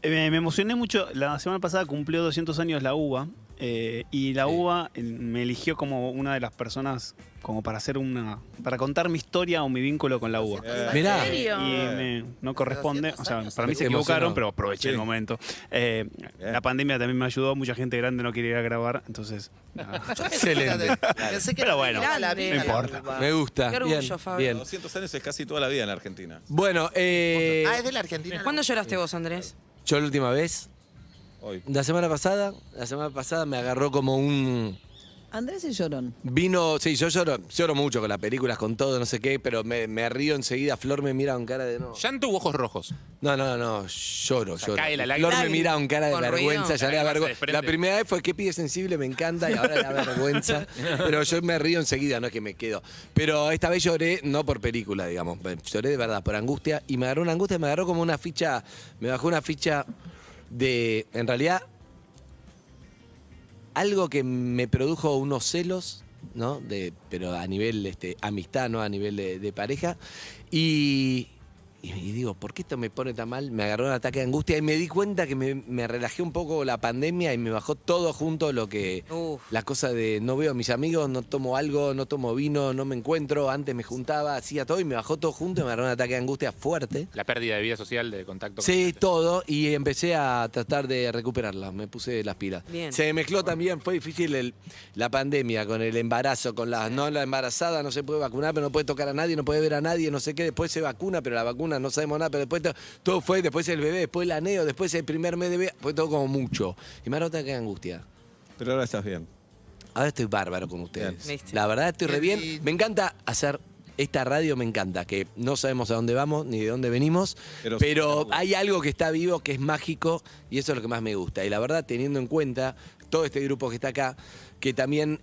S6: Eh, me, me emocioné mucho. La semana pasada cumplió 200 años la UBA. eh, y la
S7: Sí.
S6: UBA eh, me eligió como una de las personas como para hacer una. para contar mi historia o mi vínculo con la UBA.
S7: Mirá.
S6: Y me- no corresponde, o sea, para mí se
S7: Te emocionó.
S6: equivocaron, pero aproveché el
S1: Sí.
S6: momento. Eh, la pandemia también me ayudó, mucha gente grande no quería ir a grabar, entonces. nada.
S7: Excelente.
S10: Pensé que
S6: Pero
S10: no
S6: bueno,
S10: terminaba la
S3: no
S10: vida,
S6: importa.
S10: Cuba.
S7: Me gusta.
S3: Qué
S7: bien,
S3: orgullo, Fabio.
S7: bien.
S1: 200 años es casi toda la vida en la Argentina.
S7: Bueno, eh,
S10: Ah, es de la Argentina.
S3: ¿Cuándo lloraste vos, Andrés?
S7: yo la última vez,
S1: Hoy.
S7: la semana pasada, la semana pasada me agarró como un...
S4: Andrés y Llorón.
S7: Vino, sí, yo lloro, lloro mucho con las películas, con todo, no sé qué, pero me, me río enseguida. Flor me mira con cara de no.
S9: ¿Llanto u ojos rojos?
S7: No, no, no, lloro, lloro.
S9: cae la lágrima.
S7: Flor me mira con cara de
S3: Con ruido.
S7: vergüenza, ya
S9: La
S7: le da
S9: lágrima se
S7: vergüenza.
S9: desprende.
S7: La primera vez fue que pide sensible, me encanta, y ahora le da
S9: [laughs]
S7: vergüenza. Pero yo me río enseguida, no es que me quedo. Pero esta vez lloré, no por película, digamos, lloré de verdad, por angustia, y me agarró una angustia, me agarró como una ficha, me bajó una ficha de, en realidad, algo que me produjo unos celos, ¿no? De, pero a nivel este, amistad, ¿no? A nivel de, de pareja. Y, y- y digo, ¿por qué esto me pone tan mal? Me agarró un ataque de angustia y me di cuenta que me, me relajé un poco la pandemia y me bajó todo junto lo que...
S3: Uf.
S7: La cosa de no veo a mis amigos, no tomo algo, no tomo vino, no me encuentro. Antes me juntaba, hacía todo y me bajó todo junto y me agarró un ataque de angustia fuerte.
S9: La pérdida de vida social, de contacto. con
S7: Sí,
S9: gente.
S7: todo, y empecé a tratar de recuperarla, me puse las pilas.
S3: Bien.
S7: Se mezcló también, fue difícil el- la pandemia con el embarazo, con la, no, la embarazada no se puede vacunar, pero no puede tocar a nadie, no puede ver a nadie, no sé qué, después se vacuna, pero la vacuna no sabemos nada, pero después to- todo fue, después el bebé, después el aneo, después el primer mes de bebé, fue todo como mucho. Y me nota que angustia.
S1: Pero ahora estás bien.
S7: Ahora estoy bárbaro con ustedes.
S3: Bien. Viste.
S7: La verdad estoy re
S10: Qué
S7: bien.
S10: lindo.
S7: Me encanta hacer esta radio, me encanta, que no sabemos a dónde vamos ni de dónde venimos, pero,
S1: Pero-
S7: hay algo que está vivo, que es mágico, y eso es lo que más me gusta. Y la verdad, teniendo en cuenta todo este grupo que está acá, que también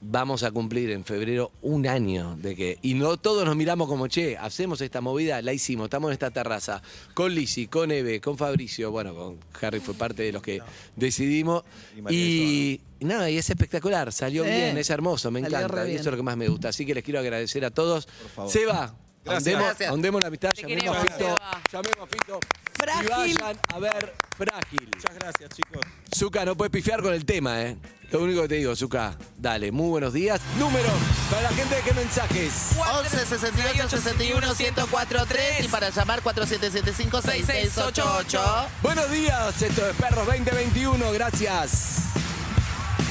S7: vamos a cumplir en febrero un año de que. Y no todos nos miramos como, che, hacemos esta movida, la hicimos, estamos en esta terraza, con Lisi, con Eve, con Fabricio, bueno, con Harry fue parte de los que decidimos.
S1: Y María
S7: Y, nada, y es espectacular, salió
S4: Sí.
S7: bien, es hermoso, me
S4: Salió re
S7: encanta. Y eso es
S4: bien.
S7: lo que más me gusta. Así que les quiero agradecer a todos.
S1: favor.
S7: Seba.
S1: Gracias.
S7: ahondemos-
S10: Gracias.
S7: ahondemos la amistad,
S3: Te
S7: llamemos a
S3: queremos,
S7: Fito,
S3: Seba.
S7: llamemos a Fito y
S4: Frágil.
S7: vayan a ver Frágil.
S1: Muchas gracias, chicos.
S7: Zuka, no puedes pifiar con el tema, ¿eh? Lo único que te digo, Zuka, dale, muy buenos días. Número para la gente de qué mensajes.
S10: 11 68 61 104 3 y para llamar 4775 6688.
S7: Buenos días, esto es Perros 2021, gracias.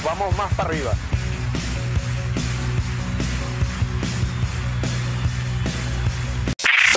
S14: Vamos más para arriba.